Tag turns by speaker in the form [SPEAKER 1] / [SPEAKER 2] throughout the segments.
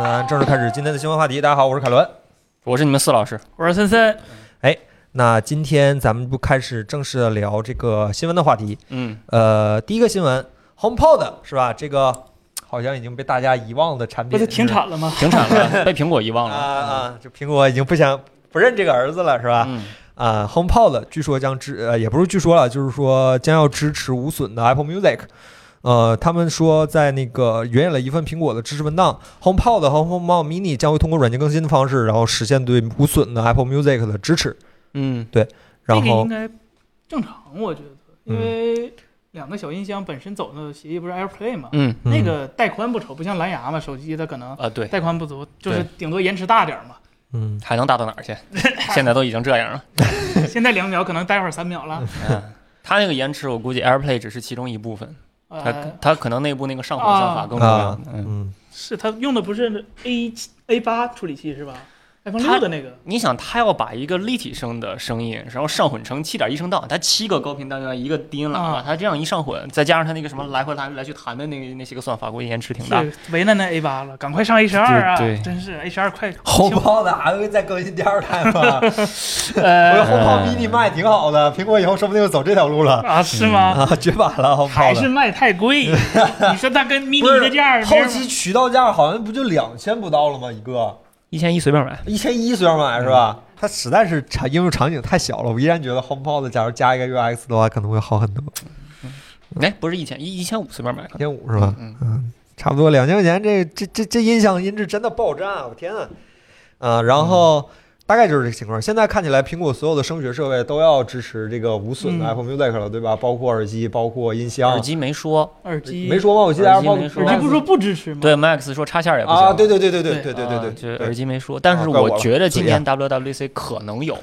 [SPEAKER 1] 嗯正式开始今天的新闻话题。大家好，我是凯伦。
[SPEAKER 2] 我是你们四老师，
[SPEAKER 3] 我是森森，
[SPEAKER 1] 那今天咱们就开始正式的聊这个新闻的话题。
[SPEAKER 2] 嗯，
[SPEAKER 1] 呃，第一个新闻，HomePod 是吧？这个好像已经被大家遗忘的产
[SPEAKER 3] 不
[SPEAKER 1] 品，
[SPEAKER 3] 就停产了吗？
[SPEAKER 2] 停产了，被苹果遗忘
[SPEAKER 1] 啊
[SPEAKER 2] 了
[SPEAKER 1] 啊！这苹果已经不想不认这个儿子了，是吧？
[SPEAKER 2] 嗯，
[SPEAKER 1] 啊、h o m e p o d 据说将支呃，也不是据说了，就是说将要支持无损的 Apple Music。呃，他们说在那个援引了一份苹果的支持文档，HomePod 和 HomePod Mini 将会通过软件更新的方式，然后实现对无损的 Apple Music 的支持。
[SPEAKER 2] 嗯，
[SPEAKER 1] 然
[SPEAKER 3] 这个
[SPEAKER 1] 后
[SPEAKER 3] 应，该正常，我觉得，
[SPEAKER 2] 嗯
[SPEAKER 3] 因为两个小音箱本身走的协议不是 AirPlay 嘛，
[SPEAKER 2] 嗯，
[SPEAKER 1] 嗯
[SPEAKER 3] 那个带宽不愁，不像蓝牙嘛，手机它可能
[SPEAKER 2] 啊，对，
[SPEAKER 3] 带宽不足，就
[SPEAKER 2] 对
[SPEAKER 3] 是顶多延迟大 点儿嘛。
[SPEAKER 1] 嗯，
[SPEAKER 2] 还能大到哪儿去？现在都已经这样了。
[SPEAKER 3] 现在两秒，可能待会儿三秒了。
[SPEAKER 2] 嗯，它那个延迟，我估计 AirPlay 只是其中一部分，它
[SPEAKER 3] 呃，
[SPEAKER 2] 它可能内部那个上火算法更重要
[SPEAKER 1] 啊。
[SPEAKER 2] 嗯，
[SPEAKER 1] 嗯，
[SPEAKER 3] 是它用的不是 A A 八处理器是吧？iPhone
[SPEAKER 2] 它
[SPEAKER 3] 六的那个，
[SPEAKER 2] 你想，它要把一个立体声的声音，然后上混成七点一声道，它七个高频单元一个低音喇叭，
[SPEAKER 3] 啊
[SPEAKER 2] 它这样一上混，再加上它那个什么来回来来去弹的那个那些个算法，估计延迟挺大。
[SPEAKER 3] 是为难那 A 八了，赶快上 H 二啊！
[SPEAKER 2] 对对
[SPEAKER 3] 真是 H 二快，
[SPEAKER 1] 红炮的还会再更新第二代 吗？我觉得
[SPEAKER 3] 呃
[SPEAKER 1] 红炮 mini 卖挺好的，苹果以后说不定就走这条路了
[SPEAKER 3] 啊是
[SPEAKER 2] 嗯
[SPEAKER 3] 吗？
[SPEAKER 1] 啊，绝版了红炮
[SPEAKER 3] 还是
[SPEAKER 1] 的。
[SPEAKER 3] 卖 太贵。你说它跟
[SPEAKER 1] 不
[SPEAKER 3] mini
[SPEAKER 1] 是
[SPEAKER 3] 的价儿没
[SPEAKER 1] 后
[SPEAKER 3] 人
[SPEAKER 1] 期渠道价好像不就两千不到了吗？一个
[SPEAKER 2] 一千一随便买，
[SPEAKER 1] 一千一随便买是吧？它实在是场应用场景太小了，我依然觉得 HomePod 假如加一个 UX 的话，可能会好很多。
[SPEAKER 2] 哎，不是一千一一千五随便买，可
[SPEAKER 1] 一
[SPEAKER 2] 能
[SPEAKER 1] 千五是吧？
[SPEAKER 2] 嗯，
[SPEAKER 1] 嗯，差不多两千块钱，这这这这音响音质真的爆炸，我天啊！啊，然后大概就是这个情况。现在看起来，苹果所有的声学设备都要支持这个无损的
[SPEAKER 3] 嗯
[SPEAKER 1] Apple Music 了，对吧？包括耳机，包括音
[SPEAKER 2] 耳
[SPEAKER 1] 箱。
[SPEAKER 2] 机没说，
[SPEAKER 3] 耳机
[SPEAKER 1] 没，说吗？我记得
[SPEAKER 2] 耳机
[SPEAKER 1] AirPods
[SPEAKER 2] 没说
[SPEAKER 3] 耳机不是说不支持吗？
[SPEAKER 2] 对，Max 说插线儿也不行
[SPEAKER 1] 啊，对对对对对对
[SPEAKER 3] 对
[SPEAKER 1] 对
[SPEAKER 2] 啊
[SPEAKER 1] 对
[SPEAKER 2] 就
[SPEAKER 1] 对，啊
[SPEAKER 2] 耳机没说，但是
[SPEAKER 1] 怪我了
[SPEAKER 2] 我觉得今
[SPEAKER 1] 对呀
[SPEAKER 2] 年 WWDC 可能有，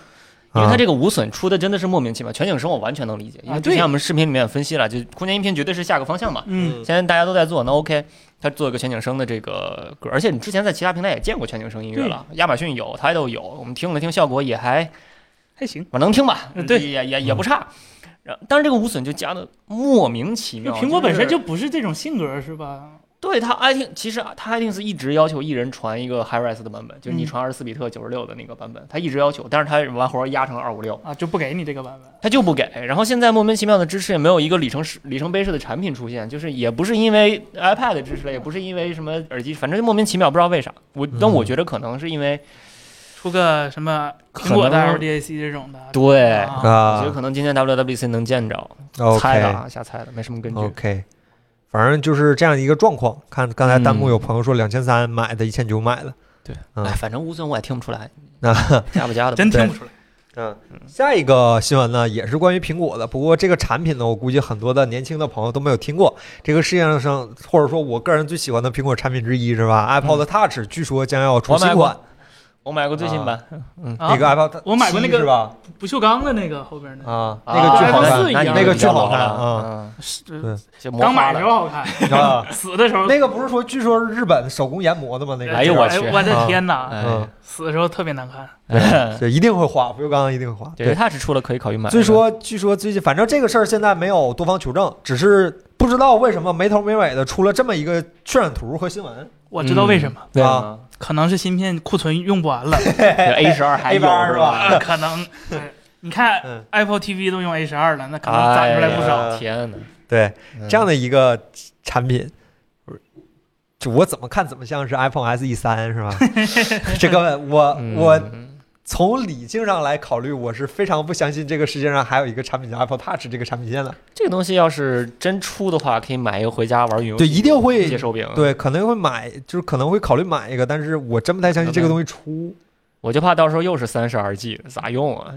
[SPEAKER 2] 因
[SPEAKER 1] 啊
[SPEAKER 2] 为它这个无损出的真的是莫名其妙，全景声我完全能理解，因为
[SPEAKER 3] 啊
[SPEAKER 2] 之前
[SPEAKER 3] 对
[SPEAKER 2] 我们视频里面也分析了，就空间音频绝对是下个方向嘛，
[SPEAKER 3] 嗯，
[SPEAKER 2] 现在大家都在做，那 OK，它做一个全景声的这个歌，而且你之前在其他平台也见过全景声音乐了，亚马逊有，Tidal 有，我们听了听效果也还
[SPEAKER 3] 还行。
[SPEAKER 2] 我能听吧，
[SPEAKER 3] 嗯对
[SPEAKER 2] 也也也不差。然后但是这个无损就加的莫名其
[SPEAKER 3] 就
[SPEAKER 2] 妙，
[SPEAKER 3] 苹果本身
[SPEAKER 2] 是
[SPEAKER 3] 就不是这种性格是吧？
[SPEAKER 2] 对它 iTunes，其实它 iTunes 一直要求一人传一个 HiRes 的版本，就是你
[SPEAKER 3] 嗯
[SPEAKER 2] 传二十四比特九十六的那个版本，它一直要求，但是它完活儿压成二五六，
[SPEAKER 3] 啊，就不给你这个版本。
[SPEAKER 2] 它就不给。然后现在莫名其妙的支持也没有一个里程式里程碑式的产品出现，就是也不是因为 iPad 支持了，也不是因为什么耳机，反正莫名其妙，不知道为啥。我但我觉得可能是因为
[SPEAKER 3] 出个什么苹果的 LDAC 这种的，
[SPEAKER 2] 对。
[SPEAKER 3] 啊
[SPEAKER 2] 我觉得
[SPEAKER 1] 啊
[SPEAKER 2] 可能今天 WWDC 能见着，猜的
[SPEAKER 1] ，OK
[SPEAKER 2] 啊，瞎猜的，没什么根据。
[SPEAKER 1] OK，反正就是这样一个状况。看刚才弹幕
[SPEAKER 2] 嗯
[SPEAKER 1] 有朋友说两千三买的，一千九买的，嗯
[SPEAKER 2] 哎，反正无损我也听不出来，
[SPEAKER 1] 那
[SPEAKER 2] 加不加的吧？
[SPEAKER 3] 真听不出来。
[SPEAKER 1] 嗯，下一个新闻呢，也是关于苹果的。不过这个产品呢，我估计很多的年轻的朋友都没有听过。这个世界上，或者说我个人最喜欢的苹果产品之一是
[SPEAKER 2] 嗯
[SPEAKER 1] 吧？iPod Touch 据说将要出新款，
[SPEAKER 2] 我买过最新版，嗯
[SPEAKER 1] 那个
[SPEAKER 3] 啊
[SPEAKER 1] iPod，
[SPEAKER 3] 我买过那
[SPEAKER 1] 7
[SPEAKER 3] 个
[SPEAKER 1] 是吧？
[SPEAKER 3] 不锈钢的那个后边那个，
[SPEAKER 1] 啊，
[SPEAKER 2] 啊
[SPEAKER 1] 那个巨好
[SPEAKER 3] 啊
[SPEAKER 1] 看
[SPEAKER 3] ，iPhone 4一样
[SPEAKER 1] 那个巨好看
[SPEAKER 2] 啊，
[SPEAKER 3] 是
[SPEAKER 2] 就
[SPEAKER 3] 刚买的
[SPEAKER 2] 的
[SPEAKER 3] 时候好看，
[SPEAKER 2] 嗯
[SPEAKER 1] 啊。
[SPEAKER 3] 死的时候，
[SPEAKER 1] 那个不是说，据说是日本手工研磨的吗？那个，
[SPEAKER 2] 哎呦我去
[SPEAKER 3] 我的天哪，
[SPEAKER 1] 嗯，
[SPEAKER 3] 死的时候特别难看。
[SPEAKER 2] 哎，
[SPEAKER 1] 对，一定会花，不锈钢一定会花。
[SPEAKER 2] 对，它是出了可以考虑买。
[SPEAKER 1] 据，说，据说最近，反正这个事儿现在没有多方求证，只是不知道为什么没头没尾的出了这么一个渲染图和新闻。
[SPEAKER 3] 我知道为什么，
[SPEAKER 2] 对
[SPEAKER 1] 啊
[SPEAKER 3] 可能是芯片库存用不完了，
[SPEAKER 2] ，A 十二还
[SPEAKER 1] A
[SPEAKER 2] 有
[SPEAKER 1] 班是吧？
[SPEAKER 3] 啊可能。
[SPEAKER 2] 嗯
[SPEAKER 3] 对你看
[SPEAKER 1] 嗯
[SPEAKER 3] Apple TV 都用 A 十二了，那可能攒出来不少。
[SPEAKER 2] 哎呀天哪，
[SPEAKER 1] 对，嗯这样
[SPEAKER 2] 的
[SPEAKER 1] 的一个产品，就我怎么看怎么像是 iPhone SE 三是吧？这个我
[SPEAKER 2] 嗯
[SPEAKER 1] 我从理性上来考虑，我是非常不相信这个世界上还有一个产品叫 Apple Touch 这个产品线的。
[SPEAKER 2] 这个东西要是真出的话，可以买一个回家玩云游戏。
[SPEAKER 1] 对，一定会
[SPEAKER 2] 接手柄。，
[SPEAKER 1] 对，可能会买，就是可能会考虑买一个，但是我真不太
[SPEAKER 2] 嗯
[SPEAKER 1] 相信这个东西出。
[SPEAKER 2] 我就怕到时候又是三十二 G，咋用啊？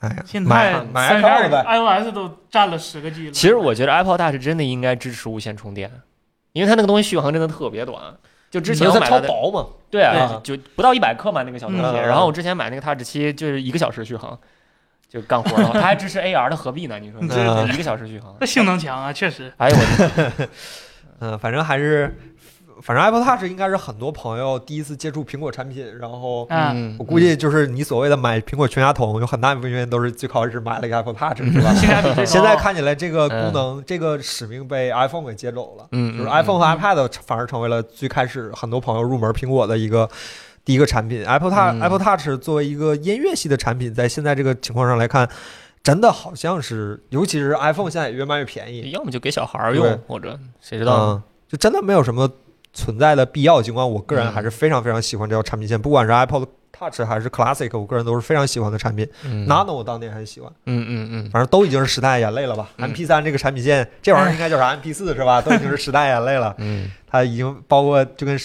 [SPEAKER 1] 哎呀，
[SPEAKER 3] 现
[SPEAKER 1] 买
[SPEAKER 3] 在
[SPEAKER 1] 买
[SPEAKER 3] 三
[SPEAKER 1] iPhone 了
[SPEAKER 3] 十
[SPEAKER 1] 呗。
[SPEAKER 3] 二 iOS 都占了十个 G 了。
[SPEAKER 2] 其实我觉得 Apple Touch 真的应该支持无线充电，因为它那个东西续航真的特别短。就之前
[SPEAKER 1] 你
[SPEAKER 2] 我
[SPEAKER 1] 要
[SPEAKER 2] 买
[SPEAKER 1] 在超
[SPEAKER 2] 它的
[SPEAKER 1] 薄嘛，
[SPEAKER 2] 对啊，
[SPEAKER 1] 对
[SPEAKER 2] 就不到一百克嘛那个小东西。
[SPEAKER 1] 嗯
[SPEAKER 2] 然后我之前买那个 Touch 七就是一个小时续航，就干活了。它还支持 AR 的，何必呢？你说
[SPEAKER 3] 嗯
[SPEAKER 2] 这一个小时续航哎
[SPEAKER 3] 这，性能强啊，确实。
[SPEAKER 2] 哎呦我
[SPEAKER 1] 呃嗯，反正还是反正 Apple Touch 应该是很多朋友第一次接触苹果产品，然后
[SPEAKER 3] 啊，
[SPEAKER 2] 嗯，
[SPEAKER 1] 我估计就是你所谓的买苹果全家桶，有很大一部分原因都是最开始买了一个 Apple Touch，是吧？
[SPEAKER 3] 性价比
[SPEAKER 2] 嗯
[SPEAKER 3] 最高。
[SPEAKER 1] 现在看起来，这个功能、这个使命被 iPhone 给接走了，
[SPEAKER 2] 嗯，嗯，
[SPEAKER 1] 就是 iPhone 和
[SPEAKER 3] 嗯
[SPEAKER 1] iPad 反而成为了最开始很多朋友入门苹果的一个第一个产品。Apple Touch、
[SPEAKER 2] 嗯
[SPEAKER 1] Apple Touch 作为一个音乐系的产品，在现在这个情况上来看，真的好像是，尤其是 iPhone 现在也越卖越便宜，
[SPEAKER 2] 哎要么就给小孩儿
[SPEAKER 1] 对
[SPEAKER 2] 用，或者谁知道呢？
[SPEAKER 1] 嗯，就真的没有什么存在的必要。尽管我个人
[SPEAKER 2] 嗯
[SPEAKER 1] 还是非常非常喜欢这条产品线，不管是 Apple Touch 还是 Classic，我个人都是非常喜欢的产品。
[SPEAKER 2] 嗯
[SPEAKER 1] Nano 我当年很喜欢，
[SPEAKER 2] 嗯嗯嗯，
[SPEAKER 1] 反正都已经是时代眼泪了吧。
[SPEAKER 2] 嗯，
[SPEAKER 1] MP 3这个产品线，这玩意儿应该叫啥？MP 4是吧？都已经是时代眼泪了
[SPEAKER 2] 嗯
[SPEAKER 1] 它已经包括就跟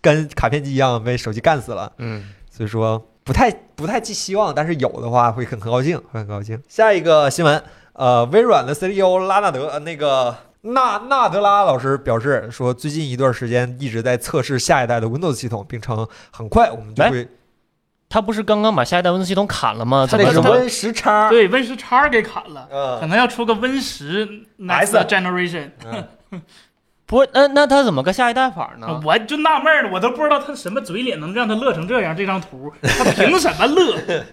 [SPEAKER 1] 跟卡片机一样被手机干死了。
[SPEAKER 2] 嗯，
[SPEAKER 1] 所以说不太不太寄希望，但是有的话会很很高兴，会很高兴。下一个新闻，呃，微软的 CEO 拉纳德，呃，那个纳纳德拉老师表示说，最近一段时间一直在测试下一代的 Windows 系统，并称很快我们就会，
[SPEAKER 2] 他不是刚刚把下一代 Win 系统砍了吗？
[SPEAKER 1] 它
[SPEAKER 2] 怎
[SPEAKER 1] 这个是
[SPEAKER 2] 么怎
[SPEAKER 3] 它
[SPEAKER 2] 么？
[SPEAKER 1] Win 十叉，
[SPEAKER 3] 对 Win 十叉给砍了，可
[SPEAKER 1] 嗯，
[SPEAKER 3] 能要出个 Win 十 next
[SPEAKER 1] S
[SPEAKER 3] generation。
[SPEAKER 1] 嗯
[SPEAKER 2] 不，那那他怎么个下一代法呢？
[SPEAKER 1] 啊
[SPEAKER 3] 我就纳闷了，我都不知道他什么嘴脸能让他乐成这样。这张图，他凭什么乐？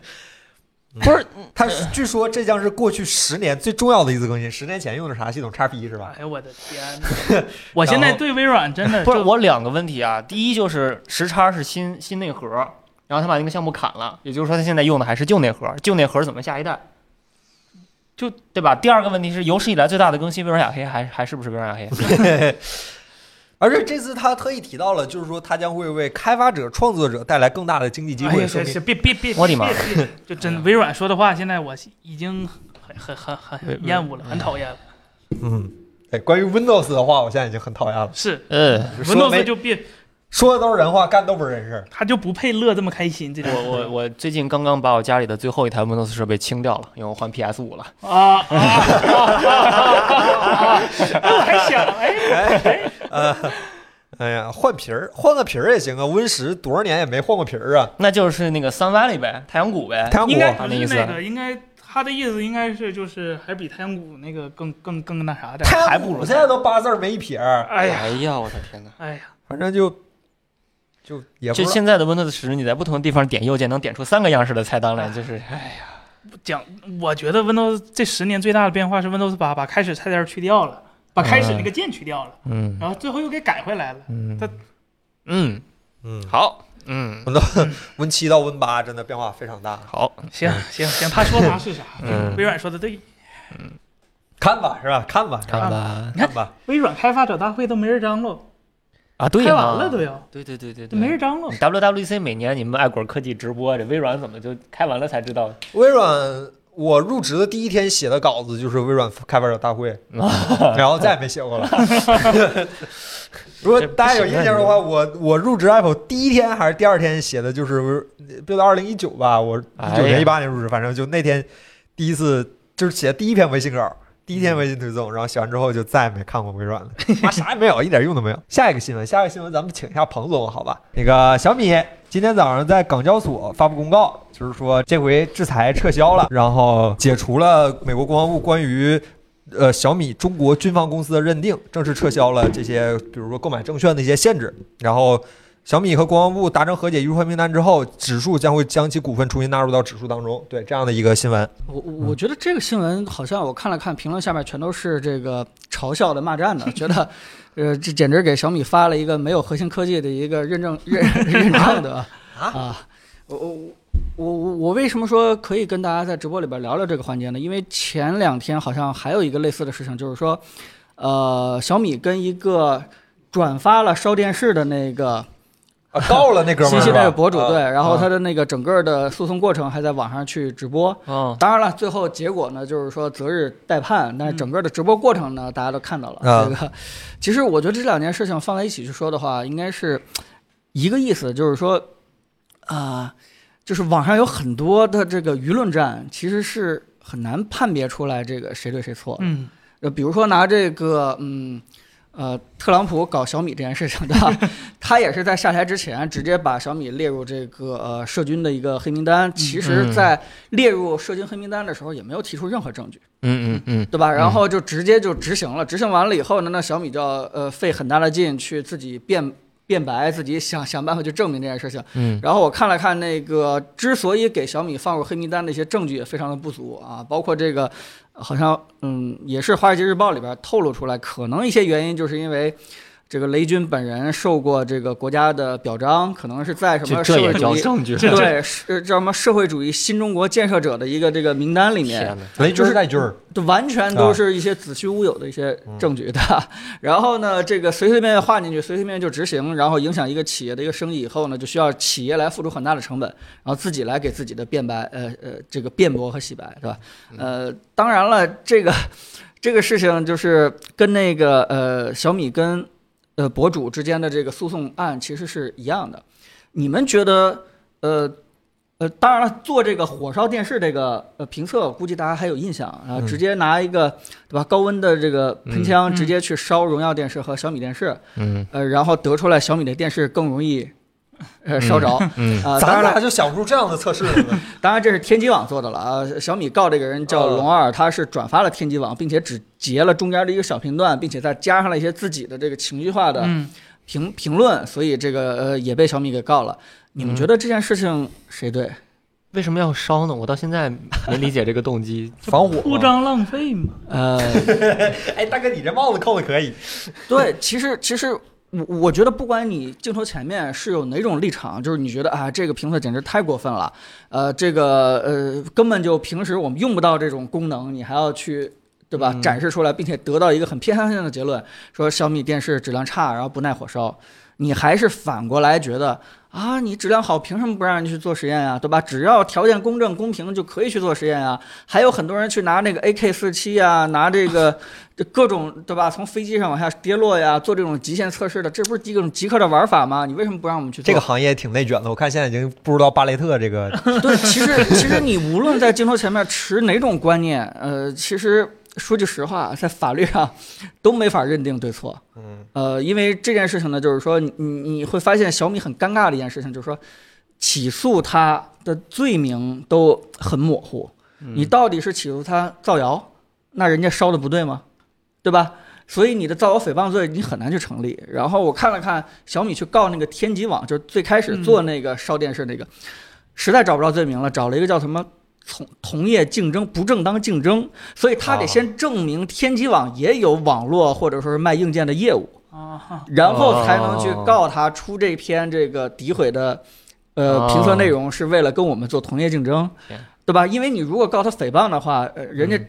[SPEAKER 2] 不是，
[SPEAKER 1] 它是据说这将是过去十年最重要的一次更新。十年前用的啥系统？x P 是吧？
[SPEAKER 3] 哎呦我的天哪！我现在对微软真的
[SPEAKER 2] 不是
[SPEAKER 3] 呃就
[SPEAKER 2] 我两个问题啊。第一就是时差是新新内核，然后他把那个项目砍了，也就是说他现在用的还是旧内核，旧内核怎么下一代？就对吧？第二个问题是有史以来最大的更新，微软雅黑还还是不是微软雅黑？
[SPEAKER 1] 而且这次他特意提到了，就是说它将会为开发者、创作者带来更大的经济机
[SPEAKER 3] 哎
[SPEAKER 1] 会。
[SPEAKER 3] 呀，
[SPEAKER 1] 说
[SPEAKER 3] 行
[SPEAKER 1] 明
[SPEAKER 3] 行，别别别，
[SPEAKER 2] 我的妈
[SPEAKER 3] 别！别就真微软说的话，现在我已经很很很很
[SPEAKER 2] 哎
[SPEAKER 3] 很厌恶了，很讨厌了。
[SPEAKER 1] 嗯，哎，关于 Windows 的话，我现在已经很讨厌了。
[SPEAKER 3] 是
[SPEAKER 2] 嗯，
[SPEAKER 1] 说没
[SPEAKER 3] Windows 就别，
[SPEAKER 1] 说的都是人话，干都不是人事儿。
[SPEAKER 3] 他就不配乐这么开心。这种
[SPEAKER 2] 我我我最近刚刚把我家里的最后一台 Windows 设备清掉了，因为我换 PS 五了。
[SPEAKER 3] 啊啊啊啊！我还想，哎哎，
[SPEAKER 1] 哎呀，换皮儿，换个皮儿也行啊。Win 十多少年也没换过皮儿啊。
[SPEAKER 2] 那就是那个三 Valley 呗，太阳谷呗。
[SPEAKER 1] 太阳谷
[SPEAKER 3] 应该
[SPEAKER 2] 啊
[SPEAKER 3] 不
[SPEAKER 2] 那意
[SPEAKER 3] 是
[SPEAKER 2] 思
[SPEAKER 3] 那个，应该他的意思应该是就是还比太阳谷那个更更更那啥的。
[SPEAKER 1] 太
[SPEAKER 2] 还
[SPEAKER 1] 阳
[SPEAKER 2] 不如
[SPEAKER 1] 谷现在都八字儿没一撇儿，
[SPEAKER 3] 哎呀
[SPEAKER 2] 哎呀，我的天哪！
[SPEAKER 3] 哎呀，
[SPEAKER 1] 反正就就也不
[SPEAKER 2] 就是现在的 Windows 十，你在不同的地方点右键能点出三个样式的菜单来，就是哎呀，
[SPEAKER 3] 讲，我觉得 Windows 这十年最大的变化是 Windows 八把开始菜单去掉了，把开始那个键去掉了，
[SPEAKER 2] 嗯
[SPEAKER 3] 然后最后又给改回来了。它
[SPEAKER 2] 嗯嗯，
[SPEAKER 1] 嗯
[SPEAKER 2] 好，嗯
[SPEAKER 1] ，Win 七到 Win 八真的变化非常大。
[SPEAKER 2] 好，
[SPEAKER 3] 行行行，他说啥是啥，
[SPEAKER 2] 嗯
[SPEAKER 3] 微软说的对。
[SPEAKER 1] 看吧，是吧？看吧，是吧
[SPEAKER 2] 看吧
[SPEAKER 3] 你
[SPEAKER 1] 看
[SPEAKER 3] 看
[SPEAKER 1] 吧。
[SPEAKER 3] 微软开发者大会都没人张罗，
[SPEAKER 2] 啊，对
[SPEAKER 3] 开
[SPEAKER 2] 呀，
[SPEAKER 3] 完了都要，
[SPEAKER 2] 对对对对
[SPEAKER 3] 都
[SPEAKER 2] 对，
[SPEAKER 3] 没人张罗。
[SPEAKER 2] WWDC 每年你们爱果科技直播，这微软怎么就开完了才知道？
[SPEAKER 1] 微软，我入职的第一天写的稿子就是微软开发者大会，然后再也没写过了。如果大家有印象的话，我我入职 Apple 第一天还是第二天写的就是微，就到二零一九吧，我一九
[SPEAKER 2] 哎呀
[SPEAKER 1] 年一八年入职，反正就那天第一次就是写第一篇微信稿。第一天微信推送，然后写完之后就再也没看过微软了， 妈啥也没有，一点用都没有。下一个新闻，下一个新闻咱们请一下彭总，好吧？那个小米今天早上在港交所发布公告，就是说这回制裁撤销了，然后解除了美国国防部关于呃小米中国军方公司的认定，正式撤销了这些，比如说购买证券的一些限制。然后小米和国防部达成和解与会名单之后，指数将会将其股份重新纳入到指数当中。对这样的一个新闻，
[SPEAKER 4] 我我我觉得这个新闻好像我看了看评论下面全都是这个嘲笑的骂战的，觉得，呃，这简直给小米发了一个没有核心科技的一个认证认认证的啊！我我我我我为什么说可以跟大家在直播里边聊聊这个环节呢？因为前两天好像还有一个类似的事情，就是说，呃，小米跟一个转发了烧电视的那个
[SPEAKER 1] 啊，告了那哥们儿
[SPEAKER 4] 信息
[SPEAKER 1] 是吧
[SPEAKER 4] 类博主对，
[SPEAKER 1] 啊
[SPEAKER 4] 然后他
[SPEAKER 1] 啊
[SPEAKER 4] 的那个整个的诉讼过程还在网上去直播。
[SPEAKER 2] 嗯，
[SPEAKER 4] 当然了，最后结果呢，就是说择日待判。但是整个的直播过程呢，大家都看到了。
[SPEAKER 1] 啊
[SPEAKER 4] 这个，其实我觉得这两件事情放在一起去说的话，应该是一个意思，就是说，啊、就是网上有很多的这个舆论战，其实是很难判别出来这个谁对谁错的。
[SPEAKER 3] 嗯，
[SPEAKER 4] 呃，比如说拿这个，嗯，呃，特朗普搞小米这件事情，对吧？他也是在下台之前直接把小米列入这个呃社军的一个黑名单。其实，在列入社军黑名单的时候，也没有提出任何证据，
[SPEAKER 2] 嗯嗯嗯
[SPEAKER 4] 对吧？然后就直接就执行了。执行完了以后呢，那小米就要呃费很大的劲去自己辩辩白，自己想想办法去证明这件事情。
[SPEAKER 2] 嗯
[SPEAKER 4] 然后我看了看那个，之所以给小米放入黑名单的一些证据也非常的不足啊，包括这个，呃好像嗯，也是《华尔街日报》里边透露出来，可能一些原因就是因为这个雷军本人受过这个国家的表彰，可能是在什
[SPEAKER 2] 这
[SPEAKER 4] 么
[SPEAKER 2] 这
[SPEAKER 4] 社会
[SPEAKER 2] 也
[SPEAKER 4] 主
[SPEAKER 2] 叫
[SPEAKER 4] 义
[SPEAKER 2] 证据？
[SPEAKER 4] 对是叫什么社会主义新中国建设者的一个这个名单里面，
[SPEAKER 2] 天哪！
[SPEAKER 1] 雷军儿带军儿，
[SPEAKER 4] 就完全都是一些子虚乌有的一些证据的。 然后呢，这个随随便便划进去，随随便便就执行，然后影响一个企业的一个生意以后呢，就需要企业来付出很大的成本，然后自己来给自己的辩白，呃呃，这个辩驳和洗白，对吧？呃，当然了，这个这个事情就是跟那个呃小米跟呃博主之间的这个诉讼案其实是一样的。你们觉得呃？呃，当然了，做这个火烧电视这个呃评测，我估计大家还有印象啊，然后
[SPEAKER 1] 嗯
[SPEAKER 4] 直接拿一个对吧高温的这个喷枪
[SPEAKER 3] 嗯
[SPEAKER 4] 直接去烧荣耀电视和小米电视，
[SPEAKER 2] 嗯
[SPEAKER 4] 呃，然后得出来小米的电视更容易呃烧着啊、
[SPEAKER 2] 嗯
[SPEAKER 4] 呃当
[SPEAKER 1] 咱
[SPEAKER 4] 然了，
[SPEAKER 1] 俩就想不出这样的测试了呢。
[SPEAKER 4] 当然这是天机网做的了啊。小米告这个人叫龙二，他是转发了天机网，并且只截了中间的一个小片段，并且再加上了一些自己的这个情绪化的
[SPEAKER 3] 嗯，
[SPEAKER 4] 评、评论，所以这个呃也被小米给告了。你们觉得这件事情谁对？
[SPEAKER 2] 为什么要烧呢？我到现在没理解这个动机。
[SPEAKER 1] 防火
[SPEAKER 3] 铺张浪费嘛。
[SPEAKER 4] 呃，
[SPEAKER 1] 哎，大哥，你这帽子扣的可以。
[SPEAKER 4] 对，其实其实我我觉得，不管你镜头前面是有哪种立场，就是你觉得啊，这个评测简直太过分了，呃，这个呃根本就平时我们用不到这种功能，你还要去。对吧？展示出来，并且得到一个很偏向性的结论，说小米电视质量差，然后不耐火烧。你还是反过来觉得啊，你质量好，凭什么不让人去做实验呀、对吧？只要条件公正公平，就可以去做实验呀、啊还有很多人去拿那个 AK 四七呀，拿 这个这各种对吧？从飞机上往下跌落呀，做这种极限测试的，这不是一种极客的玩法吗？你为什么不让我们去做？
[SPEAKER 1] 这个行业挺内卷的，我看现在已经不知道巴雷特这 个
[SPEAKER 4] 对，其实其实你无论在镜头前面持哪种观念，呃，其实说句实话，啊在法律上都没法认定对错。
[SPEAKER 1] 嗯，
[SPEAKER 4] 呃，因为这件事情呢，就是说你你你会发现小米很尴尬的一件事情，就是说起诉他的罪名都很模糊，
[SPEAKER 2] 嗯
[SPEAKER 4] 你到底是起诉他造谣，那人家烧的不对吗？对吧？所以你的造谣诽谤罪你很难去成立。然后我看了看小米去告那个天极网，就是最开始做那个烧电视那个，实在找不着罪名了，找了一个叫什么从同业竞争不正当竞争，所以他得
[SPEAKER 1] 哦
[SPEAKER 4] 先证明天极网也有网络或者说是卖硬件的业务，
[SPEAKER 3] 啊，
[SPEAKER 4] 然后才能去告他出这篇这个诋毁的，呃，
[SPEAKER 2] 哦
[SPEAKER 4] 评测内容是为了跟我们做同业竞争
[SPEAKER 2] 天，
[SPEAKER 4] 对吧？因为你如果告他诽谤的话，呃，人家。
[SPEAKER 2] 嗯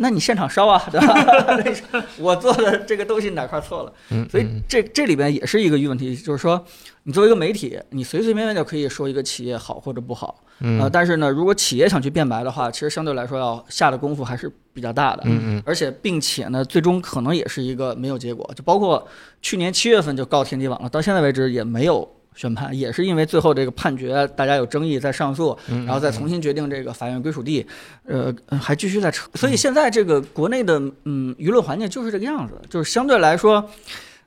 [SPEAKER 4] 那你现场烧啊，对吧？我做的这个东西哪块错了？
[SPEAKER 2] 嗯
[SPEAKER 4] 所以这这里边也是一个问题，就是说，你作为一个媒体，你随随便便就可以说一个企业好或者不好，
[SPEAKER 2] 嗯
[SPEAKER 4] 呃，
[SPEAKER 2] 啊
[SPEAKER 4] 但是呢，如果企业想去辩白的话，其实相对来说要下的功夫还是比较大的。
[SPEAKER 2] 嗯嗯
[SPEAKER 4] 而且并且呢，最终可能也是一个没有结果。就包括去年七月份就告天地网了，到现在为止也没有宣判，也是因为最后这个判决大家有争议，在上诉，
[SPEAKER 2] 嗯，
[SPEAKER 4] 然后再重新决定这个法院归属地，呃，还继续在扯。所以现在这个国内的嗯舆论环境就是这个样子，就是相对来说，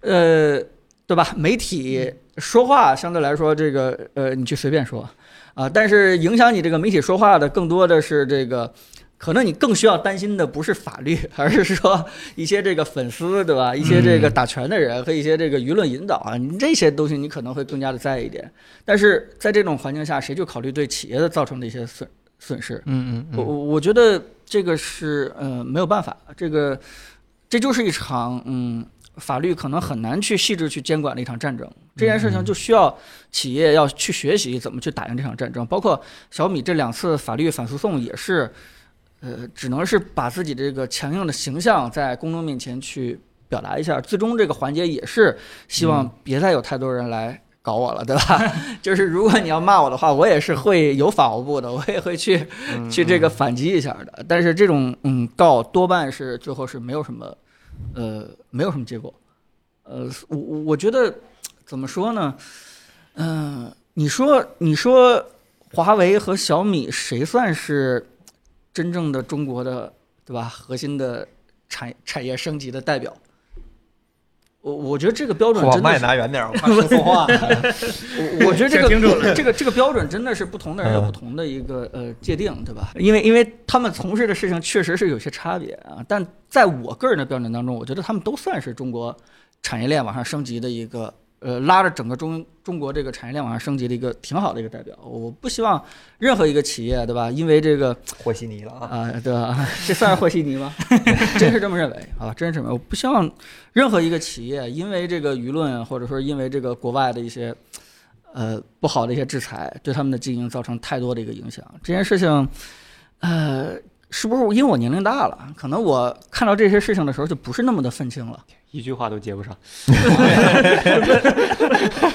[SPEAKER 4] 呃，对吧？媒体说话相对来说这个呃，你去随便说啊、但是影响你这个媒体说话的更多的是这个。可能你更需要担心的不是法律， 而是说一些这个粉丝，对吧？一些这个打拳的人和一些这个舆论引导啊，你这些东西你可能会更加的在意一点。但是在这种环境下，谁去考虑对企业的造成的一些损损失？
[SPEAKER 2] 嗯嗯
[SPEAKER 4] 我我我觉得这个是呃没有办法，这个这就是一场嗯法律可能很难去细致去监管的一场战
[SPEAKER 2] 嗯
[SPEAKER 4] 争。这件事情就需要企业要去学习怎么去打赢这场战争，包括小米这两次法律反诉讼也是，呃，只能是把自己这个强硬的形象在公众面前去表达一下。最终这个环节也是希
[SPEAKER 2] 嗯
[SPEAKER 4] 望别再有太多人来。搞我了， 对吧？就是如果你要骂我的话，我也是会有法务部的，我也会去
[SPEAKER 2] 嗯，
[SPEAKER 4] 去这个反击一下的。但是这种嗯告多半是最后是没有什么，呃，没有什么结果。呃，我我我觉得怎么说呢？嗯、你说你说华为和小米谁算是真正的中国的对吧？核心的产产业升级的代表？我我觉得这个标准
[SPEAKER 1] 往
[SPEAKER 4] 真的
[SPEAKER 1] 麦
[SPEAKER 4] 是
[SPEAKER 1] 拿远点儿，我怕说错 话。
[SPEAKER 4] 我我觉得这
[SPEAKER 3] 想清楚
[SPEAKER 4] 个这个这个标准真的是不同的人有
[SPEAKER 1] 嗯
[SPEAKER 4] 不同的一个呃界定，对吧？因为因为他们从事的事情确实是有些差别啊，但在我个人的标准当中，我觉得他们都算是中国产业链往上升级的一个呃拉着整个中中国这个产业链往上升级的一个挺好的一个代表。我不希望任何一个企业，对吧？因为这个
[SPEAKER 1] 和稀泥了啊！
[SPEAKER 4] 啊、对吧？ 这算是和稀泥吗？ 真是这么认为，好吧？真是这么认为。我不希望任何一个企业因为这个舆论，或者说因为这个国外的一些呃不好的一些制裁，对他们的经营造成太多的一个影响。这件事情，呃，是不是因为我年龄大了，可能我看到这些事情的时候就不是那么的愤青了？
[SPEAKER 2] 一句话都接不上。
[SPEAKER 3] 不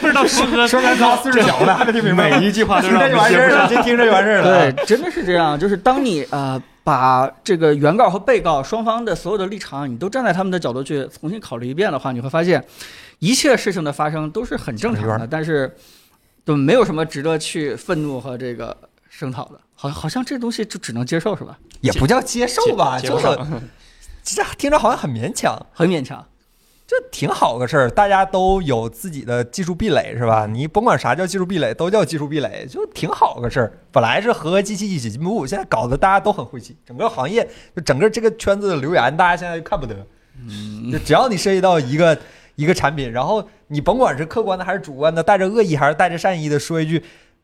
[SPEAKER 3] 知道适合
[SPEAKER 1] 说咱仨岁数小的，听明白吗？
[SPEAKER 2] 每一句话 都
[SPEAKER 1] 听
[SPEAKER 2] 让
[SPEAKER 1] 着
[SPEAKER 2] 我
[SPEAKER 1] 就完
[SPEAKER 2] 们
[SPEAKER 1] 事儿
[SPEAKER 2] 接不
[SPEAKER 1] 了，
[SPEAKER 2] 上。
[SPEAKER 1] 听听着就完事儿了啊。
[SPEAKER 4] 对，真的是这样。就是当你呃把这个原告和被告双方的所有的立场，你都站在他们的角度去重新考虑一遍的话，你会发现，一切事情的发生都是很正常
[SPEAKER 1] 没
[SPEAKER 4] 的，但是就没有什么值得去愤怒和这个声讨的。好，好像这东西就只能接受是吧？
[SPEAKER 1] 也不叫接受吧，
[SPEAKER 2] 接
[SPEAKER 1] 就
[SPEAKER 2] 接不
[SPEAKER 1] 是这听着好像很勉强，
[SPEAKER 4] 很勉强。
[SPEAKER 1] 这挺好个事儿。大家都有自己的技术壁垒是
[SPEAKER 4] 嗯
[SPEAKER 1] 吧？你甭管啥叫技术壁垒，都叫技术壁垒，就挺好个事儿。本来是和机器一起进步，现在搞得大家都很晦气，整个行业就整个这个圈子的流言，大家现在就看不得。
[SPEAKER 4] 嗯
[SPEAKER 1] 就只要你涉及到一个一个产品，然后你甭管是客观的还是主观的，带着恶意还是带着善意的说一句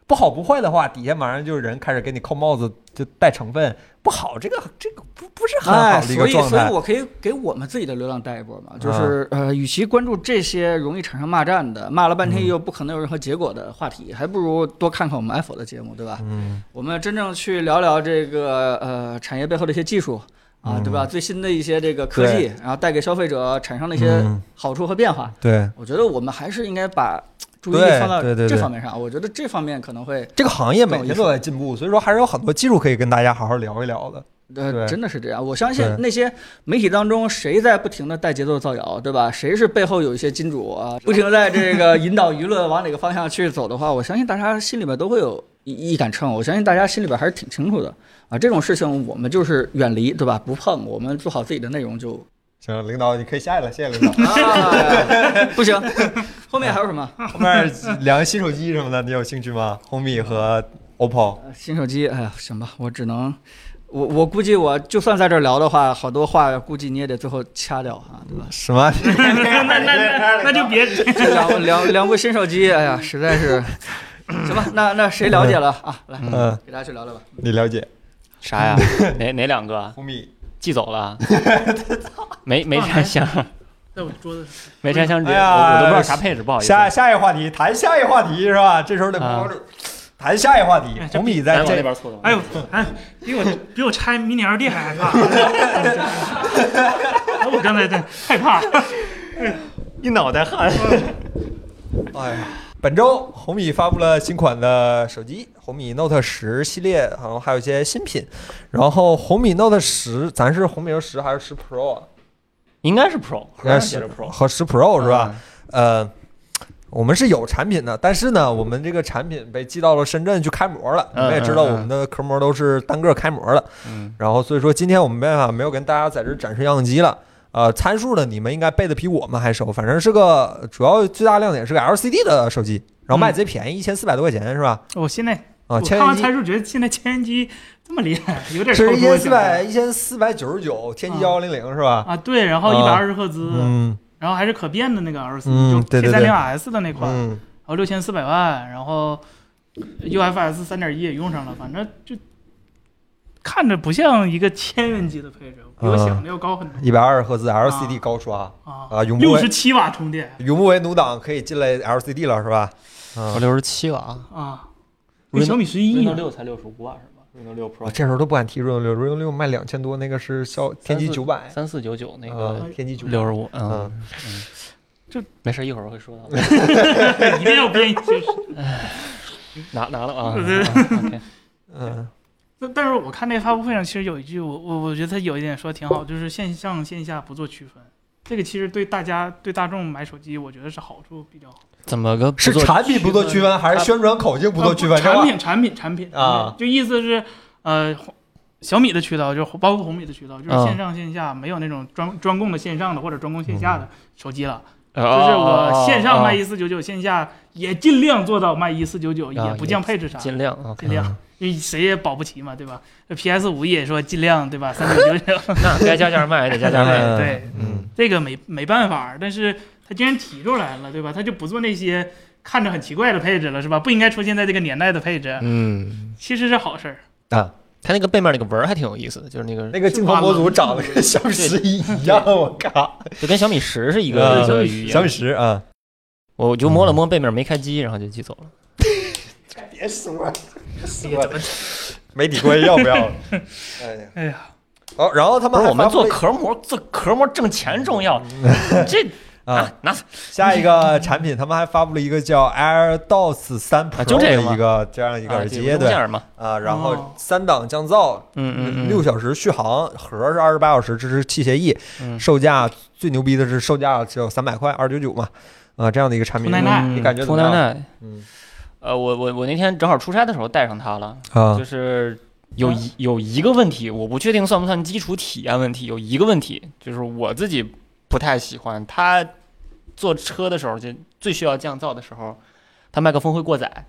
[SPEAKER 1] 不好不坏的话，底下马上就是人开始给你扣帽子，就带成分不好，这个这个不不是很
[SPEAKER 4] 哎，
[SPEAKER 1] 好的一
[SPEAKER 4] 所
[SPEAKER 1] 个
[SPEAKER 4] 以
[SPEAKER 1] 状
[SPEAKER 4] 所以
[SPEAKER 1] 态。嗯
[SPEAKER 4] 我可以给我们自己的流量带一波嘛，就是、呃，与其关注这些容易产生骂战的，骂了半天又不可能有任何结果的话题，还不如多看看我们 F 的节目，对吧？
[SPEAKER 1] 嗯，
[SPEAKER 4] 我们真正去聊聊这个呃产业背后的一些技术啊，
[SPEAKER 1] 嗯
[SPEAKER 4] 对吧？最新的一些这个科技，然后带给消费者产生的一些
[SPEAKER 1] 嗯
[SPEAKER 4] 好处和变化。
[SPEAKER 1] 对，
[SPEAKER 4] 我觉得我们还是应该把注意
[SPEAKER 1] 对
[SPEAKER 4] 力放到
[SPEAKER 1] 对对对
[SPEAKER 4] 这方面上。我觉得这方面可能会
[SPEAKER 1] 这个行业每天都在进步，所以说还是有很多技术可以跟大家好好聊一聊的。对
[SPEAKER 4] 呃，真的是这样。我相信
[SPEAKER 1] 对
[SPEAKER 4] 那些媒体当中，谁在不停的带节奏造谣，对吧？谁是背后有一些金主啊，不停地在这个引导舆论往哪个方向去走的话，我相信大家心里边都会有一一杆秤。我相信大家心里边还是挺清楚的啊。这种事情我们就是远离，对吧？不碰，我们做好自己的内容就。
[SPEAKER 1] 行，领导你可以下去了，谢谢 领导。
[SPEAKER 4] 啊， 不行，后面还有什么？
[SPEAKER 1] 后面两个新手机什么的，你有兴趣吗？Homey 和 OPPO。
[SPEAKER 4] 呃新手机，哎呀，行吧，我只能，我我估计我就算在这儿聊的话，好多话估计你也得最后掐掉啊，对吧？
[SPEAKER 1] 什么？
[SPEAKER 3] 那那那那就别
[SPEAKER 4] 这两两两部新手机，哎呀，实在是，行吧，那那谁了解了啊？来，
[SPEAKER 1] 嗯，
[SPEAKER 4] 给大家去聊聊吧。
[SPEAKER 1] 你了解。
[SPEAKER 2] 啥 呀？哪哪两个啊？
[SPEAKER 1] Homey
[SPEAKER 2] 寄走 了？没没拆箱，
[SPEAKER 3] 在我桌子上。
[SPEAKER 2] 没拆箱纸，
[SPEAKER 1] 哎
[SPEAKER 2] 我
[SPEAKER 1] 呀
[SPEAKER 2] 我都不知道啥配置，不好意思。
[SPEAKER 1] 下下一话题，谈下一话题是吧？这时候得
[SPEAKER 2] 啊
[SPEAKER 1] 光着谈下一话题
[SPEAKER 3] 哎。这
[SPEAKER 1] 红米
[SPEAKER 2] 咱
[SPEAKER 1] 在
[SPEAKER 2] 往那
[SPEAKER 1] 这
[SPEAKER 2] 边搓搓。
[SPEAKER 3] 哎呦，哎，比我比我拆迷你 LED 还害怕。哎我刚才在害怕，
[SPEAKER 2] 一脑袋汗。
[SPEAKER 1] 哎呀，本周红米发布了新款的手机，红米 Note 十系列，好像还有一些新品。然后红米 Note 十，咱是红米十还是十 Pro 啊？
[SPEAKER 2] 应该是 Pro，
[SPEAKER 1] 应该
[SPEAKER 2] 写
[SPEAKER 1] 是
[SPEAKER 2] 着 Pro
[SPEAKER 1] 和十 Pro 是吧？？呃，我们是有产品的，但是呢，我们这个产品被寄到了深圳去开模了。你
[SPEAKER 2] 嗯
[SPEAKER 1] 们也知道，我们的壳膜都是单个开模的。
[SPEAKER 2] 嗯，
[SPEAKER 1] 然后所以说今天我们没办法没有跟大家在这展示样机了。呃，参数呢，你们应该背的比我们还熟，反正是个主要最大亮点是个 LCD 的手机，然后卖贼便宜，一千四百多块钱是吧？
[SPEAKER 3] 我现在
[SPEAKER 1] 啊，
[SPEAKER 3] 我
[SPEAKER 1] 千
[SPEAKER 3] 看完参
[SPEAKER 1] 元
[SPEAKER 3] 数觉得现在千元机这么厉害，有
[SPEAKER 1] 机
[SPEAKER 3] 点超
[SPEAKER 1] 是
[SPEAKER 3] 出
[SPEAKER 1] 一
[SPEAKER 3] 我
[SPEAKER 1] 千四
[SPEAKER 3] 想
[SPEAKER 1] 百
[SPEAKER 3] 象
[SPEAKER 1] 一千四百九十九，天玑幺幺零零是吧？
[SPEAKER 3] 啊，对，然后一百
[SPEAKER 1] 啊
[SPEAKER 3] 二十赫兹，
[SPEAKER 1] 嗯
[SPEAKER 3] 然后还是可变的那个 LCD，、
[SPEAKER 1] 嗯
[SPEAKER 3] 就
[SPEAKER 1] 对
[SPEAKER 3] K
[SPEAKER 1] 对
[SPEAKER 3] 三
[SPEAKER 1] 对
[SPEAKER 3] 零 S 的那款，
[SPEAKER 1] 嗯，
[SPEAKER 3] 然后六千四百万，然后 UFS 三点一也用上了，反正就看着不像一个千元机的配置，比
[SPEAKER 1] 嗯
[SPEAKER 3] 我想的要高很多
[SPEAKER 1] 一百二十赫兹 LCD 高刷
[SPEAKER 3] 啊，
[SPEAKER 1] 啊，永不
[SPEAKER 3] 六
[SPEAKER 1] 为
[SPEAKER 3] 十七瓦充电
[SPEAKER 1] 永不为奴党可以进来 LCD 了是吧？
[SPEAKER 2] 我
[SPEAKER 1] 啊，
[SPEAKER 2] 哦六十七瓦
[SPEAKER 3] 啊，比小米十一呢。
[SPEAKER 2] 六才六十五瓦是吧？Reno 六
[SPEAKER 1] 我
[SPEAKER 2] Pro
[SPEAKER 1] 这时候都不敢提 Reno 六，Reno 六卖两千多，那个是骁天玑九百，
[SPEAKER 2] 三四九九那
[SPEAKER 1] 啊
[SPEAKER 2] 个
[SPEAKER 1] 天玑九
[SPEAKER 2] 六十五，
[SPEAKER 1] 嗯
[SPEAKER 2] 嗯，
[SPEAKER 3] 这
[SPEAKER 2] 没事，一会儿我会说到。
[SPEAKER 3] 一定要编一些。
[SPEAKER 2] 拿拿了啊。
[SPEAKER 3] 对
[SPEAKER 2] 嗯
[SPEAKER 1] 嗯
[SPEAKER 3] 但但是我看那发布会上，其实有一句我我我觉得他有一点说挺好，就是线上线下不做区分。这个其实对大家对大众买手机，我觉得是好处比较好。
[SPEAKER 2] 怎么个不
[SPEAKER 1] 是
[SPEAKER 2] 做
[SPEAKER 1] 产品不做区分，还是宣传口径不做区分？
[SPEAKER 3] 呃
[SPEAKER 1] 这
[SPEAKER 3] 产
[SPEAKER 1] 话
[SPEAKER 3] 品产品产品
[SPEAKER 1] 啊
[SPEAKER 3] 就意思是呃，红小米的渠道就包
[SPEAKER 1] 啊
[SPEAKER 3] 括红米的渠道，就是
[SPEAKER 2] 嗯
[SPEAKER 1] 嗯
[SPEAKER 3] 线上线下没有那种专专供的线上的或者专供线下的手机了。
[SPEAKER 1] 哦
[SPEAKER 2] 哦
[SPEAKER 3] 就是我线上卖
[SPEAKER 2] 一
[SPEAKER 3] 一四九九，线下也尽量做到卖一四九九，也
[SPEAKER 2] 啊
[SPEAKER 3] 不
[SPEAKER 2] 也
[SPEAKER 3] 降配置啥，
[SPEAKER 2] 尽量
[SPEAKER 1] 嗯
[SPEAKER 2] 啊，
[SPEAKER 3] 尽量，因为谁也保不齐嘛，对吧？PS 五也说尽量，对吧？三九九 九，
[SPEAKER 2] 那该加价卖 也得加价卖。
[SPEAKER 1] 嗯
[SPEAKER 3] 对
[SPEAKER 1] 嗯，
[SPEAKER 3] 这个没没办法，但是他既然提出来了，对吧？他就不做那些看着很奇怪的配置了，是吧？不应该出现在这个年代的配置，
[SPEAKER 2] 嗯，
[SPEAKER 3] 其实是好事儿。
[SPEAKER 2] 它那个背面那个纹儿还挺有意思的，就是那个
[SPEAKER 1] 那个镜头模组长得跟小米十一一样，我靠，
[SPEAKER 2] 就跟小米十是一
[SPEAKER 1] 啊
[SPEAKER 2] 个一个语
[SPEAKER 1] 小米
[SPEAKER 2] 言。
[SPEAKER 1] 十啊，
[SPEAKER 2] 我我就摸了摸背面没开机，然后就寄走了。
[SPEAKER 1] 别说，别说，媒体关系要不要了？哎呀，
[SPEAKER 3] 哎呀，
[SPEAKER 1] 好，然后他
[SPEAKER 2] 不
[SPEAKER 1] 们
[SPEAKER 2] 是
[SPEAKER 1] 还
[SPEAKER 2] 我们
[SPEAKER 1] 发布
[SPEAKER 2] 做
[SPEAKER 1] 了
[SPEAKER 2] 壳膜，做壳膜挣钱重 要。这
[SPEAKER 1] 啊，
[SPEAKER 2] 拿
[SPEAKER 1] 下一个产品，他们还发布了一个叫 AirDots 三 Pro
[SPEAKER 2] 啊就这个
[SPEAKER 1] 的
[SPEAKER 2] 吗
[SPEAKER 1] 一个这样一
[SPEAKER 2] 一
[SPEAKER 1] 个耳机，
[SPEAKER 2] 物
[SPEAKER 1] 对
[SPEAKER 2] 件嘛，
[SPEAKER 1] 啊，然后
[SPEAKER 3] 哦
[SPEAKER 1] 三档降噪，
[SPEAKER 2] 嗯嗯嗯，
[SPEAKER 1] 六小时续航，盒是二十八小时，支持器协议，
[SPEAKER 2] 嗯
[SPEAKER 1] 售价最牛逼的是售价只有三百块，二九九嘛，啊，这样的一个产品，
[SPEAKER 3] 奈奈
[SPEAKER 1] 你感觉怎
[SPEAKER 2] 涂
[SPEAKER 1] 么
[SPEAKER 2] 奈
[SPEAKER 1] 样
[SPEAKER 2] 奈，
[SPEAKER 1] 嗯
[SPEAKER 2] 呃，我我我那天正好出差的时候带上它了，
[SPEAKER 1] 啊
[SPEAKER 2] 就，是有一有一个问题，我不确定算不算基础体验问题，有一个问题就是我自己不太喜欢它坐车的时候，就最需要降噪的时候，它麦克风会过载，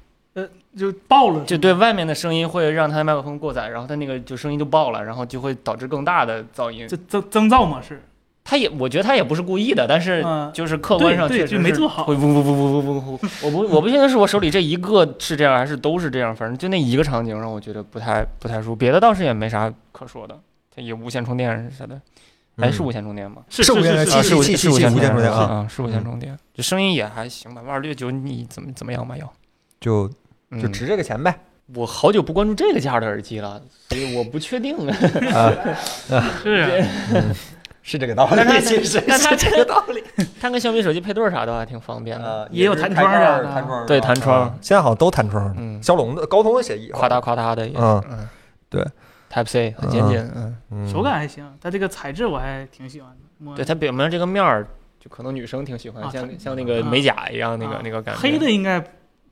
[SPEAKER 3] 就爆了，
[SPEAKER 2] 就对外面的声音会让它的麦克风过载，然后它那个就声音就爆了，然后就会导致更大的噪音
[SPEAKER 3] 这。增增噪模式，
[SPEAKER 2] 它也我觉得它也不是故意的，但是
[SPEAKER 3] 嗯
[SPEAKER 2] 就是客观上
[SPEAKER 3] 对
[SPEAKER 2] 确
[SPEAKER 3] 对
[SPEAKER 2] 实
[SPEAKER 3] 就是没
[SPEAKER 2] 是
[SPEAKER 3] 做好
[SPEAKER 2] 会嗡嗡嗡嗡嗡嗡嗡。我不我不确定是我手里这一个是这样还是都是这样，反正就那一个场景让我觉得不太不太舒服，别的倒是也没啥可说的。它也无线充电啥的，哎，是无线充电吗？
[SPEAKER 3] 是
[SPEAKER 1] 是无
[SPEAKER 3] 是
[SPEAKER 1] 人
[SPEAKER 3] 是
[SPEAKER 1] 机
[SPEAKER 2] 啊，
[SPEAKER 1] 器
[SPEAKER 2] 是无
[SPEAKER 1] 器
[SPEAKER 2] 是无
[SPEAKER 1] 器
[SPEAKER 2] 线
[SPEAKER 1] 无线充
[SPEAKER 2] 充
[SPEAKER 1] 电啊
[SPEAKER 2] 啊，是无线充电，这声音也还行吧，二六九你怎么怎么样吧要？
[SPEAKER 1] 就
[SPEAKER 2] 嗯
[SPEAKER 1] 就值这个钱呗，
[SPEAKER 2] 我好久不关注这个价的耳机了，所以我不确定。
[SPEAKER 1] 啊，
[SPEAKER 3] 是，
[SPEAKER 1] 是这个道理，
[SPEAKER 2] 但是
[SPEAKER 1] 其实
[SPEAKER 2] 但是
[SPEAKER 1] 是这个道理，
[SPEAKER 2] 它跟小米手机配对儿啥的还挺方便的，
[SPEAKER 1] 啊，
[SPEAKER 3] 也有
[SPEAKER 1] 是
[SPEAKER 3] 弹
[SPEAKER 1] 开
[SPEAKER 3] 窗
[SPEAKER 1] 盖儿
[SPEAKER 3] 啥的
[SPEAKER 1] 弹窗是吧
[SPEAKER 2] 对弹窗
[SPEAKER 1] 啊现在好像都弹窗了，
[SPEAKER 2] 嗯，
[SPEAKER 1] 骁龙的高通的协议，
[SPEAKER 2] 夸嗒夸嗒的也是，
[SPEAKER 1] 嗯
[SPEAKER 2] 嗯，
[SPEAKER 1] 对
[SPEAKER 2] ，Type C 很先进，嗯，
[SPEAKER 1] 嗯
[SPEAKER 3] 手感还行，它这个材质我还挺喜欢的，摸
[SPEAKER 2] 对它表面这个面儿，就可能女生挺喜欢，
[SPEAKER 3] 啊
[SPEAKER 2] 像
[SPEAKER 3] 它
[SPEAKER 2] 像那个美甲一样那个
[SPEAKER 3] 啊
[SPEAKER 2] 那个感觉，
[SPEAKER 3] 黑的应该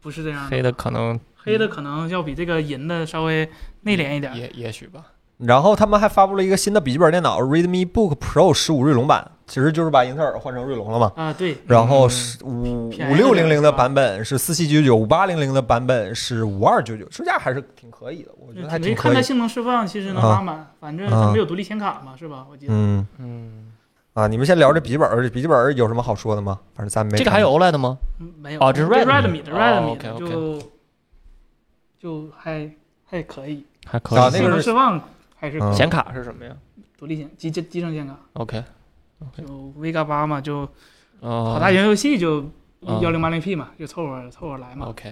[SPEAKER 3] 不是这样
[SPEAKER 2] 黑的可能
[SPEAKER 3] 黑的可能要比这个银的稍微内敛一点。
[SPEAKER 2] 也也许吧，
[SPEAKER 1] 然后他们还发布了一个新的笔记本电脑 Redmi Book Pro 十五锐龙版，其实就是把英特尔换成锐龙了嘛。
[SPEAKER 3] 啊，对，
[SPEAKER 1] 然后
[SPEAKER 2] 嗯
[SPEAKER 1] 是五
[SPEAKER 3] 便
[SPEAKER 1] 五
[SPEAKER 3] 宜
[SPEAKER 1] 六零
[SPEAKER 3] 点儿
[SPEAKER 1] 零
[SPEAKER 3] 是
[SPEAKER 1] 的
[SPEAKER 3] 吧
[SPEAKER 1] 版本是四七九九，五八零零的版本是五二九九，售价还是挺可以的，我觉得还
[SPEAKER 3] 嗯没
[SPEAKER 1] 挺可
[SPEAKER 3] 看它
[SPEAKER 1] 以。
[SPEAKER 3] 性能释放，其实能
[SPEAKER 1] 啊
[SPEAKER 3] 拉满，反正它
[SPEAKER 1] 啊
[SPEAKER 3] 没有独立显卡嘛，是吧？我记得
[SPEAKER 1] 嗯
[SPEAKER 2] 嗯，
[SPEAKER 1] 啊，你们先聊这笔记本儿，这笔记本儿有什么好说的吗？反正咱没
[SPEAKER 2] 这个还有 OLED 吗？
[SPEAKER 3] 嗯没有
[SPEAKER 2] 哦这是 Redmi
[SPEAKER 3] Redmi 的
[SPEAKER 2] 哦
[SPEAKER 3] Redmi 的
[SPEAKER 2] OK，OK
[SPEAKER 3] 就就还还可以，
[SPEAKER 2] 还可
[SPEAKER 1] 啊那
[SPEAKER 2] 以，
[SPEAKER 1] 个
[SPEAKER 3] 性能
[SPEAKER 1] 是
[SPEAKER 3] 释放还是可以
[SPEAKER 1] 嗯
[SPEAKER 2] 显卡是什么呀
[SPEAKER 3] 独立显集集集成显卡，
[SPEAKER 2] ？OK，
[SPEAKER 3] 就 Vega 八嘛，就
[SPEAKER 2] 哦
[SPEAKER 3] 跑大型游戏就
[SPEAKER 2] 嗯
[SPEAKER 3] 幺零八零 P 嘛，就凑合凑合来嘛。
[SPEAKER 2] ，OK，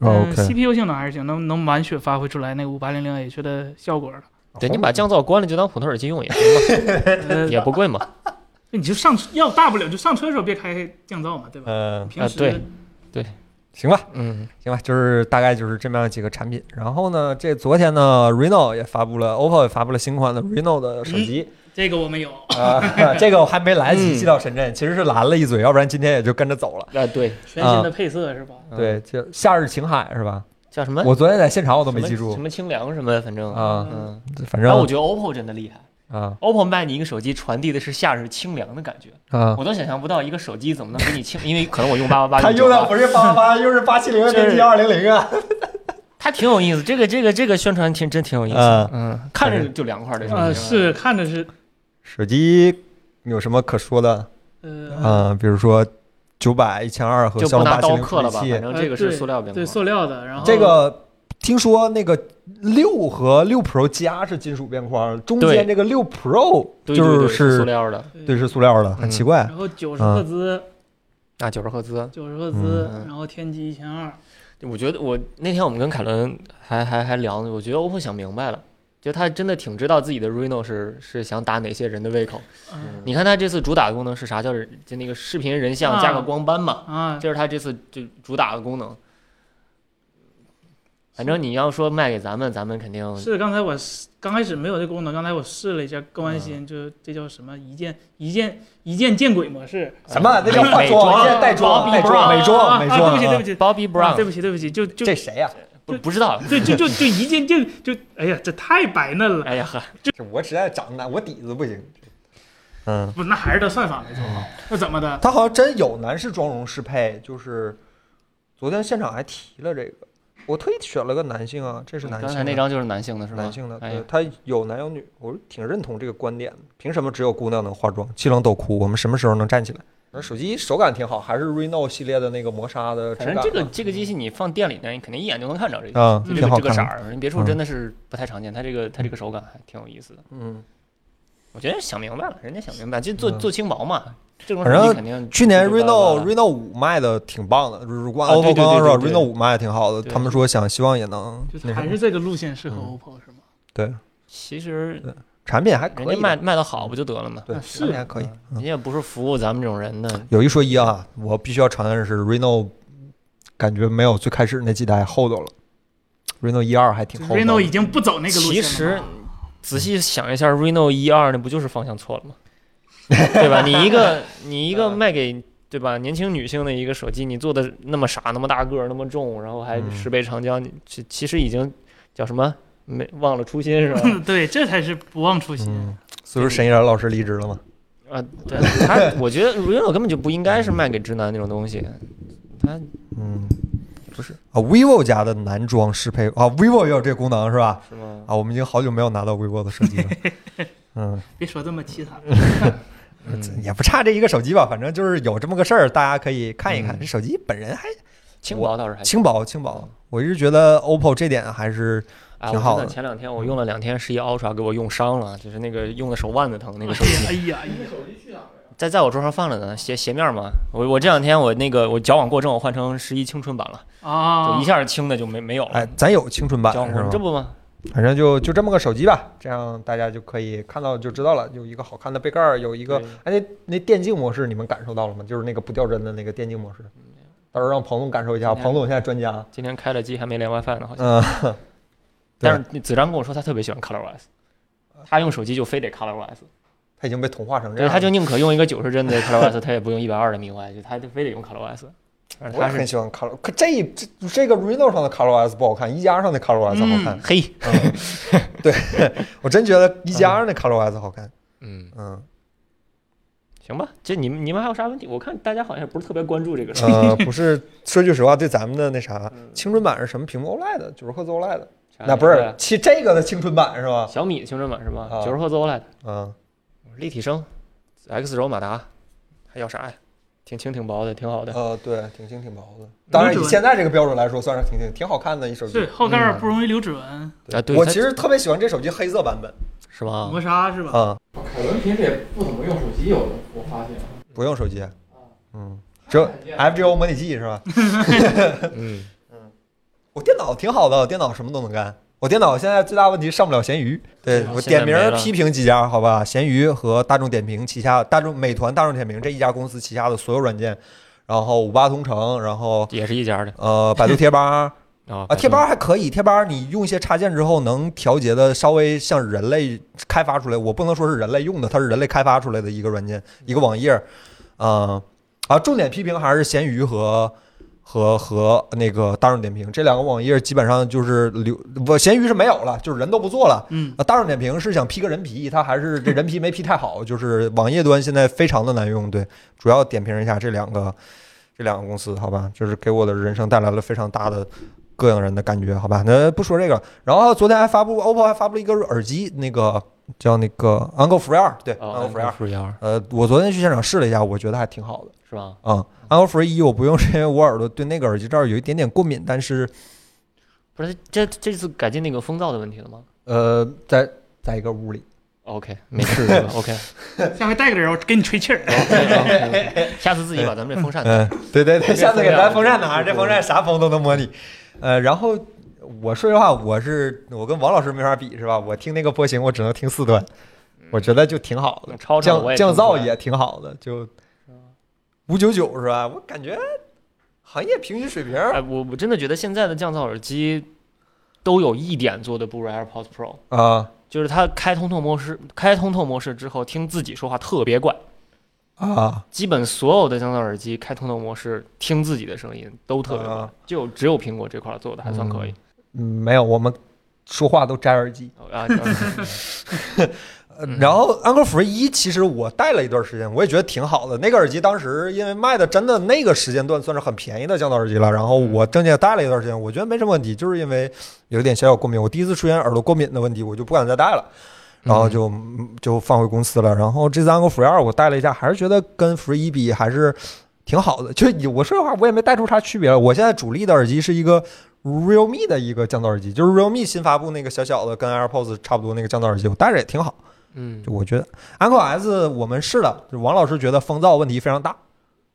[SPEAKER 1] 哦
[SPEAKER 3] 嗯，CPU 性能还是行，能能满血发挥出来那个五八零零 H 的效果了。
[SPEAKER 2] 对你把降噪关了就当普通耳机用也 行
[SPEAKER 3] 呃
[SPEAKER 2] 嘛，也不贵嘛。
[SPEAKER 3] 你就上要大不了就上车的时候别开降噪嘛，对吧？
[SPEAKER 1] 嗯，
[SPEAKER 3] 平时
[SPEAKER 2] 啊对
[SPEAKER 1] 行吧，
[SPEAKER 2] 嗯，
[SPEAKER 1] 行吧，就是大概就是这么样几个产品。然后呢，这昨天呢，Reno 也发布了，OPPO 也发布了新款的 Reno 的手机
[SPEAKER 3] 这个我没有，
[SPEAKER 1] 啊， 这个我还没来得及
[SPEAKER 2] 嗯
[SPEAKER 1] 寄到深圳，其实是拦了一嘴，要不然今天也就跟着走了。
[SPEAKER 2] 啊对
[SPEAKER 3] 全新的配色是吧？
[SPEAKER 2] 嗯
[SPEAKER 1] 对，就夏日晴海是吧？
[SPEAKER 2] 叫什么？
[SPEAKER 1] 我昨天在现场我都
[SPEAKER 2] 什
[SPEAKER 1] 没
[SPEAKER 2] 么
[SPEAKER 1] 记住
[SPEAKER 2] 什么清凉什么的，反正
[SPEAKER 1] 啊
[SPEAKER 2] 嗯，
[SPEAKER 1] 反
[SPEAKER 2] 然后我
[SPEAKER 1] 正
[SPEAKER 2] 觉得 OPPO 真的厉害
[SPEAKER 1] 啊
[SPEAKER 2] ，OPPO 卖你一个手机，传递的是夏日清凉的感觉，
[SPEAKER 1] 啊，
[SPEAKER 2] 我都想象不到一个手机怎么能给你清，因为可能我用八八八，
[SPEAKER 1] 他用的不是八八八，又是八七零
[SPEAKER 2] 这
[SPEAKER 1] 零
[SPEAKER 2] 是
[SPEAKER 1] 七二零零啊。
[SPEAKER 2] 它挺有意思，这个这个这个宣传挺真挺有意
[SPEAKER 1] 嗯
[SPEAKER 2] 思，嗯，看着就凉快儿这手机
[SPEAKER 3] 啊，是看着是
[SPEAKER 1] 手机有什么可说的？
[SPEAKER 3] 呃
[SPEAKER 1] 嗯，比如说九百、一千二和
[SPEAKER 2] 就
[SPEAKER 1] 骁
[SPEAKER 2] 不
[SPEAKER 1] 龙
[SPEAKER 2] 拿
[SPEAKER 1] 八七
[SPEAKER 2] 刀
[SPEAKER 1] 零
[SPEAKER 2] 刻
[SPEAKER 1] 处
[SPEAKER 2] 了
[SPEAKER 1] 理
[SPEAKER 2] 吧，反
[SPEAKER 1] 器。
[SPEAKER 2] 正这个是塑料边
[SPEAKER 3] 呃对
[SPEAKER 2] 框，
[SPEAKER 3] 塑料的，然后
[SPEAKER 1] 这个听说那个六和六 Pro 加是金属边框，中
[SPEAKER 2] 对
[SPEAKER 1] 间这个六 Pro
[SPEAKER 2] 对对
[SPEAKER 1] 就
[SPEAKER 2] 对
[SPEAKER 1] 是
[SPEAKER 2] 塑料的，
[SPEAKER 1] 对是塑料的，很
[SPEAKER 2] 嗯
[SPEAKER 1] 奇怪
[SPEAKER 3] 然。后九十
[SPEAKER 1] 啊
[SPEAKER 3] 赫兹，
[SPEAKER 2] 啊九十赫兹，
[SPEAKER 3] 九十赫兹
[SPEAKER 2] 嗯，
[SPEAKER 3] 然后天玑一千二，
[SPEAKER 2] 我觉得我那天我们跟凯伦还还还聊呢，我觉得 OPPO 想明白了，就他真的挺知道自己的 Reno 是是想打哪些人的胃口。
[SPEAKER 3] 嗯
[SPEAKER 2] 你看它这次主打的功能是啥？叫人就那个视频人像
[SPEAKER 3] 啊
[SPEAKER 2] 加个光斑嘛，
[SPEAKER 3] 啊，
[SPEAKER 2] 这是它这次就主打的功能。反正你要说卖给咱们，咱们肯定
[SPEAKER 3] 是刚才我试刚开始没有这功能，刚才我试了一下，更安
[SPEAKER 1] 嗯
[SPEAKER 3] 心，就这叫什么一键一键一键见鬼模式，
[SPEAKER 1] 什么？啊那叫化
[SPEAKER 2] 哎美
[SPEAKER 1] 妆，
[SPEAKER 2] 妆
[SPEAKER 1] 现在带妆、
[SPEAKER 2] Bobby
[SPEAKER 1] 带妆、
[SPEAKER 2] Brown
[SPEAKER 1] 美妆、美
[SPEAKER 3] 啊
[SPEAKER 1] 妆啊
[SPEAKER 3] 啊。对不起对不起。
[SPEAKER 2] Bobby
[SPEAKER 3] 啊对
[SPEAKER 2] Brown
[SPEAKER 3] 不起，对不起，就就
[SPEAKER 1] 这谁呀？
[SPEAKER 2] 不不知道，
[SPEAKER 3] 对，就就就一见就就，哎呀，这太白嫩了。
[SPEAKER 2] 哎呀呵，
[SPEAKER 1] 这我实在长得难，我底子不行。
[SPEAKER 5] 嗯，
[SPEAKER 3] 不，那还是它算法没做
[SPEAKER 1] 嗯
[SPEAKER 3] 好。那怎么的？
[SPEAKER 1] 它好像真有男士妆容适配，就是昨天现场还提了这个，我特意选了个男性啊，这是男
[SPEAKER 2] 刚
[SPEAKER 1] 性
[SPEAKER 2] 才
[SPEAKER 1] 的，
[SPEAKER 2] 那张就是男性的是吧？
[SPEAKER 1] 男性的，
[SPEAKER 2] 哎
[SPEAKER 1] 对
[SPEAKER 2] 呀，
[SPEAKER 1] 他有男有女，我是挺认同这个观点的。凭什么只有姑娘能化妆？七郎抖哭，我们什么时候能站起来？而手机手感挺好，还是 Reno 系列的那个磨砂的质感
[SPEAKER 2] 反正
[SPEAKER 1] 吧。
[SPEAKER 2] 这个这个机器你放店里呢，你肯定一眼就能看着这个。
[SPEAKER 1] 啊，
[SPEAKER 2] 就
[SPEAKER 1] 挺
[SPEAKER 2] 这个
[SPEAKER 1] 好
[SPEAKER 2] 这个
[SPEAKER 1] 看
[SPEAKER 2] 色
[SPEAKER 1] 的。
[SPEAKER 2] 儿，别处真的是不太常见。它这个它这个手感还挺有意思的，
[SPEAKER 1] 嗯，
[SPEAKER 2] 我觉得想明白了，人家想明白，就做
[SPEAKER 1] 嗯
[SPEAKER 2] 做轻薄嘛，这种
[SPEAKER 1] 反
[SPEAKER 2] 手
[SPEAKER 1] 正
[SPEAKER 2] 机肯定
[SPEAKER 1] 去年
[SPEAKER 2] 不知道
[SPEAKER 1] Reno
[SPEAKER 2] 吧
[SPEAKER 1] Reno 五卖的挺棒的，如果
[SPEAKER 2] 啊对
[SPEAKER 1] OPPO
[SPEAKER 2] 对
[SPEAKER 1] 刚刚
[SPEAKER 2] 对
[SPEAKER 1] 说
[SPEAKER 2] 对
[SPEAKER 1] Reno 五卖的挺好的，
[SPEAKER 2] 对
[SPEAKER 1] 他们说想希望也能
[SPEAKER 3] 就是
[SPEAKER 1] 那什
[SPEAKER 3] 还
[SPEAKER 1] 么
[SPEAKER 3] 是这个路线适合
[SPEAKER 1] 嗯
[SPEAKER 3] OPPO 是吗？
[SPEAKER 2] 其实
[SPEAKER 1] 产品还
[SPEAKER 2] 人
[SPEAKER 1] 可
[SPEAKER 2] 家
[SPEAKER 1] 以吧，嗯
[SPEAKER 2] 卖卖的好不就得了吗？
[SPEAKER 1] 对
[SPEAKER 3] 啊是
[SPEAKER 1] 产品还可以。
[SPEAKER 2] 人家也不是服务咱们这种人的，
[SPEAKER 1] 有一说一啊，我必须要承认的是 Reno，感觉没有最开始那几代厚道了。Reno 一二还挺
[SPEAKER 3] 就
[SPEAKER 1] 厚道的。
[SPEAKER 3] Reno 已经不走那个路
[SPEAKER 2] 其
[SPEAKER 3] 线了嘛。
[SPEAKER 2] 实仔细想一下，Reno 一二那不就是方向错了吗？对吧？你一 个你一个卖给对吧年轻女性的一个手机，你做的那么傻，那么大个儿，那么重，然后还
[SPEAKER 1] 嗯
[SPEAKER 2] 十倍长焦，你其其实已经叫什么没忘了初心是吧？
[SPEAKER 3] 对，这才是不忘初心。
[SPEAKER 1] 嗯，所以说沈一然老师离职了吗？
[SPEAKER 2] 啊，对，他我觉得 Reno 根本就不应该是卖给直男那种东西，他
[SPEAKER 1] 嗯，不是啊，vivo 家的男装适配啊，vivo 也有这功能是吧？
[SPEAKER 2] 是吗？
[SPEAKER 1] 啊，我们已经好久没有拿到 vivo 的手机 了。嗯，
[SPEAKER 3] 别说这么凄惨，
[SPEAKER 2] 嗯，
[SPEAKER 1] 也不差呃这一个手机吧，反正就是有这么个事儿，大家可以看一看。
[SPEAKER 2] 嗯哎
[SPEAKER 1] 这手机本人还
[SPEAKER 2] 轻薄倒是还行。
[SPEAKER 1] 轻薄，轻薄。我一直觉得 OPPO 这点还是
[SPEAKER 2] 啊，
[SPEAKER 1] 挺
[SPEAKER 2] 我
[SPEAKER 1] 好
[SPEAKER 2] 真的
[SPEAKER 1] 的
[SPEAKER 2] 前两天我用了两天十一 Ultra，给我用伤了，就是那个用的手腕子疼那个手机。
[SPEAKER 3] 哎呀哎呀，
[SPEAKER 2] 在在我桌上放着呢，斜斜面嘛。我我这两天我那个我矫枉过正，我换成十一青春版了，
[SPEAKER 3] 啊
[SPEAKER 1] 哦
[SPEAKER 2] 就一，下轻的就没没有了。
[SPEAKER 1] 哎，咱有青春版
[SPEAKER 2] 矫枉过
[SPEAKER 1] 是吗
[SPEAKER 2] 正哦这？不吗？
[SPEAKER 1] 反正就就这么个手机吧，这样大家就可以看到就知道了。有一个好看的背盖儿，有一个
[SPEAKER 2] 对
[SPEAKER 1] 哎那那电竞模式你们感受到了吗？就是那个不掉帧的那个电竞模式，到时候让彭总感受一下。
[SPEAKER 2] 嗯
[SPEAKER 1] 彭总现在专家，
[SPEAKER 2] 今天开了机还没连 WiFi 呢，好像。
[SPEAKER 1] 嗯，对
[SPEAKER 2] 但是子章跟我说他特别喜欢 ColorOS，他用手机就非得 ColorOS，
[SPEAKER 1] 他已经被同化成这样
[SPEAKER 2] 对，
[SPEAKER 1] 了，
[SPEAKER 2] 他就宁可用一个九十帧的 ColorOS，他也不用一百二的 MIUI，就他就非得用 ColorOS。而
[SPEAKER 1] 我也
[SPEAKER 2] 他
[SPEAKER 1] 很
[SPEAKER 2] 是
[SPEAKER 1] 喜欢 Color，可这这这个 Reno 上的 ColorOS 不好看，一加上的 ColorOS 好看。
[SPEAKER 2] 嘿，
[SPEAKER 1] 我真觉得一加上的 ColorOS 好看。
[SPEAKER 2] 嗯，
[SPEAKER 1] 嗯，
[SPEAKER 2] 行吧，这你们你们还有啥问题？我看大家好像也不是特别关注这个事儿。
[SPEAKER 1] 呃，不是，说句实话，对咱们的那啥青春版是什么屏幕 OLED，九十赫兹 OLED，那
[SPEAKER 2] 啊
[SPEAKER 1] 不是其这个的青春版是吧？
[SPEAKER 2] 小米的青春版是吧？
[SPEAKER 1] 啊
[SPEAKER 2] 九十赫兹 E OLED。
[SPEAKER 1] 嗯，
[SPEAKER 2] 立体声，X 轴马达，还要啥呀？挺轻挺薄的，挺好的。
[SPEAKER 1] 呃，对，挺轻挺薄的。当然，以现在这个标准来说，算是挺挺挺好看的一手机
[SPEAKER 3] 是。后盖儿不容易留指纹，
[SPEAKER 2] 啊对
[SPEAKER 1] 我
[SPEAKER 2] 它
[SPEAKER 1] 其实特别喜欢这手机黑色版本
[SPEAKER 2] 是吧？
[SPEAKER 3] 磨砂是吧？
[SPEAKER 1] 啊、
[SPEAKER 5] 凯文平时也不怎么用手机，我我发现。
[SPEAKER 1] 不用手机。嗯，只有 FGO 模拟器是吧？
[SPEAKER 2] 嗯，
[SPEAKER 1] 我电脑挺好的，我电脑什么都能干。我电脑现在最大问题上不了闲鱼，对
[SPEAKER 2] 啊
[SPEAKER 1] 我
[SPEAKER 2] 现
[SPEAKER 1] 点
[SPEAKER 2] 在
[SPEAKER 1] 名
[SPEAKER 2] 没了
[SPEAKER 1] 批评几家，好吧，闲鱼和大众点评旗下大众美团、大众点评这一家公司旗下的所有软件，然后五八同城，然后
[SPEAKER 2] 也是一家的
[SPEAKER 1] 呃百度贴吧，
[SPEAKER 2] 啊
[SPEAKER 1] 啊，贴吧还可以，贴吧你用一些插件之后能调节的稍微像人类开发出来，我不能说是人类用的，它是人类开发出来的一个软件，一个网页，嗯、啊，重点批评还是闲鱼和和和那个大众点评这两个网页，基本上就是流不闲鱼是没有了，就是人都不做了。
[SPEAKER 3] 嗯，
[SPEAKER 1] 啊，大众点评是想 P 个人皮，它还是这人皮没 P 太好，就是网页端现在非常的难用。对，主要点评一下这两个这两个公司，好吧，就是给我的人生带来了非常大的膈应人的感觉，好吧。那不说这个，然后昨天还发布 OPPO 还发布了一个耳机，那个叫那个 Uncle Free 二，对、
[SPEAKER 2] 哦
[SPEAKER 1] Uncle Free 二。
[SPEAKER 2] ，Free 二
[SPEAKER 1] 呃，我昨天去现场试了一下，我觉得还挺好的。
[SPEAKER 2] 是吧？
[SPEAKER 1] 嗯，Uncle Free 一我不用，是因为我耳朵对那个耳机罩有一点点过敏，但是
[SPEAKER 2] 不是，这这次改进那个风噪的问题了吗
[SPEAKER 1] 呃，在在一个屋里，
[SPEAKER 2] ？OK，没事是吧 OK，
[SPEAKER 3] 下回带个人我给你吹气儿。
[SPEAKER 1] 哦
[SPEAKER 2] 下次自己把咱们这风 扇
[SPEAKER 1] 嗯，对对对，
[SPEAKER 2] 别
[SPEAKER 1] 下次给
[SPEAKER 2] 非要
[SPEAKER 1] 咱风扇拿，这风扇啥风都能模拟。呃，然后我说实话，我是我跟王老师没法比，是吧？我听那个波形，我只能听四段，我觉得就挺好的，
[SPEAKER 2] 超
[SPEAKER 1] 降
[SPEAKER 2] 长我也
[SPEAKER 1] 降
[SPEAKER 2] 听不出
[SPEAKER 1] 噪
[SPEAKER 2] 来
[SPEAKER 1] 嗯也挺好的，就嗯五九九是吧？我感觉行业平均水平，
[SPEAKER 2] 哎，我我真的觉得现在的降噪耳机都有一点做的不如 AirPods Pro，
[SPEAKER 1] 啊
[SPEAKER 2] 就是它开通透模式，开通透模式之后听自己说话特别怪。
[SPEAKER 1] 啊，
[SPEAKER 2] 基本所有的降噪耳机开通透模式听自己的声音都特别怪，
[SPEAKER 1] 啊
[SPEAKER 2] 就只有苹果这块儿做的还算可以。
[SPEAKER 1] 嗯嗯，没有，我们说话都摘耳机。
[SPEAKER 2] 啊，就是嗯
[SPEAKER 1] 然后安克福一其实我戴了一段时间，我也觉得挺好的。那个耳机当时因为卖的真的那个时间段算是很便宜的降噪耳机了，然后我正经也戴了一段时间，我觉得没什么问题，就是因为有一点小小过敏，我第一次出现耳朵过敏的问题，我就不敢再戴了。然后就嗯就放回公司了。然后这次安国 Free 二我戴了一下，还是觉得跟 Free 一比还是挺好的。就我说实话，我也没戴出啥区别来。我现在主力的耳机是一个 Realme 的一个降噪耳机，就是 Realme 新发布那个小小的，跟 AirPods 差不多那个降噪耳机，我戴着也挺好。
[SPEAKER 2] 嗯
[SPEAKER 1] 就我觉得 Anko S 我们试了，就王老师觉得风噪问题非常大。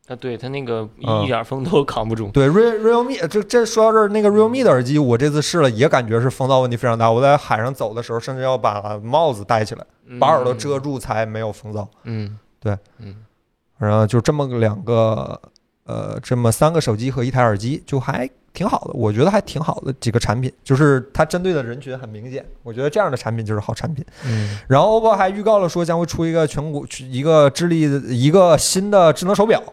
[SPEAKER 2] 啊，对他那个一
[SPEAKER 1] 嗯
[SPEAKER 2] 一点风都扛不住。
[SPEAKER 1] 对 Real Realme 这这说到这儿，那个 Realme 的耳机我这次试了，也感觉是风噪问题非常大。我在海上走的时候，甚至要把帽子戴起来， 把耳朵遮住才没有风噪。
[SPEAKER 2] 嗯，
[SPEAKER 1] 对，
[SPEAKER 2] 嗯，
[SPEAKER 1] 然后就这么两个，呃，这么三个手机和一台耳机，就还挺好的，我觉得还挺好的几个产品，就是它针对的人群很明显，我觉得这样的产品就是好产品。
[SPEAKER 2] 嗯，
[SPEAKER 1] 然后 OPPO 还预告了说将会出一个全国一个智力一个新的智能手表，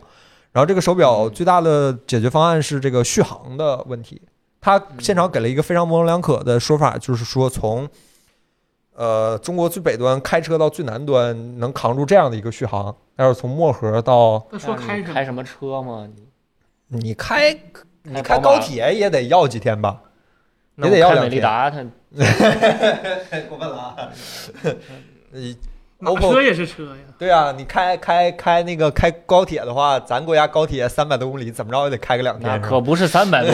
[SPEAKER 1] 然后这个手表最大的解决方案是这个续航的问题。他现场给了一个非常模棱两可的说法，就是说从呃中国最北端开车到最南端能扛住这样的一个续航，但是从漠河到
[SPEAKER 3] 他说开
[SPEAKER 2] 但是
[SPEAKER 3] 着
[SPEAKER 2] 你开什么车嘛？你
[SPEAKER 1] 你开你开
[SPEAKER 2] 开宝马
[SPEAKER 1] 高铁也得要几天吧？
[SPEAKER 2] 那
[SPEAKER 1] 也得要
[SPEAKER 2] 我开
[SPEAKER 1] 两
[SPEAKER 2] 美利
[SPEAKER 1] 天
[SPEAKER 2] 达，他
[SPEAKER 1] 过分了 啊！你
[SPEAKER 3] 马
[SPEAKER 1] OPPO
[SPEAKER 3] 车也是车呀，
[SPEAKER 1] 对啊，你开开开那个开高铁的话，咱国家高铁三百多公里，怎么着也得开个两
[SPEAKER 2] 那
[SPEAKER 1] 天。
[SPEAKER 2] 可不是三百多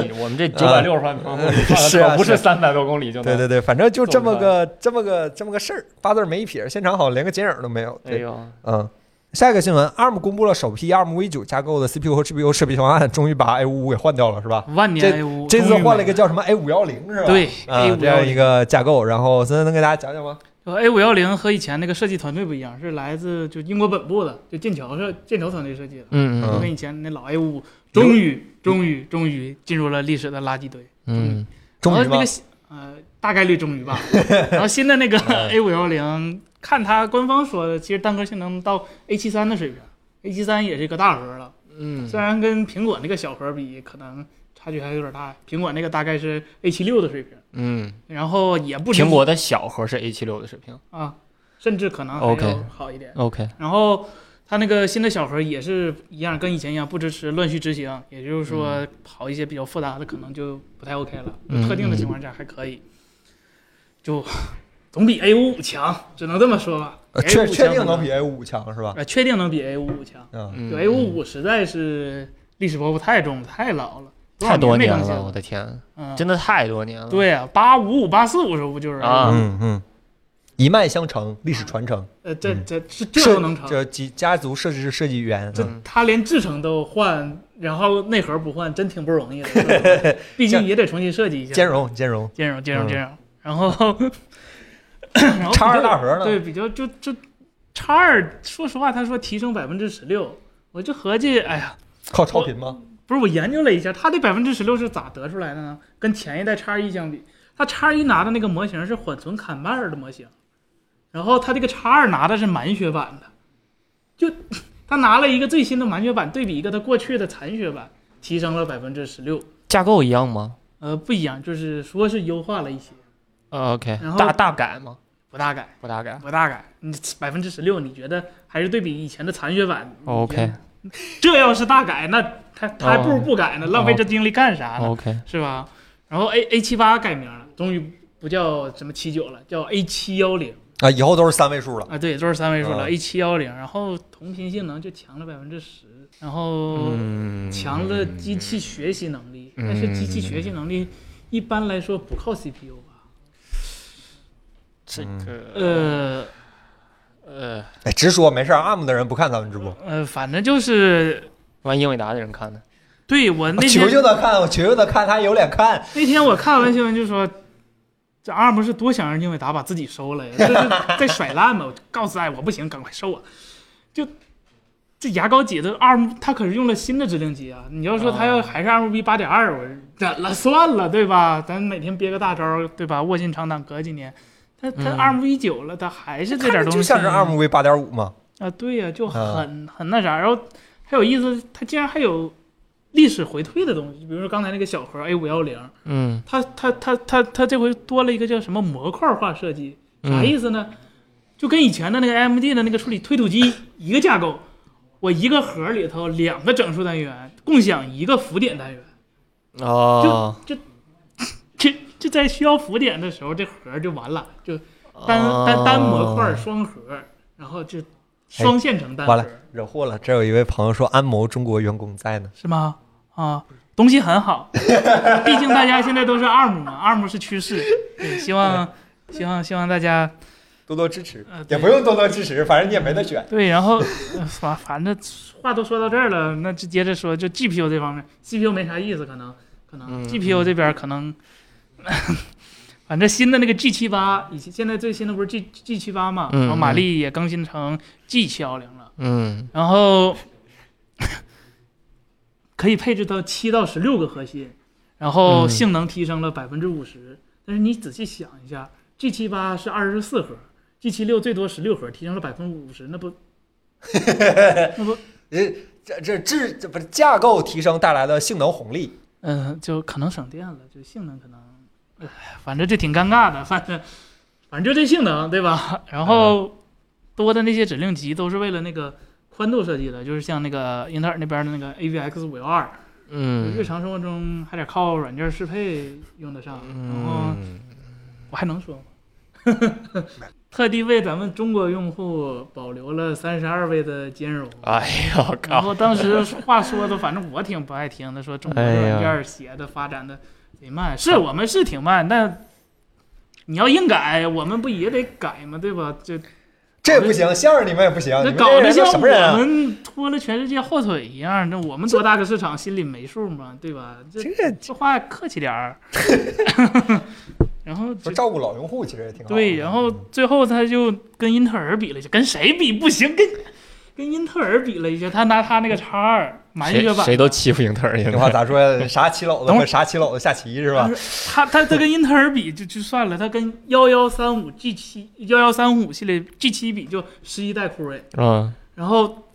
[SPEAKER 2] 里，你我们这九百六十万公里，
[SPEAKER 1] 是啊
[SPEAKER 2] 可不
[SPEAKER 1] 是啊
[SPEAKER 2] 是三百多公里就
[SPEAKER 1] 对
[SPEAKER 2] 能。
[SPEAKER 3] 啊
[SPEAKER 1] 对对，反正就这么
[SPEAKER 2] 送
[SPEAKER 1] 个这么个这么个事儿，八字儿没一撇儿，现场好像连个剪影儿都没有。
[SPEAKER 2] 哎
[SPEAKER 1] 对，
[SPEAKER 2] 呦，
[SPEAKER 1] 嗯。下一个新闻，ARM 公布了首批 ARM V9 架构的 CPU 和 GPU 设备方案，终于把 A 5 5给换掉了，是吧？
[SPEAKER 3] 万年 A 五，
[SPEAKER 1] 这次换了一
[SPEAKER 3] 个
[SPEAKER 1] 个叫什么 A 5 1 0是吧？
[SPEAKER 3] 对
[SPEAKER 1] 啊
[SPEAKER 3] A 五
[SPEAKER 1] 这样
[SPEAKER 3] 幺
[SPEAKER 1] 一
[SPEAKER 3] 零
[SPEAKER 1] 个架构。然后森森能给大家讲讲吗？
[SPEAKER 3] A 五幺零和以前那个设计团队不一样，是来自就英国本部的，就剑桥设剑桥团队设计的，
[SPEAKER 2] 嗯
[SPEAKER 1] 嗯
[SPEAKER 3] 就跟以前那老 A 五，终于终于终于进入了历史的垃圾堆。
[SPEAKER 2] 嗯
[SPEAKER 1] 终于
[SPEAKER 3] 然后那
[SPEAKER 1] 吗
[SPEAKER 3] 个？新呃，大概率终 于吧。然后新的那个
[SPEAKER 2] 嗯
[SPEAKER 3] A 五幺零，看它官方说的，其实单核性能到 A 七三的水平，A 七三也是一个大核了。
[SPEAKER 2] 嗯
[SPEAKER 3] 虽然跟苹果那个小核比，可能差距还有点大。苹果那个大概是 A 七六的水平，
[SPEAKER 2] 嗯，
[SPEAKER 3] 然后也不
[SPEAKER 2] 苹果的小核是 A 七六的水平。
[SPEAKER 3] 啊，甚至可能还
[SPEAKER 2] OK
[SPEAKER 3] 要好一点。
[SPEAKER 2] OK，
[SPEAKER 3] 然后它那个新的小核也是一样，跟以前一样不支持乱序执行，也就是说跑一些比较复杂的可能就不太 OK 了。
[SPEAKER 2] 嗯
[SPEAKER 3] 特定的情况下还可以，就 总比 A 五五强，只能这么说吧。
[SPEAKER 1] 呃
[SPEAKER 3] A
[SPEAKER 1] 确
[SPEAKER 3] 5
[SPEAKER 1] 确定能比 A 5 5强是吧？
[SPEAKER 3] 呃确定能比 A 五五强。
[SPEAKER 1] 嗯，
[SPEAKER 2] 嗯
[SPEAKER 3] 对 A 五五实在是历史包袱太重了，太老了，
[SPEAKER 2] 太多年
[SPEAKER 3] 多少
[SPEAKER 2] 了，
[SPEAKER 3] 没
[SPEAKER 2] 我
[SPEAKER 3] 更
[SPEAKER 2] 的天，
[SPEAKER 3] 新了。嗯，
[SPEAKER 2] 真的太多年了。，
[SPEAKER 3] 对啊，八五五八四五是不就是
[SPEAKER 2] 啊
[SPEAKER 1] 嗯嗯，一脉相承，历史传承。
[SPEAKER 3] 呃，这
[SPEAKER 1] 嗯
[SPEAKER 3] 这这这都能成？
[SPEAKER 1] 这几家族设计师设计员，
[SPEAKER 3] 这
[SPEAKER 2] 嗯
[SPEAKER 3] 他连制程都换，然后内核不换，真挺不容易的是吧， 毕竟也得重新设计一下。
[SPEAKER 1] 兼容兼容，
[SPEAKER 3] 兼容兼容
[SPEAKER 1] 嗯
[SPEAKER 3] 兼容，然后 然后
[SPEAKER 1] 叉二
[SPEAKER 3] 比较
[SPEAKER 1] 大核呢
[SPEAKER 3] 对，比较就就叉二，说实话，他说提升百分之十六，我就合计，哎呀，
[SPEAKER 1] 靠超频吗？
[SPEAKER 3] 不是我研究了一下，它这百分之十六是咋得出来的呢？跟前一代叉一相比，它叉一拿的那个模型是缓存砍半儿的模型，然后它这个叉二拿的是满血版的，就它拿了一个最新的满血版对比一个它过去的残血版，提升了百分之十六，
[SPEAKER 2] 架构一样吗
[SPEAKER 3] 呃，不一样，就是说是优化了一些，
[SPEAKER 2] 呃？OK，
[SPEAKER 3] 然后
[SPEAKER 2] 大大改吗？
[SPEAKER 3] 不大改。
[SPEAKER 2] 不大改。
[SPEAKER 3] 不大改，你百分之十六，你觉得还是对比以前的残血版
[SPEAKER 2] OK
[SPEAKER 3] 这要是大改，那他他还不如不改呢，浪费这精力干啥呢？
[SPEAKER 2] OK，
[SPEAKER 3] 是吧？然后 A A 七八改名了，终于不叫什么七九了，叫 A 七幺零
[SPEAKER 1] 啊，以后都是三位数了。
[SPEAKER 3] 啊，对，都是三位数了、
[SPEAKER 1] 啊
[SPEAKER 3] a 七幺零，然后同频性能就强了百分之十，然后
[SPEAKER 2] 嗯，
[SPEAKER 3] 强了机器学习能力，但是机器学习能力一般来说不靠 CPU 吧？
[SPEAKER 2] 这个
[SPEAKER 3] 呃。
[SPEAKER 2] 呃，
[SPEAKER 1] 哎，直说，没事儿，ARM 的人不看咱们直播，
[SPEAKER 3] 呃，反正就是
[SPEAKER 2] 玩英伟达的人看的。
[SPEAKER 3] 对我那
[SPEAKER 1] 我
[SPEAKER 3] 天
[SPEAKER 1] 求求他看，我求求他看，他还有脸看。
[SPEAKER 3] 那天我看完新闻就说，这 ARM 是多想让英伟达把自己收了呀，这是在甩烂嘛！我就告诉哎，我不行，赶快收我！就这牙膏姐的 ARM，它可是用了新的指令集啊！你要说它要
[SPEAKER 1] 哦
[SPEAKER 2] 啊
[SPEAKER 3] 还是 ARM v 八点二，我忍了算了，对吧？咱每天憋个大招儿，对吧？卧薪尝胆，隔几年。它它
[SPEAKER 2] 嗯
[SPEAKER 3] ARM v 九了，它还是这
[SPEAKER 1] 看
[SPEAKER 3] 点
[SPEAKER 1] 着
[SPEAKER 3] 儿东西，
[SPEAKER 1] 就像是 ARM V 八点五嘛。
[SPEAKER 3] 啊，对呀、就
[SPEAKER 1] 啊
[SPEAKER 3] 很很那啥。然后还有意思，它竟然还有历史回退的东西，比如说刚才那个小盒 A 五幺零，
[SPEAKER 2] 嗯，
[SPEAKER 3] 它它它它它这回多了一个叫什么模块化设计，啥
[SPEAKER 2] 嗯
[SPEAKER 3] 意思呢？就跟以前的那个 AMD 的那个处理推土机一个架构，我一个核里头两个整数单元共享一个浮点单元，
[SPEAKER 2] 哦，
[SPEAKER 3] 这这在需要浮点的时候，这核就完了，就单
[SPEAKER 2] 哦
[SPEAKER 3] 单单模块双核，然后就双线程单
[SPEAKER 1] 完了
[SPEAKER 3] 核，
[SPEAKER 1] 惹祸了。这有一位朋友说安谋中国员工在呢，
[SPEAKER 3] 是吗？啊，东西很好，毕竟大家现在都是二模嘛，二模是趋势，对，希望希望希望大家
[SPEAKER 1] 多多支持
[SPEAKER 3] 呃，
[SPEAKER 1] 也
[SPEAKER 3] 对
[SPEAKER 1] 不用多多支持，反正你也没得选。
[SPEAKER 3] 对，然后呃反 反正话都说到这儿了，那就接着说，就 GPU 这方面，CPU 没啥意思，可能可能、
[SPEAKER 2] 嗯
[SPEAKER 3] GPU 这边可能， 反正新的那个 G 七八，以及现在最新的不是 G G 七八嘛，
[SPEAKER 2] 嗯
[SPEAKER 3] 然后马力也更新成 G 七幺零了，
[SPEAKER 2] 嗯
[SPEAKER 3] 然后 可以配置到七到十六个核心，然后
[SPEAKER 2] 嗯
[SPEAKER 3] 性能提升了百分之五十，但是你仔细想一下，G 七八是二十四核。G 七六最多十六核，提升了百分之五十，那不
[SPEAKER 1] 呃，这这质这不是架构提升带来的性能红利，
[SPEAKER 3] 嗯，就可能省电了，就性能可能，唉，反正这挺尴尬的，反正反正就这性能对吧？ 然后多的那些指令集都是为了那个宽度设计的，就是像那个英特尔那边的那个 AVX 五幺二，日
[SPEAKER 2] 嗯
[SPEAKER 3] 常生活中还得靠软件适配用得上。然后
[SPEAKER 2] 嗯，
[SPEAKER 3] 我还能说吗？ 特地为咱们中国用户保留了三十二位的兼容。
[SPEAKER 2] 哎呀，我靠，
[SPEAKER 3] 然后当时话说的，反正我挺不爱听的，说中国
[SPEAKER 2] 哎呀
[SPEAKER 3] 软件写的发展的贼慢，是我们是挺慢，但你要硬改，我们不也得改吗？对吧？这
[SPEAKER 1] 这不行，相声你们也不行，啊你
[SPEAKER 3] 那
[SPEAKER 1] 们
[SPEAKER 3] 搞
[SPEAKER 1] 这
[SPEAKER 3] 得
[SPEAKER 1] 人
[SPEAKER 3] 像
[SPEAKER 1] 都什么人
[SPEAKER 3] 我
[SPEAKER 1] 啊？
[SPEAKER 3] 们拖了全世界后腿一样，那我们多大个市场心里没数吗？对吧？这
[SPEAKER 1] 这个
[SPEAKER 3] 这话客气点儿。 然后
[SPEAKER 1] 不
[SPEAKER 3] 这
[SPEAKER 1] 是照顾老用户其实也挺好的。
[SPEAKER 3] 对，然后最后他就跟英特尔比了一下，跟谁比不行？跟跟英特尔比了一下，他拿他那个叉二满血
[SPEAKER 2] 谁
[SPEAKER 3] 版
[SPEAKER 2] 谁都欺负英特尔，英
[SPEAKER 1] 这
[SPEAKER 2] 特
[SPEAKER 1] 话
[SPEAKER 2] 尔
[SPEAKER 1] 咋说？啥骑篓子
[SPEAKER 3] 等会
[SPEAKER 1] 和
[SPEAKER 3] 儿
[SPEAKER 1] 啥骑篓子下棋是吧？
[SPEAKER 3] 他他他跟英特尔比就就算了，他跟幺幺三五 G 七幺幺三五系列 G 七比就十一代酷睿，
[SPEAKER 2] 嗯，
[SPEAKER 3] 然后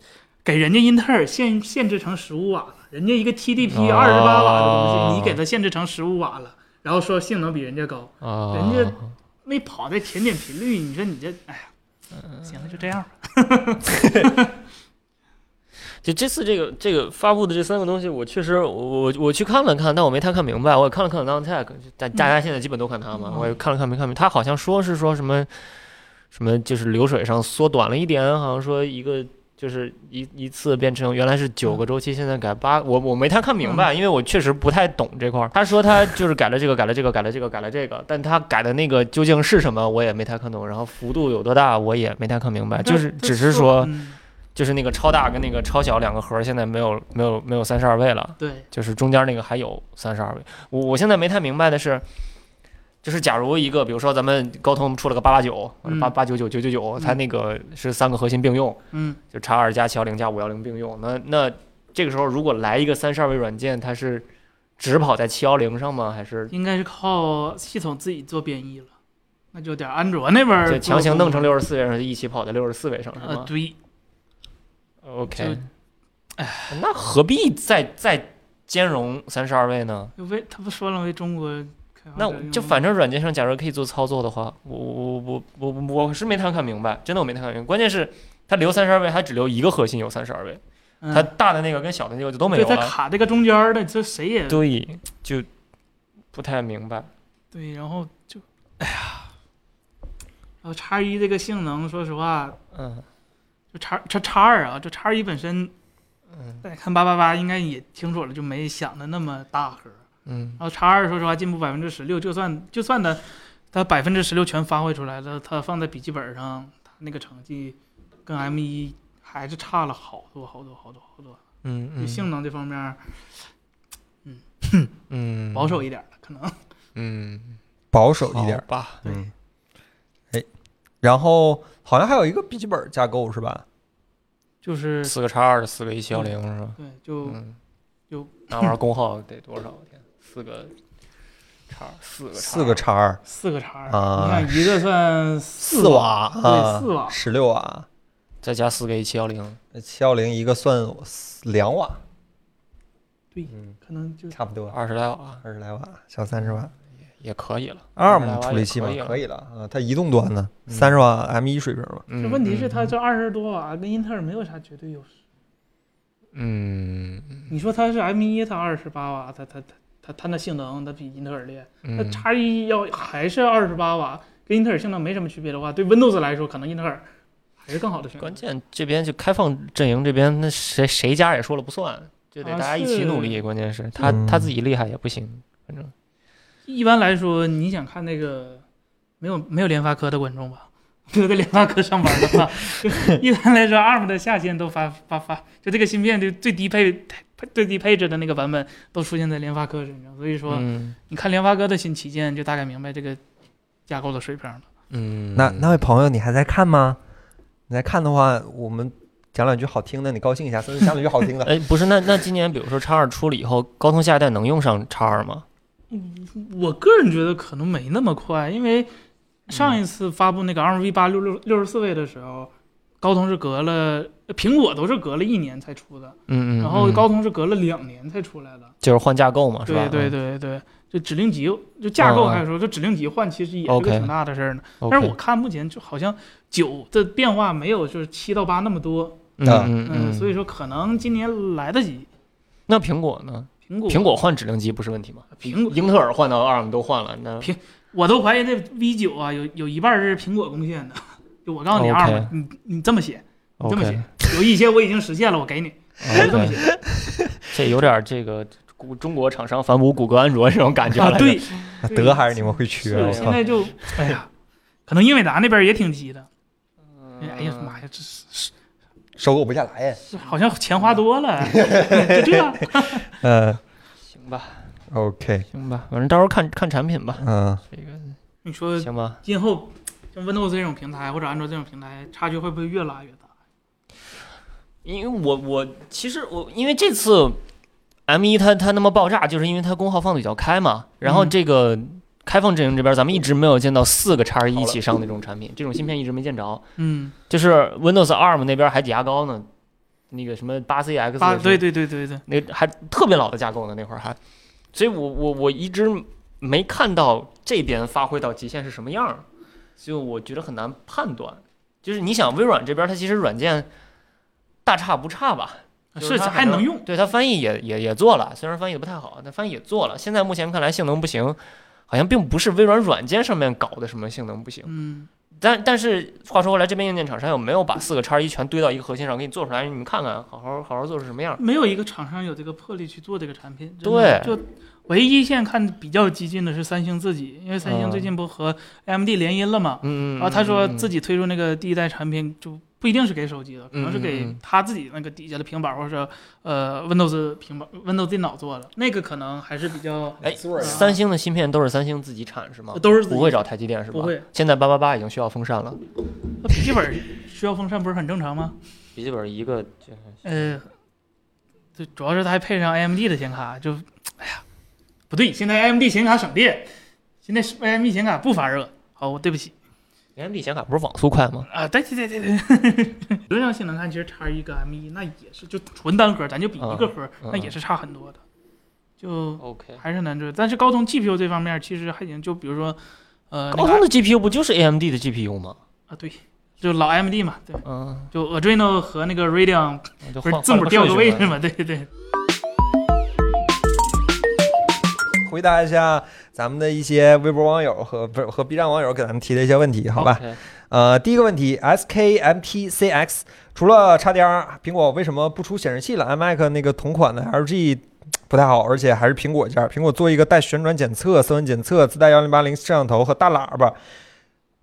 [SPEAKER 3] 给人家英特尔限限制成十五瓦了，人家一个 TDP
[SPEAKER 2] 哦
[SPEAKER 3] 二十八瓦的东西，你给它限制成十五瓦了，然后说性能比人家高，
[SPEAKER 2] 啊，
[SPEAKER 3] 人家没跑在甜点频率，你说你这哎
[SPEAKER 2] 嗯
[SPEAKER 3] 呀，行了就这样吧，
[SPEAKER 2] 就这次这个这个发布的这三个东西，我确实我我我去看了看，但我没太看明白。我也看了看 Downtech，大大家现在基本都看它嘛，
[SPEAKER 3] 嗯
[SPEAKER 2] 我也看了看没看明白。他好像说是说什么什么就是流水上缩短了一点，好像说一个就是一一次变成原来是九个周期，现在改八。我我没太看明白，因为我确实不太懂这块儿。他说他就是改了这个，改了这个，改了这个，改了这个，但他改的那个究竟是什么，我也没太看懂。然后幅度有多大，我也没太看明白，就是只是说。
[SPEAKER 3] 嗯
[SPEAKER 2] 就是那个超大跟那个超小两个核儿现在没有没有没有三十二位了，
[SPEAKER 3] 对，
[SPEAKER 2] 就是中间那个还有三十二位。我我现在没太明白的是，就是假如一个，比如说咱们高通出了个八八九、呃
[SPEAKER 3] 嗯
[SPEAKER 2] 八八九九、九九九，
[SPEAKER 3] 嗯
[SPEAKER 2] 它那个是三个核心并用，
[SPEAKER 3] 嗯
[SPEAKER 2] 就叉二加七幺零加五幺零并用。那那这个时候如果来一个三十二位软件，它是只跑在七幺零上吗？还是
[SPEAKER 3] 应该是靠系统自己做编译了，那就得安卓那边儿
[SPEAKER 2] 就强行
[SPEAKER 3] 做
[SPEAKER 2] 弄成六十四位上，一起跑在六十四位上是
[SPEAKER 3] 呃
[SPEAKER 2] 吗
[SPEAKER 3] 对。
[SPEAKER 2] ？OK，那何必再再兼容三十二位呢？
[SPEAKER 3] 就为他不说了为中国开发者
[SPEAKER 2] 那
[SPEAKER 3] 用
[SPEAKER 2] 我
[SPEAKER 3] 户
[SPEAKER 2] 就反正软件上，假如可以做操作的话，我我我我我我是没太看明白，真的我没太看明白。关键是它留三十二位，它只留一个核心有三十二位，
[SPEAKER 3] 嗯
[SPEAKER 2] 它大的那个跟小的那个就都没
[SPEAKER 3] 对
[SPEAKER 2] 有
[SPEAKER 3] 他
[SPEAKER 2] 了。
[SPEAKER 3] 卡这个中间儿的，这谁也
[SPEAKER 2] 对，就不太明白。
[SPEAKER 3] 对然后就哎呀，然后叉一这个性能，说实话，
[SPEAKER 2] 嗯
[SPEAKER 3] 就叉叉叉二啊，就叉一本身，
[SPEAKER 2] 嗯
[SPEAKER 3] 大家看八八八应该也清楚了，就没想的那么大核。
[SPEAKER 2] 嗯
[SPEAKER 3] 然后叉二说实话进步百分之十六，就算就算它它百分之十六全发挥出来了，它放在笔记本上，它那个成绩跟 M 一还是差了好多好多好多好多。
[SPEAKER 2] 嗯
[SPEAKER 3] 就
[SPEAKER 2] 嗯，
[SPEAKER 3] 性能这方面儿
[SPEAKER 2] 嗯
[SPEAKER 3] 保守一点儿了，可能。
[SPEAKER 2] 嗯
[SPEAKER 1] 保守一点
[SPEAKER 2] 好，吧。
[SPEAKER 1] 嗯，哎，然后好像还有一个笔记本架构是吧？
[SPEAKER 3] 就是
[SPEAKER 2] 四个叉二，四个一七幺零是吧？
[SPEAKER 3] 对，就
[SPEAKER 2] 嗯，
[SPEAKER 3] 就
[SPEAKER 2] 那玩意儿功耗得多少？我天，四个叉，四个
[SPEAKER 1] 四个叉二，
[SPEAKER 3] 四个叉儿，
[SPEAKER 1] 啊
[SPEAKER 3] 你看一个算
[SPEAKER 1] 四瓦，
[SPEAKER 2] 啊
[SPEAKER 3] 对，四
[SPEAKER 1] 瓦，
[SPEAKER 3] 瓦，
[SPEAKER 1] 十六瓦，
[SPEAKER 2] 再加四个一七幺零，
[SPEAKER 1] 七幺零一个算两瓦，嗯
[SPEAKER 2] 嗯，
[SPEAKER 3] 可能就
[SPEAKER 1] 差不多
[SPEAKER 2] 二十来瓦
[SPEAKER 1] 二十来瓦，小三十瓦，
[SPEAKER 2] 也可以了
[SPEAKER 1] ，ARM 处理器嘛
[SPEAKER 2] 可以，了
[SPEAKER 1] 可以了啊，它移动端的
[SPEAKER 2] 嗯
[SPEAKER 1] 三十瓦 M 一水平嘛，
[SPEAKER 2] 嗯
[SPEAKER 3] 这问题是它这二十多瓦跟英特尔没有啥绝对优势。
[SPEAKER 2] 嗯，
[SPEAKER 3] 你说它是 M 一，它二十八瓦，它它它它它那性能，它比英特尔厉害。
[SPEAKER 2] 嗯
[SPEAKER 3] 那 X 一要还是二十八瓦，跟英特尔性能没什么区别的话，对 Windows 来说，可能英特尔还是更好的 选择
[SPEAKER 2] 关。键这边就开放阵营这边，那谁谁家也说了不算，就得
[SPEAKER 3] 啊
[SPEAKER 2] 大家一起
[SPEAKER 3] 是
[SPEAKER 2] 努力。关键是他
[SPEAKER 1] 嗯
[SPEAKER 2] 他自己厉害也不行，反正
[SPEAKER 3] 一般来说，你想看那个没有没有联发科的观众吧？没有在联发科上班的吧？就 一般来说，ARM 的下线都发发发，就这个芯片就最低配最低配置的那个版本都出现在联发科身上，所以说
[SPEAKER 2] 嗯
[SPEAKER 3] 你看联发科的新旗舰，就大概明白这个架构的水平了。
[SPEAKER 2] 嗯，
[SPEAKER 1] 那那位朋友，你还在看吗？你在看的话，我们讲两句好听的，你高兴一下；甚至讲两句好听的，
[SPEAKER 2] 哎不是那那今年比如说叉二出了以后，高通下一代能用上叉二吗？
[SPEAKER 3] 我个人觉得可能没那么快，因为
[SPEAKER 2] 嗯
[SPEAKER 3] 上一次发布那个 RV 八六六六十四位的时候，高通是隔了苹果都是隔了一年才出的，
[SPEAKER 2] 嗯嗯，
[SPEAKER 3] 然后
[SPEAKER 2] 嗯
[SPEAKER 3] 高通是隔了两年才出来的。
[SPEAKER 2] 就是换架构嘛，是吧嗯哦
[SPEAKER 3] 对？对对对，这指令集就架构还有说，这指令集换其实也是个
[SPEAKER 2] OK
[SPEAKER 3] 挺大的事儿呢。
[SPEAKER 2] 嗯，
[SPEAKER 3] 但是我看目前就好像九的变化没有就是七到八那么多，
[SPEAKER 2] 嗯嗯
[SPEAKER 3] 嗯，
[SPEAKER 2] 嗯，
[SPEAKER 3] 所以说可能今年来得及。
[SPEAKER 2] 那苹果呢？
[SPEAKER 3] 苹果
[SPEAKER 2] 苹果换指令集不是问题吗？
[SPEAKER 3] 苹果
[SPEAKER 2] 英特尔换到 ARM 都换了，那
[SPEAKER 3] 我都怀疑那 V 九啊，有有一半是苹果贡献的。 就我告诉你
[SPEAKER 2] 哦 OK
[SPEAKER 3] 二嘛，你你这么写，你这么
[SPEAKER 2] OK
[SPEAKER 3] 写，有一些我已经实现了，我给 你，我就这么
[SPEAKER 2] 哦 OK，
[SPEAKER 3] 写
[SPEAKER 2] 这有点这个谷中国厂商反哺谷歌、安卓这种感觉
[SPEAKER 3] 啊
[SPEAKER 2] 了。。
[SPEAKER 3] 对，
[SPEAKER 1] 那德还是你们会缺。
[SPEAKER 2] 是
[SPEAKER 1] 我
[SPEAKER 3] 现
[SPEAKER 1] 靠，
[SPEAKER 3] 在就哎呀，可能英伟达那边也挺急的。哎呀妈呀，这是
[SPEAKER 1] 收购不下来呀。
[SPEAKER 3] 这好像钱花多了，哎 就这样。
[SPEAKER 1] 呃
[SPEAKER 2] 行吧，
[SPEAKER 1] ，OK，
[SPEAKER 2] 行嗯吧，反正到时候看看产品吧。
[SPEAKER 1] 嗯，
[SPEAKER 2] 这个
[SPEAKER 3] 你说
[SPEAKER 2] 行吧，
[SPEAKER 3] 今后像 Windows 这种平台或者安卓这种平台，差距会不会越拉越大？
[SPEAKER 2] 因为我我其实我因为这次 M 一它它那么爆炸，就是因为它功耗放的比较开嘛。然后
[SPEAKER 3] 嗯
[SPEAKER 2] 这个开放阵营这边，咱们一直没有见到四个叉一
[SPEAKER 1] 好
[SPEAKER 2] 一
[SPEAKER 1] 了
[SPEAKER 2] 起上的这种产品，这种芯片一直没见着。
[SPEAKER 3] 嗯，
[SPEAKER 2] 就是 Windows ARM 那边还挤牙膏呢，那个什么八 CX
[SPEAKER 3] 八对对对对对，
[SPEAKER 2] 那还特别老的架构呢，那会儿还，所以我我我一直没看到这边发挥到极限是什么样儿，所以我觉得很难判断。就是你想微软这边，它其实软件大差不差吧，就是
[SPEAKER 3] 是
[SPEAKER 2] 它
[SPEAKER 3] 还能用。
[SPEAKER 2] 对它翻译也也也做了，虽然翻译的不太好，但翻译也做了。现在目前看来性能不行，好像并不是微软软件上面搞的什么性能不行。
[SPEAKER 3] 嗯，
[SPEAKER 2] 但但是话说回来，这边硬件厂商有没有把四个叉一全堆到一个核心上给你做出来？你们看看，好好好好做是什么样儿？
[SPEAKER 3] 没有一个厂商有这个魄力去做这个产品。真
[SPEAKER 2] 对
[SPEAKER 3] 的就唯一现在看比较激进的是三星自己，因为三
[SPEAKER 2] 嗯
[SPEAKER 3] 星最近不和 AMD 联姻了嘛，
[SPEAKER 2] 嗯，
[SPEAKER 3] 然后啊他说
[SPEAKER 2] 嗯嗯
[SPEAKER 3] 自己推出那个第一代产品就。不一定是给手机的，可能是
[SPEAKER 2] 嗯嗯
[SPEAKER 3] 给
[SPEAKER 2] 嗯
[SPEAKER 3] 他自己那个底下的平板，或者是呃 Windows 平板、Windows 电脑做的，那个可能还是比较
[SPEAKER 2] 哎
[SPEAKER 1] 滋味儿啊
[SPEAKER 2] 三星的芯片都是三星自己产是吗？
[SPEAKER 3] 都是自己
[SPEAKER 2] 不会找台积电是吧？
[SPEAKER 3] 不会。
[SPEAKER 2] 现在八八八已经需要风扇了，
[SPEAKER 3] 那笔记本需要风扇不是很正常吗？
[SPEAKER 2] 笔记本一个就
[SPEAKER 3] 呃，这主要是它还配上 AMD 的显卡，就哎呀，不对，现在 AMD 显卡省电，现在是 AMD 显卡不发热。好，我对不起
[SPEAKER 2] AMD 显卡不是网速快吗？
[SPEAKER 3] 啊，对对对对对， 理论上性能看，其实叉一跟 M 一那也是就纯单核，咱就比一个核，
[SPEAKER 2] 嗯
[SPEAKER 3] 那也是差很多的，就
[SPEAKER 2] OK，
[SPEAKER 3] 还是难追。但是高通 GPU 这方面其实还行，就比如说，呃，那
[SPEAKER 2] 高
[SPEAKER 3] 个
[SPEAKER 2] 通的 GPU 不就是 AMD 的 GPU 吗？
[SPEAKER 3] 啊，对，就老 AMD 嘛，对，
[SPEAKER 2] 嗯，
[SPEAKER 3] 就 Adreno 和那个 Radeon
[SPEAKER 2] 那就
[SPEAKER 3] 不
[SPEAKER 2] 换
[SPEAKER 3] 是字母调个位置？
[SPEAKER 2] 换
[SPEAKER 3] 嘛，对对对。
[SPEAKER 1] 回答一下咱们的一些微博网友和不是和 B 站网友给咱们提的一些问题，好吧？
[SPEAKER 2] OK
[SPEAKER 1] 呃，第一个问题，SKMPCX 除了 XDR，苹果为什么不出显示器了？iMac 那个同款的 LG 不太好，而且还是苹果家。苹果做一个带旋转检测、色温检测、自带幺零八零摄像头和大喇叭。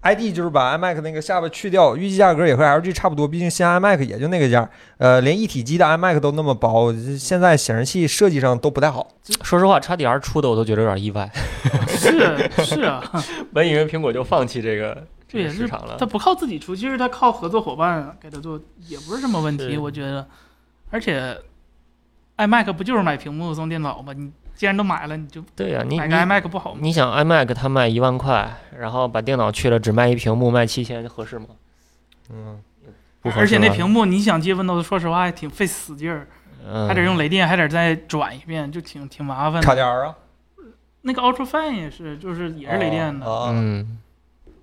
[SPEAKER 1] ID 就是把 iMac 那个下巴去掉，预计价格也和 LG 差不多，毕竟新 iMac 也就那个价儿。呃，连一体机的 iMac 都那么薄，现在显示器设计上都不太好。
[SPEAKER 2] 说实话，XDR 出的我都觉得有点意外，
[SPEAKER 3] 是是啊，
[SPEAKER 2] 本以为苹果就放弃这个
[SPEAKER 3] 这
[SPEAKER 2] 这
[SPEAKER 3] 也
[SPEAKER 2] 个市
[SPEAKER 3] 是
[SPEAKER 1] 啊
[SPEAKER 2] 场了
[SPEAKER 3] 他。不靠自己出，其实他靠合作伙伴给他做，也不是什么问题，
[SPEAKER 2] 是
[SPEAKER 3] 我觉得。而且，iMac 不就是买屏幕送电脑吗？你既然都买了，你就
[SPEAKER 2] 对呀、你
[SPEAKER 3] 买个
[SPEAKER 2] 你
[SPEAKER 3] iMac 不好吗？
[SPEAKER 2] 你想 iMac 它卖一万块，然后把电脑去了只卖一屏幕卖七千，合适吗？
[SPEAKER 1] 嗯，
[SPEAKER 2] 不合适
[SPEAKER 3] 而且那
[SPEAKER 1] 啊
[SPEAKER 2] 吧
[SPEAKER 3] 屏幕你想接 Windows，说实话还挺费死劲儿，
[SPEAKER 2] 嗯
[SPEAKER 3] 还得用雷电，还得再转一遍，就挺挺麻烦的。
[SPEAKER 1] XDR 啊，
[SPEAKER 3] 那个 Ultra Fan 也是，就是也是雷电
[SPEAKER 1] 哦
[SPEAKER 3] 的，
[SPEAKER 6] 啊，
[SPEAKER 2] 嗯，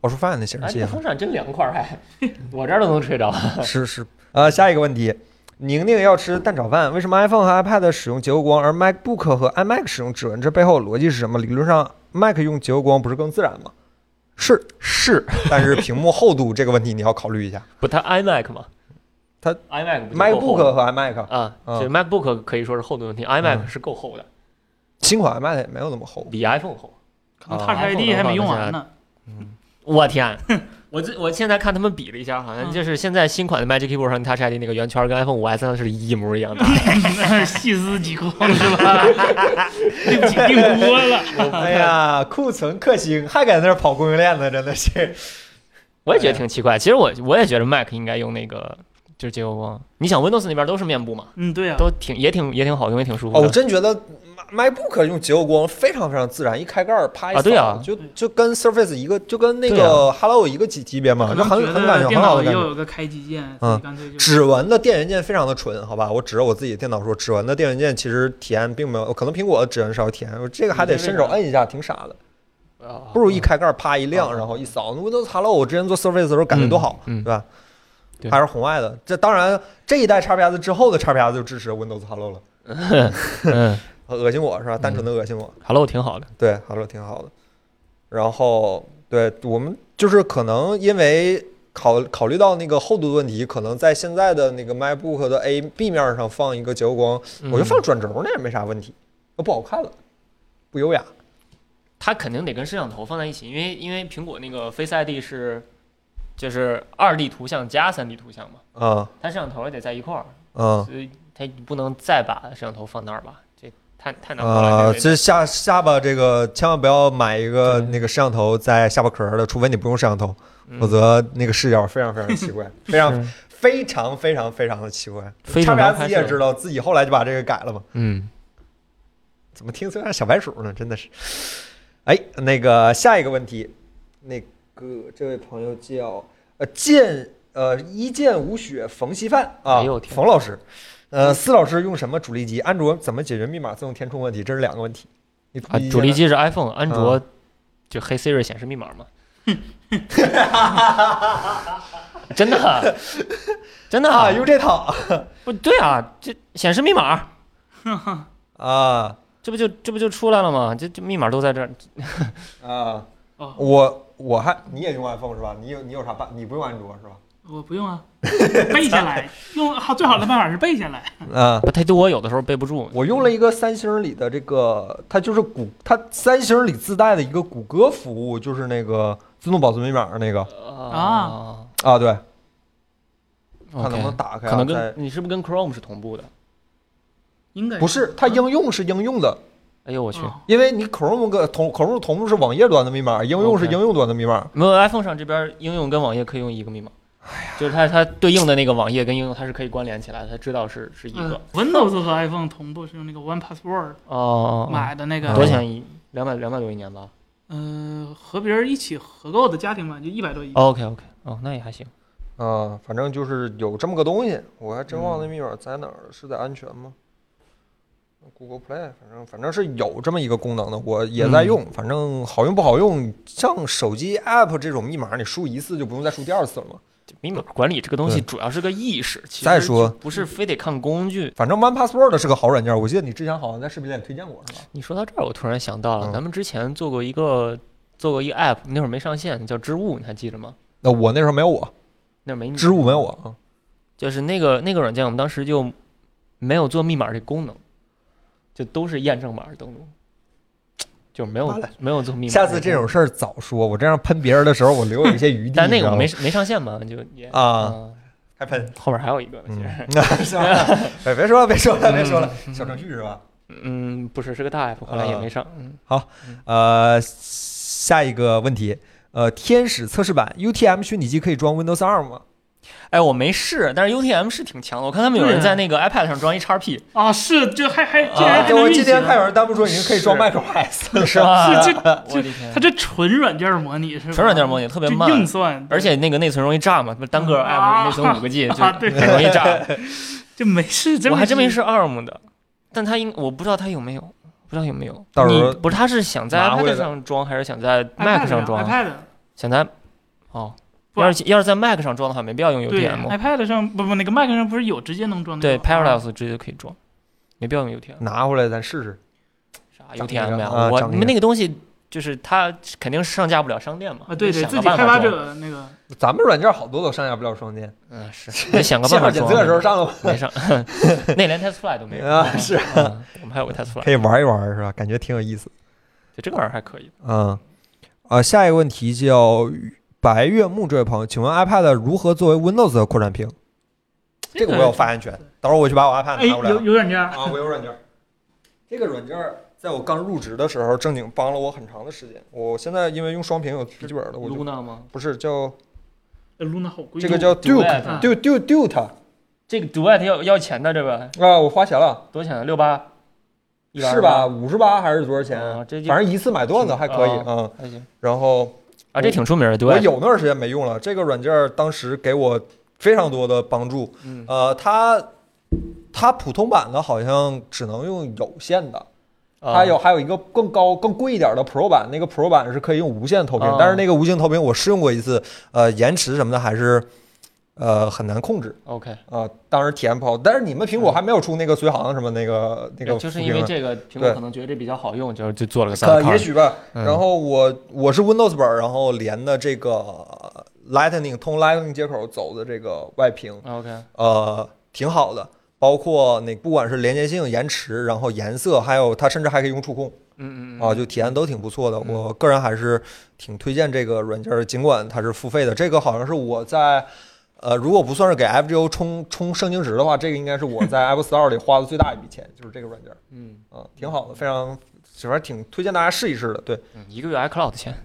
[SPEAKER 1] 奥数范那显示
[SPEAKER 2] 哎，
[SPEAKER 1] 器
[SPEAKER 2] 这风扇真凉快，哎，我这儿都能吹着。
[SPEAKER 1] 是是。呃，下一个问题，宁宁要吃蛋炒饭，为什么 iPhone 和 iPad 使用结构光，而 MacBook 和 iMac 使用指纹？这背后的逻辑是什么？理论上 Mac 用结构光不是更自然吗？是是，但是屏幕厚度这个问题你要考虑一下。
[SPEAKER 2] 不，它 iMac 嘛，
[SPEAKER 1] 它
[SPEAKER 2] iMac 不就够
[SPEAKER 1] MacBook
[SPEAKER 2] 厚
[SPEAKER 1] 和 iMac，
[SPEAKER 2] 啊，嗯
[SPEAKER 1] 嗯
[SPEAKER 2] 这 MacBook 可以说是厚度问题，iMac 是够厚的，
[SPEAKER 1] 新款 iMac 也没有那么 厚。
[SPEAKER 2] 比 iPhone 厚。
[SPEAKER 3] 可能
[SPEAKER 1] 啊
[SPEAKER 3] Touch ID 还没用完
[SPEAKER 2] 然
[SPEAKER 3] 呢。
[SPEAKER 2] 我天，我这我现在看他们比了一下，好像
[SPEAKER 3] 嗯
[SPEAKER 2] 就是现在新款的 Magic Keyboard 上 Touch ID 那个圆圈跟 iPhone 5 S 上是一模一样的。
[SPEAKER 3] 细思极恐是吧？对 不起，定多了。
[SPEAKER 1] 哎呀，库存克星还敢在那儿跑供应链呢，真的是。
[SPEAKER 2] 我也觉得挺奇怪。其实我我也觉得 Mac 应该用那个就是结构光。你想 Windows 那边都是面部嘛，
[SPEAKER 3] 嗯，对啊，
[SPEAKER 2] 都挺也挺也挺好用，也挺舒
[SPEAKER 1] 哦，
[SPEAKER 2] 服
[SPEAKER 1] 我
[SPEAKER 2] 的。
[SPEAKER 1] 真觉得 MacBook 用结构光非常非常自然，一开盖儿啪一
[SPEAKER 2] 啊对
[SPEAKER 1] 扫
[SPEAKER 2] 啊
[SPEAKER 1] 就就跟 Surface 一个，就跟那
[SPEAKER 2] 对
[SPEAKER 1] 个
[SPEAKER 2] 啊
[SPEAKER 1] Hello 一个级级别嘛，
[SPEAKER 3] 可
[SPEAKER 1] 就
[SPEAKER 3] 能
[SPEAKER 1] 很
[SPEAKER 3] 觉
[SPEAKER 1] 很感
[SPEAKER 3] 得
[SPEAKER 1] 觉
[SPEAKER 3] 电
[SPEAKER 1] 很好
[SPEAKER 3] 脑
[SPEAKER 1] 的
[SPEAKER 3] 也
[SPEAKER 1] 感觉。
[SPEAKER 3] 有个开机键，
[SPEAKER 1] 嗯
[SPEAKER 3] 所以干脆就
[SPEAKER 1] 指纹的电源键非常的纯，好吧，我指着我自己电脑说，指纹的电源键其实体验并没有，可能苹果的指纹稍体验，我这个还得伸手摁一下，挺傻的，
[SPEAKER 2] 啊
[SPEAKER 1] 不如
[SPEAKER 3] 嗯
[SPEAKER 1] 一开盖儿啪一亮，
[SPEAKER 2] 啊
[SPEAKER 1] 然后一扫。Windows Hello 我之前做 Surface 的时候感觉多好，
[SPEAKER 2] 嗯嗯
[SPEAKER 1] 对吧？
[SPEAKER 2] 对
[SPEAKER 1] 还是红外的，这当然这一代 XPS 之后的 XPS 就支持 Windows Hello 了，
[SPEAKER 2] 嗯
[SPEAKER 1] 恶心我是吧？单纯的恶心我。
[SPEAKER 2] ，Hello 挺好的。
[SPEAKER 1] 对，Hello 挺好的。然后，对我们就是可能因为考考虑到那个厚度的问题，可能在现在的那个 MacBook 的 A B 面上放一个结构光，我觉得
[SPEAKER 2] 嗯
[SPEAKER 1] 放转轴那也没啥问题，那不好看了，不优雅。
[SPEAKER 2] 它肯定得跟摄像头放在一起，因为因为苹果那个 Face ID 是就是二 D 图像加三 D 图像嘛，
[SPEAKER 1] 嗯
[SPEAKER 2] 它摄像头也得在一块儿，
[SPEAKER 1] 嗯
[SPEAKER 2] 所以它不能再把摄像头放那儿吧？这太太难搞了。
[SPEAKER 1] 呃，
[SPEAKER 2] 这
[SPEAKER 1] 这下下巴这个千万不要买一个
[SPEAKER 2] 对
[SPEAKER 1] 那个摄像头在下巴壳儿的，除非你不用摄像头，
[SPEAKER 2] 嗯
[SPEAKER 1] 否则那个视角非常非常奇 怪，非常
[SPEAKER 2] 是
[SPEAKER 1] 非常非常非常的奇怪。
[SPEAKER 2] 非常难
[SPEAKER 1] XPS
[SPEAKER 2] 拍
[SPEAKER 1] 自己也
[SPEAKER 2] 摄
[SPEAKER 1] 知道，自己后来就把这个改了嘛。
[SPEAKER 2] 嗯，
[SPEAKER 1] 怎么听着像小白鼠呢？真的是。哎，那个下一个问题，那个这位朋友叫呃剑呃一剑无雪冯稀饭啊
[SPEAKER 2] 哎呦，天
[SPEAKER 1] 冯老师，呃，司老师用什么主力机？安卓怎么解决密码自动填充问题？这是两个问题。你
[SPEAKER 2] 啊，主力，机是 iPhone，安卓就黑 Siri 显示密 码嘛。真的，啊真的
[SPEAKER 1] 啊，用这套
[SPEAKER 2] 不对啊，这显示密码，
[SPEAKER 1] 啊
[SPEAKER 2] 这不就这不就出来了吗？这这密码都在这儿。
[SPEAKER 1] 啊
[SPEAKER 3] 哦！
[SPEAKER 1] 我我还你也用 iPhone 是吧？你有你有啥办？你不用安卓是吧？
[SPEAKER 3] 我不用啊， 背下 来用好最好的办法是背下来。
[SPEAKER 1] 啊，
[SPEAKER 2] 不，它对我有的时候背不住。
[SPEAKER 1] 我用了一个三星里的这个，它就是谷，它三星里自带的一个谷歌服务，就是那个自动保存密码的那个
[SPEAKER 2] 啊，
[SPEAKER 1] 啊，对，看
[SPEAKER 2] OK
[SPEAKER 1] 能不能打开、啊。
[SPEAKER 2] 可能
[SPEAKER 1] 再
[SPEAKER 2] 跟你是不是跟 Chrome 是同步的？
[SPEAKER 3] 应该
[SPEAKER 1] 不是，它应用是应用的，
[SPEAKER 2] 哎呦我
[SPEAKER 3] 我
[SPEAKER 2] 去，
[SPEAKER 1] 因为你 Chrome 跟同 Chrome 同步是网页端的密码，应用是
[SPEAKER 2] OK
[SPEAKER 1] 应用端的密码。
[SPEAKER 2] 没有 iPhone 上这边应用跟网页可以用一个密码，
[SPEAKER 1] 哎
[SPEAKER 2] 就是它它对应的那个网页跟应用它是可以关联起来的，它知道是是一
[SPEAKER 1] 嗯
[SPEAKER 2] 个。
[SPEAKER 3] 呃 Windows 和 iPhone 同步是用那个 One Password
[SPEAKER 2] 哦，
[SPEAKER 3] 买的那个，
[SPEAKER 2] 多少钱一？两百两百多一年吧。
[SPEAKER 3] 呃，和别人一起合购的家庭版就一百多一。
[SPEAKER 2] OK OK，哦，那也还行。
[SPEAKER 1] 啊，反正就是有这么个东西，我还真忘了那密码在哪儿了，是在安全吗？Google Play，反正反正是有这么一个功能的，我也在用，反正好用不好用，像手机 App 这种密码，你输一次就不用再输第二次了嘛。
[SPEAKER 2] 密码管理这个东西
[SPEAKER 1] 对
[SPEAKER 2] 主要是个意识，其实
[SPEAKER 1] 再说
[SPEAKER 2] 就不是非得看工具。
[SPEAKER 1] 反正 One Password 是个好软件，我记得你之前好像在视频里也推荐过，是吧？
[SPEAKER 2] 你说到这儿，我突然想到了，
[SPEAKER 1] 嗯
[SPEAKER 2] 咱们之前做过一个做过一个 app，那会儿没上线，叫知物，你还记着吗？
[SPEAKER 1] 那呃我那时候没有我，
[SPEAKER 2] 那会儿没你
[SPEAKER 1] 知乎没有我，啊。
[SPEAKER 2] 就是那个那个软件，我们当时就没有做密码这功能，就都是验证码登录，就没有
[SPEAKER 1] 完了
[SPEAKER 2] 没有做密码。
[SPEAKER 1] 下次这种，事儿早说，我这样喷别人的时候，我留有一些余地。
[SPEAKER 2] 但那个我没
[SPEAKER 1] 你知
[SPEAKER 2] 没上线嘛，就也
[SPEAKER 1] 道吗啊，
[SPEAKER 2] 嗯
[SPEAKER 1] 还喷，
[SPEAKER 2] 后面还有一个呢，其
[SPEAKER 1] 嗯
[SPEAKER 2] 实。，
[SPEAKER 1] 是吧？别别说了，别说了，别说了，小程序是吧？
[SPEAKER 2] 嗯，不是，是个大 app，后来也
[SPEAKER 1] 啊
[SPEAKER 2] 没上。嗯
[SPEAKER 1] 呃，下一个问题，呃，天使测试版 UTM 虚拟机可以装 Windows 二吗？
[SPEAKER 2] 哎，我没试，但是 UTM 是挺强的。我看他们有人在那个 iPad 上装一 x
[SPEAKER 3] 啊，是这还还竟然
[SPEAKER 1] 啊，
[SPEAKER 3] 还
[SPEAKER 1] 就
[SPEAKER 3] 能
[SPEAKER 1] 我
[SPEAKER 3] 运
[SPEAKER 1] 今
[SPEAKER 3] 行？
[SPEAKER 1] 天看有人弹幕说已经可以装
[SPEAKER 2] 是
[SPEAKER 1] macOS 了，
[SPEAKER 2] P，是吧？
[SPEAKER 1] 啊
[SPEAKER 3] 是这
[SPEAKER 2] 啊我的天
[SPEAKER 3] 它，这纯软件模拟是吧？
[SPEAKER 2] 纯软件模拟特别
[SPEAKER 3] 就
[SPEAKER 2] 慢，
[SPEAKER 3] 硬算，
[SPEAKER 2] 而且那个内存容易炸嘛，不是单个 app
[SPEAKER 3] 啊
[SPEAKER 2] 内存五 个 G 就
[SPEAKER 3] 啊对
[SPEAKER 2] 很容易炸。
[SPEAKER 3] 这没事，真
[SPEAKER 2] 我还真没
[SPEAKER 3] 事。
[SPEAKER 2] 试 ARM 的，但它应我不知道它有没有。不知道有没有。
[SPEAKER 1] 到时
[SPEAKER 2] 你
[SPEAKER 1] 候
[SPEAKER 2] 不是他是想在
[SPEAKER 1] 拿回
[SPEAKER 2] iPad
[SPEAKER 1] 来
[SPEAKER 2] 上装，还是想在
[SPEAKER 3] iPad
[SPEAKER 2] Mac 上装啊？
[SPEAKER 3] ，iPad
[SPEAKER 2] 想在哦，
[SPEAKER 3] 不
[SPEAKER 2] 要是要是在 Mac 上装的话，没必要用
[SPEAKER 3] 对
[SPEAKER 2] UTM。
[SPEAKER 3] ，iPad 上不不那个 Mac 上不是有直接能装的
[SPEAKER 2] 对
[SPEAKER 3] 啊吗
[SPEAKER 2] Parallels 直接就可以装，没必要用 UTM。
[SPEAKER 1] 拿回来咱试试。
[SPEAKER 2] 啥
[SPEAKER 1] 长
[SPEAKER 2] UTM
[SPEAKER 1] 一个？
[SPEAKER 2] 呀
[SPEAKER 1] 啊
[SPEAKER 2] 我
[SPEAKER 1] 长一
[SPEAKER 2] 你们
[SPEAKER 1] 个
[SPEAKER 2] 那个东西就是它肯定上架不了商店嘛。
[SPEAKER 3] 啊，对对，
[SPEAKER 2] 得想
[SPEAKER 3] 自
[SPEAKER 2] 个
[SPEAKER 3] 己
[SPEAKER 2] 办
[SPEAKER 3] 开
[SPEAKER 2] 法
[SPEAKER 3] 发
[SPEAKER 2] 装。
[SPEAKER 3] 者那个
[SPEAKER 1] 咱们软件好多都上架不了双店，
[SPEAKER 2] 嗯，是得想个
[SPEAKER 1] 信
[SPEAKER 2] 办
[SPEAKER 1] 号
[SPEAKER 2] 法
[SPEAKER 1] 检
[SPEAKER 2] 装。
[SPEAKER 1] 测的时候上了吗
[SPEAKER 2] 没上， 那连 test fly 都没有。
[SPEAKER 1] 啊， 是
[SPEAKER 2] 嗯我们还有个 test fly，
[SPEAKER 1] 可以玩一玩是吧？感觉挺有意思。
[SPEAKER 2] 对这个玩意儿还可以。
[SPEAKER 1] 嗯，啊，下一个问题叫白月木这位朋友，请问 iPad 如何作为 Windows 的扩展屏？这个我有发言权，到时候我去把我 iPad
[SPEAKER 3] 哎
[SPEAKER 1] 拿过来
[SPEAKER 3] 有
[SPEAKER 1] 了
[SPEAKER 3] 有软件儿，
[SPEAKER 1] 啊，我有软件儿。 这个软件儿在我刚入职的时候正经帮了我很长的时间。我现在因为用双屏有笔记本了，我就
[SPEAKER 2] Luna 吗？
[SPEAKER 1] 不是叫
[SPEAKER 3] 呃 Luna 好贵，
[SPEAKER 1] 这个叫 Duke
[SPEAKER 2] Duet
[SPEAKER 3] 啊
[SPEAKER 1] Duke Duke Duke
[SPEAKER 2] 这个 Duet 要要钱的，这个
[SPEAKER 1] 啊，我花钱了，
[SPEAKER 2] 多少钱啊？六八，128
[SPEAKER 1] 是吧？？五十八还哦是多少钱？
[SPEAKER 2] 啊这就
[SPEAKER 1] 反正一次买断的还可以
[SPEAKER 2] 啊
[SPEAKER 1] 嗯。
[SPEAKER 2] 还行
[SPEAKER 1] 然后
[SPEAKER 2] 啊，这挺出名的
[SPEAKER 1] 我
[SPEAKER 2] Duet。
[SPEAKER 1] 有段时间没用了，这个软件儿当时给我非常多的帮助。
[SPEAKER 2] 嗯
[SPEAKER 1] 呃，它它普通版的好像只能用有线的，
[SPEAKER 2] 啊
[SPEAKER 1] 它有还有一个更高、更贵一点的 Pro 版，那个 Pro 版是可以用无线投屏，
[SPEAKER 2] 啊
[SPEAKER 1] 但是那个无线投屏我试用过一次，呃，延迟什么的还是呃很难控制
[SPEAKER 2] OK，
[SPEAKER 1] 啊、呃当时体验不好。但是你们苹果还没有出那个随行什么那个那个
[SPEAKER 2] 就是
[SPEAKER 1] 扶
[SPEAKER 2] 因为
[SPEAKER 1] 贫
[SPEAKER 2] 这个苹果
[SPEAKER 1] 对
[SPEAKER 2] 可能觉得这比较好用，就就做了个三
[SPEAKER 1] 可
[SPEAKER 2] 个
[SPEAKER 1] 也许吧。
[SPEAKER 2] 嗯
[SPEAKER 1] 然后我我是 Windows 本儿，然后连的这个 Lightning 通 Lightning 接口走的这个外屏，
[SPEAKER 2] 嗯 OK，
[SPEAKER 1] 呃，挺好的。包括那不管是连接性、延迟，然后颜色，还有它甚至还可以用触控
[SPEAKER 2] 嗯嗯嗯
[SPEAKER 1] 啊，就体验都挺不错的。
[SPEAKER 2] 嗯
[SPEAKER 1] 我个人还是挺推荐这个软件儿，尽管它是付费的。这个好像是我在。呃，如果不算是给 FGO 充充圣经值的话，这个应该是我在 App Store 里花的最大一笔钱，就是这个软件儿
[SPEAKER 2] 嗯
[SPEAKER 1] 啊，挺好的，非常，反正挺推荐大家试一试的。对，
[SPEAKER 2] 嗯，一个月 iCloud 的钱，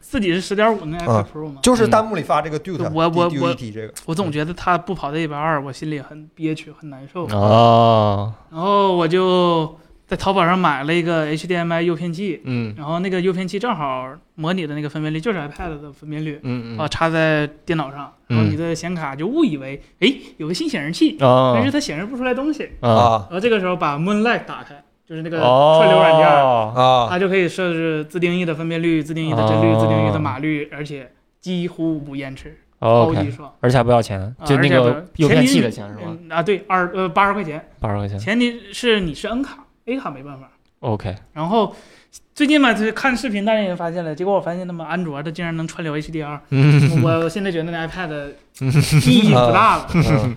[SPEAKER 3] 自己是十点五那
[SPEAKER 1] 啊嗯
[SPEAKER 3] iPad Pro 嘛，
[SPEAKER 1] 就是弹幕里发这个 dude，
[SPEAKER 3] 嗯我我
[SPEAKER 1] d
[SPEAKER 3] 我
[SPEAKER 1] u E t 这个
[SPEAKER 3] 我总觉得它不跑到一百二，我心里很憋屈，很难
[SPEAKER 1] 嗯
[SPEAKER 3] 受。
[SPEAKER 2] 哦，
[SPEAKER 3] 然后我就在淘宝上买了一个 HDMI 诱片器，
[SPEAKER 2] 嗯
[SPEAKER 3] 然后那个诱片器正好模拟的那个分辨率就是 iPad 的分辨率，
[SPEAKER 2] 嗯
[SPEAKER 3] 啊，插在电脑上，然后你的显卡就误以为哎有个新显示器，
[SPEAKER 1] 嗯
[SPEAKER 3] 但是
[SPEAKER 2] 哦
[SPEAKER 3] 它显示不出来东西。
[SPEAKER 2] 啊
[SPEAKER 1] 啊
[SPEAKER 3] 然后这个时候把 Moonlight 打开，就是那个
[SPEAKER 2] 哦，
[SPEAKER 3] 串流软件儿，
[SPEAKER 1] 啊
[SPEAKER 3] 它就可以设置自定义的分辨率、自定义的帧率、
[SPEAKER 2] 哦
[SPEAKER 3] 自定义的码率，而且几乎无延迟，
[SPEAKER 1] 哦
[SPEAKER 3] 超级
[SPEAKER 2] OK，
[SPEAKER 3] 爽。
[SPEAKER 2] 而且还不要钱，
[SPEAKER 3] 啊
[SPEAKER 2] 就那个
[SPEAKER 3] 而且
[SPEAKER 2] 诱
[SPEAKER 3] 不前
[SPEAKER 2] 骗
[SPEAKER 3] 提
[SPEAKER 2] 器的钱是吗？
[SPEAKER 3] 嗯啊，对，二呃八十块钱，
[SPEAKER 2] 八十
[SPEAKER 1] 嗯
[SPEAKER 2] 块钱
[SPEAKER 3] 前提是你是 N 卡，A 卡没办法。
[SPEAKER 2] ，OK，
[SPEAKER 3] 然后最近嘛，就是看视频，大家也发现了，结果我发现他们安卓的竟然能串 流 HDR，我现在觉得那 iPad 意义不大了。
[SPEAKER 1] 嗯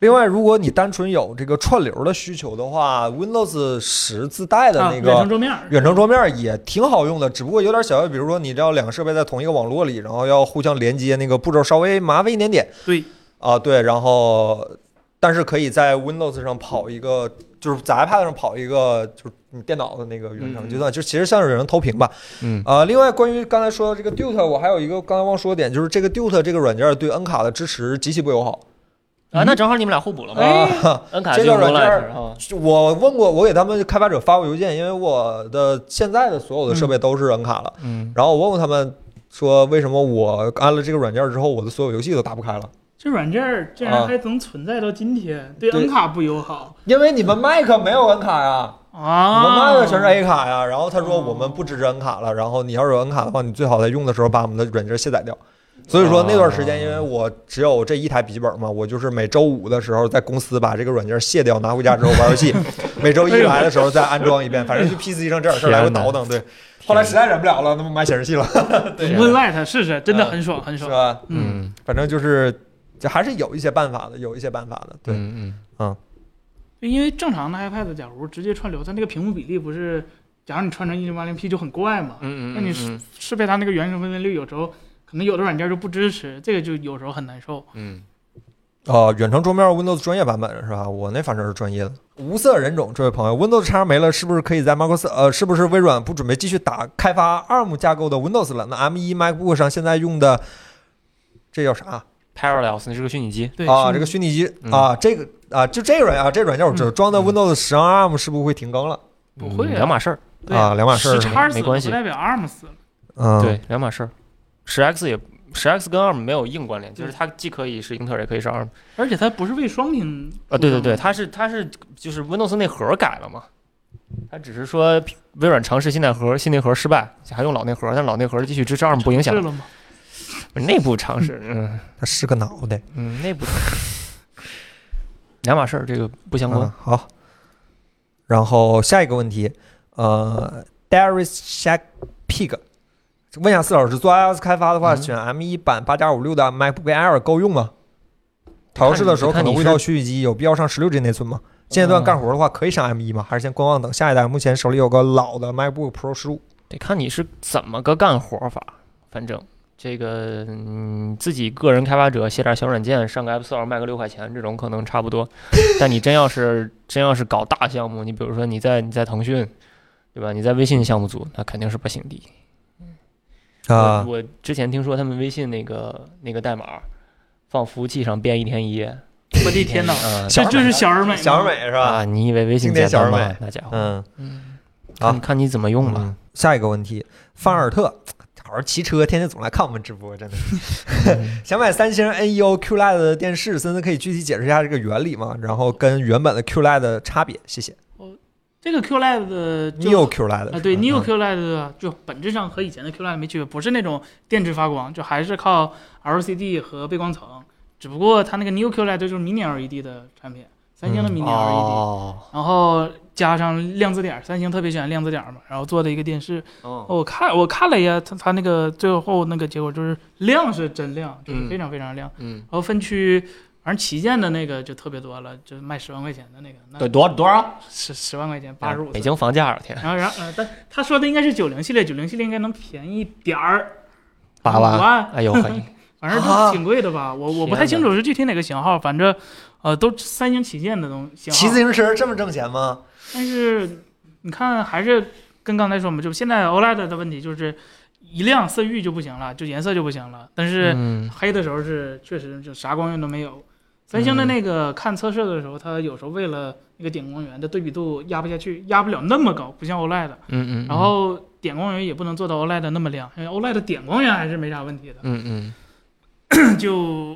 [SPEAKER 1] 另外，如果你单纯有这个串流的需求的话，Windows 十自带的
[SPEAKER 3] 啊，
[SPEAKER 1] 那
[SPEAKER 3] 远程
[SPEAKER 1] 个
[SPEAKER 3] 桌面儿，
[SPEAKER 1] 远程桌面也挺好用的，只不过有点小，比如说你这要两个设备在同一个网络里，然后要互相连接，那个步骤稍微麻烦一点点。
[SPEAKER 3] 对，
[SPEAKER 1] 啊对，然后但是可以在 Windows 上跑一个，就是在 iPad 上跑一个，就是你电脑的那个远程，
[SPEAKER 2] 嗯
[SPEAKER 1] 就算就其实像是远程投屏吧。
[SPEAKER 2] 嗯
[SPEAKER 1] 啊，另外关于刚才说的这个 Dute，我还有一个刚才忘说的点，就是这个 Dute 这个软件对 N 卡的支持极其不友好。
[SPEAKER 2] 啊，那正好你们俩互补了嘛
[SPEAKER 1] 啊，
[SPEAKER 2] ，N 卡
[SPEAKER 1] 这
[SPEAKER 2] 就
[SPEAKER 1] 个软
[SPEAKER 2] Roulette，
[SPEAKER 1] 件儿
[SPEAKER 2] 然后
[SPEAKER 1] 我问过，我给他们开发者发过邮件，因为我的现在的所有的设备都是 N 卡了，
[SPEAKER 2] 嗯，
[SPEAKER 1] 然后我问过他们说，为什么我安了这个软件之后，我的所有游戏都打不开了？
[SPEAKER 3] 这软件儿竟
[SPEAKER 1] 啊
[SPEAKER 3] 然还能存在到今天，对
[SPEAKER 1] 对
[SPEAKER 3] N 卡不友好
[SPEAKER 1] 因为你们 Mac 没有 N 卡呀，你们
[SPEAKER 3] 啊。
[SPEAKER 1] Mac 全是 A 卡呀。然后他说
[SPEAKER 3] 哦
[SPEAKER 1] 我们不支持 N 卡了，然后你要是有 N 卡的话，你最好在用的时候把我们的软件卸载掉。所以说那段时间，
[SPEAKER 3] 哦
[SPEAKER 1] 因为我只有这一台笔记本嘛，我就是每周五的时候在公司把这个软件卸掉，拿回家之后玩 游戏；每周一
[SPEAKER 3] 哎
[SPEAKER 1] 来的时候再安装一遍，反正就 PC 上这点事儿来回倒腾。对，后来实在忍不了了，那不买显示器了，
[SPEAKER 3] 啊
[SPEAKER 2] 是
[SPEAKER 3] Moonlight 试试，真的很爽，很
[SPEAKER 1] 嗯是啊
[SPEAKER 3] 爽。
[SPEAKER 1] 吧？
[SPEAKER 3] 嗯，
[SPEAKER 2] 嗯
[SPEAKER 1] 反正就是，这还是有一些办法的，有一些办法的。对，
[SPEAKER 2] 嗯嗯
[SPEAKER 3] 对因为正常的 iPad 假如直接串流，它那个屏幕比例不是，假如你串成一零八零 P 就很怪嘛。
[SPEAKER 2] 嗯嗯，
[SPEAKER 3] 那你
[SPEAKER 2] 嗯
[SPEAKER 3] 适配它那个原生分辨率，有时候可能有的软件就不支持，这个就有时候很难受。
[SPEAKER 2] 嗯
[SPEAKER 1] 哦、远程桌面 Windows 专业版本是吧？我那反正是专业的。无色人种这位朋友，Windows 叉没了，是不是可以在 Microsoft 呃，是不是微软不准备继续打开发 ARM 架构的 Windows 了？那 E M1 MacBook 上现在用的这叫啥
[SPEAKER 2] ，Parallels 那是个虚拟机，
[SPEAKER 3] 对
[SPEAKER 1] 啊？
[SPEAKER 3] 是
[SPEAKER 1] 这个虚拟机、
[SPEAKER 2] 嗯
[SPEAKER 1] 啊，这个啊，就这个软件啊，这软件我知道，装在 Windows 十上 ARM 是不是会停更了
[SPEAKER 3] 不
[SPEAKER 2] 嗯
[SPEAKER 3] 会啊
[SPEAKER 2] 两码事儿，
[SPEAKER 3] 对
[SPEAKER 1] 啊？两码事儿
[SPEAKER 3] 十
[SPEAKER 1] 是吗，
[SPEAKER 3] 叉死
[SPEAKER 2] 没
[SPEAKER 3] 了
[SPEAKER 2] 关系
[SPEAKER 3] 不代表 ARM 死了。
[SPEAKER 1] 嗯，
[SPEAKER 2] 对，两码事儿。十 X 也十 X 跟 ARM 没有硬关联，就是它既可以是英特尔，也可以是 ARM。
[SPEAKER 3] 而且它不是为双屏
[SPEAKER 2] 啊，对对对，
[SPEAKER 3] 它
[SPEAKER 2] 它是它是就是 Windows 那盒儿改了嘛，它只是说微软尝试新内核，新内核失败，还用老内核，但老内核继续支持，不影响
[SPEAKER 3] 是了吗？
[SPEAKER 2] 内部尝试。嗯
[SPEAKER 1] 他是个脑袋。
[SPEAKER 2] 嗯，内部尝试两码事儿，这个不相关
[SPEAKER 1] 嗯。。好，然后下一个问题，呃，Darius Shack Pig，问一下四老师，做 iOS 开发的话，
[SPEAKER 2] 嗯
[SPEAKER 1] 选 M 1版8 5 6的 MacBook Air 够用吗？调试的时候可
[SPEAKER 2] 看你
[SPEAKER 1] 能
[SPEAKER 2] 是
[SPEAKER 1] 会到虚拟机，有必要上1 6 G 内存吗？现阶段干活的话，可以上 M 1吗？还是先观望等下一代？目前手里有个老的 MacBook Pro 15，
[SPEAKER 2] 得看你是怎么个干活法。反正这个嗯，自己个人开发者写点小软件，上个 App Store 卖个六块钱，这种可能差不多。 但你真要是真要是搞大项目，你比如说你在你在腾讯，对吧？你在微信项目组，那肯定是不行的。
[SPEAKER 1] 啊，
[SPEAKER 2] 我我之前听说他们微信那个那个代码放服务器上编一天一夜，
[SPEAKER 3] 我的天哪，
[SPEAKER 2] 嗯
[SPEAKER 3] 这就是小而美，
[SPEAKER 1] 小而，美是吧？
[SPEAKER 2] 啊！你以为微信
[SPEAKER 1] 经典
[SPEAKER 2] 简单
[SPEAKER 1] 小而
[SPEAKER 2] 吗
[SPEAKER 1] 美？
[SPEAKER 2] 那家伙，
[SPEAKER 1] 嗯，好
[SPEAKER 2] 看看你怎么用吧。
[SPEAKER 1] 嗯下一个问题，范尔特，好好骑车，天天总来看我们直播，真的。
[SPEAKER 3] 嗯
[SPEAKER 1] 想买三星哎 NEO QLED 的电视，森森可以具体解释一下这个原理吗？然后跟原本的 QLED 的差别，谢谢。
[SPEAKER 3] 这个 QLED 的就
[SPEAKER 1] Neo QLED
[SPEAKER 3] 啊，对
[SPEAKER 1] 是吧
[SPEAKER 3] Neo
[SPEAKER 1] 嗯
[SPEAKER 3] QLED 就本质上和以前的 QLED 没区别，不是那种电致发光，就还是靠 LCD 和背光层，只不过它那个 Neo QLED 就是 Mini LED E 的产品，三星的 Mini LED，、
[SPEAKER 2] 嗯哦，
[SPEAKER 3] E 然后加上量子点儿，三星特别喜欢量子点儿嘛，然后做的一个电视，
[SPEAKER 2] 哦，
[SPEAKER 4] 嗯
[SPEAKER 3] 我看我看了一下，它它那个最后那个结果就是亮是真亮，就是
[SPEAKER 2] 嗯
[SPEAKER 3] 非常非常亮，
[SPEAKER 2] 嗯，
[SPEAKER 3] 然后分区。反正旗舰的那个就特别多了，就卖十万块钱的那个，
[SPEAKER 2] 对，哎
[SPEAKER 3] 那
[SPEAKER 2] 多少多少？
[SPEAKER 3] 十十万块钱，八十五。
[SPEAKER 2] 北京房价，天，
[SPEAKER 3] 然后，然后，呃，但他说的应该是九零系列，九零系列应该能便宜点儿，
[SPEAKER 2] 八
[SPEAKER 3] 五
[SPEAKER 2] 万，
[SPEAKER 3] 万，
[SPEAKER 2] 哎呦嘿，
[SPEAKER 3] 反正都
[SPEAKER 1] 啊
[SPEAKER 3] 挺贵的吧。我我不太
[SPEAKER 2] 天
[SPEAKER 3] 清
[SPEAKER 2] 哪
[SPEAKER 3] 楚是具体哪个型号，反正，呃，都三星旗舰的东西。
[SPEAKER 1] 骑自行车这么挣钱吗？
[SPEAKER 3] 但是你看，还是跟刚才说嘛，就现在 OLED 的问题就是一亮色域就不行了，就颜色就不行了。但是
[SPEAKER 2] 嗯，
[SPEAKER 3] 黑的时候是确实就啥光源都没有。三星
[SPEAKER 2] 嗯
[SPEAKER 3] 的那个看测试的时候，它有时候为了那个点光源的对比度压不下去，压不了那么高，不像 E OLED。
[SPEAKER 2] 嗯嗯，
[SPEAKER 3] 然后点光源也不能做到 OLED 那么亮，因为 OLED 点光源还是没啥问题的，
[SPEAKER 2] 嗯嗯
[SPEAKER 3] 就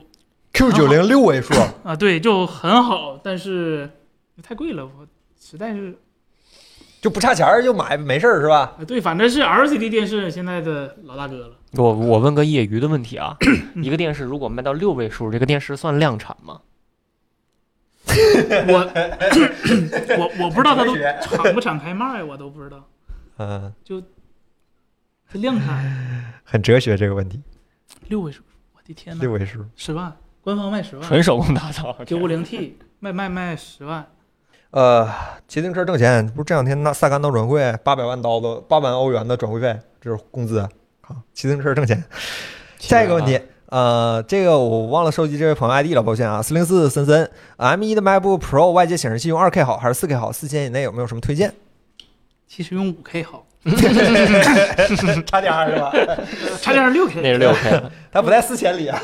[SPEAKER 1] Q 九零六位数，
[SPEAKER 3] 啊对，就很好，但是太贵了，我实在是
[SPEAKER 1] 就不差钱儿就买，没事儿是吧？
[SPEAKER 3] 啊对，反正是 LCD 电视现在的老大哥了，
[SPEAKER 2] 嗯，我我问个业余的问题 啊，一个电视如果卖到六位数，这个电视算量产吗？
[SPEAKER 3] 我我我不知道它都敞不敞开卖，我都不知道，
[SPEAKER 1] 嗯，
[SPEAKER 3] 它量产
[SPEAKER 1] 很哲学这个问题，
[SPEAKER 3] 六位数，我的天
[SPEAKER 1] 六
[SPEAKER 3] 呐，
[SPEAKER 1] 位数。
[SPEAKER 3] 十万，官方卖十万，
[SPEAKER 2] 纯手工打造，
[SPEAKER 3] 九 五零 T 卖卖卖十万，
[SPEAKER 1] 呃，骑自行车挣钱，不是这两天那萨干闹转会八百万刀的八百万欧元的转会费，这是工资啊！好骑自行车挣钱。
[SPEAKER 2] 啊
[SPEAKER 1] 下一个问题，呃，这个我忘了收集这位朋友 ID 了，抱歉啊。四零四森森，M E 1的 MacBook Pro 外接显示器用 2K 好还是 4K 好？四千以内有没有什么推荐？
[SPEAKER 3] 其实用五 K 好，
[SPEAKER 1] 差点儿是吧？
[SPEAKER 3] 差点六
[SPEAKER 2] 那
[SPEAKER 3] K，
[SPEAKER 2] 是六 K，
[SPEAKER 1] 它不在四千里啊。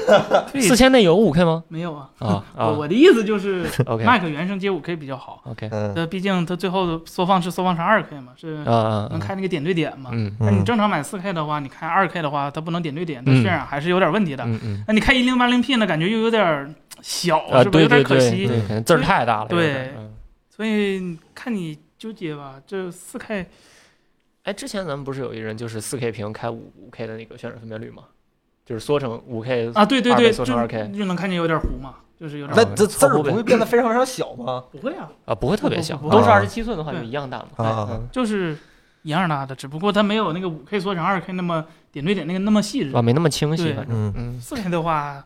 [SPEAKER 2] 四千内有五 K 吗？
[SPEAKER 3] 没有啊，
[SPEAKER 2] 啊
[SPEAKER 3] 我
[SPEAKER 2] 啊
[SPEAKER 3] 我的意思就是。
[SPEAKER 2] ，OK
[SPEAKER 3] Mac 原生接五 K 比较好，
[SPEAKER 2] OK，
[SPEAKER 1] 嗯
[SPEAKER 3] 那毕竟它最后的缩放是缩放成二 K 嘛，是
[SPEAKER 2] 啊啊，
[SPEAKER 3] 能开那个点对点嘛。
[SPEAKER 2] 嗯
[SPEAKER 3] 那哎你
[SPEAKER 1] 嗯
[SPEAKER 3] 正常买四 K 的话，你开二 K 的话，它不能点对点，它
[SPEAKER 2] 嗯
[SPEAKER 3] 渲染还是有点问题的。
[SPEAKER 2] 嗯嗯，
[SPEAKER 3] 那你开一零八零 P 呢，感觉又有点小，
[SPEAKER 2] 啊，
[SPEAKER 3] 是不
[SPEAKER 2] 对
[SPEAKER 3] 是有点
[SPEAKER 2] 对
[SPEAKER 3] 可
[SPEAKER 2] 对，
[SPEAKER 3] 惜？
[SPEAKER 2] 对，可能字儿太大了，有
[SPEAKER 3] 对
[SPEAKER 2] 点儿。嗯
[SPEAKER 3] 所以看你纠结吧，这四 K
[SPEAKER 2] 哎，之前咱们不是有一人就是四 K 屏开五五 K 的那个渲染分辨率吗？就是缩成五 K
[SPEAKER 3] 啊，对对对，
[SPEAKER 2] 2K 缩成
[SPEAKER 3] 就
[SPEAKER 2] 2K
[SPEAKER 3] 就能看见有点糊嘛，就是有
[SPEAKER 1] 那
[SPEAKER 3] 点
[SPEAKER 2] 嗯
[SPEAKER 1] 这字
[SPEAKER 2] 凑
[SPEAKER 1] 儿不
[SPEAKER 2] 合呗
[SPEAKER 1] 会变得非常非常小 吗？
[SPEAKER 3] 不会啊，
[SPEAKER 2] 啊，不会特别小，
[SPEAKER 3] 不不
[SPEAKER 1] 不
[SPEAKER 2] 都是
[SPEAKER 1] 啊
[SPEAKER 2] 二十七寸的话就一样大嘛。
[SPEAKER 1] 啊啊
[SPEAKER 2] 哎嗯
[SPEAKER 3] 就是一样大的，只不过它没有那个五 K 缩成二 K 那么点对点那个那么细致
[SPEAKER 2] 啊，。没那么清晰，
[SPEAKER 3] 对
[SPEAKER 2] 反正
[SPEAKER 1] 嗯，
[SPEAKER 2] 嗯，
[SPEAKER 3] 四 K 的话，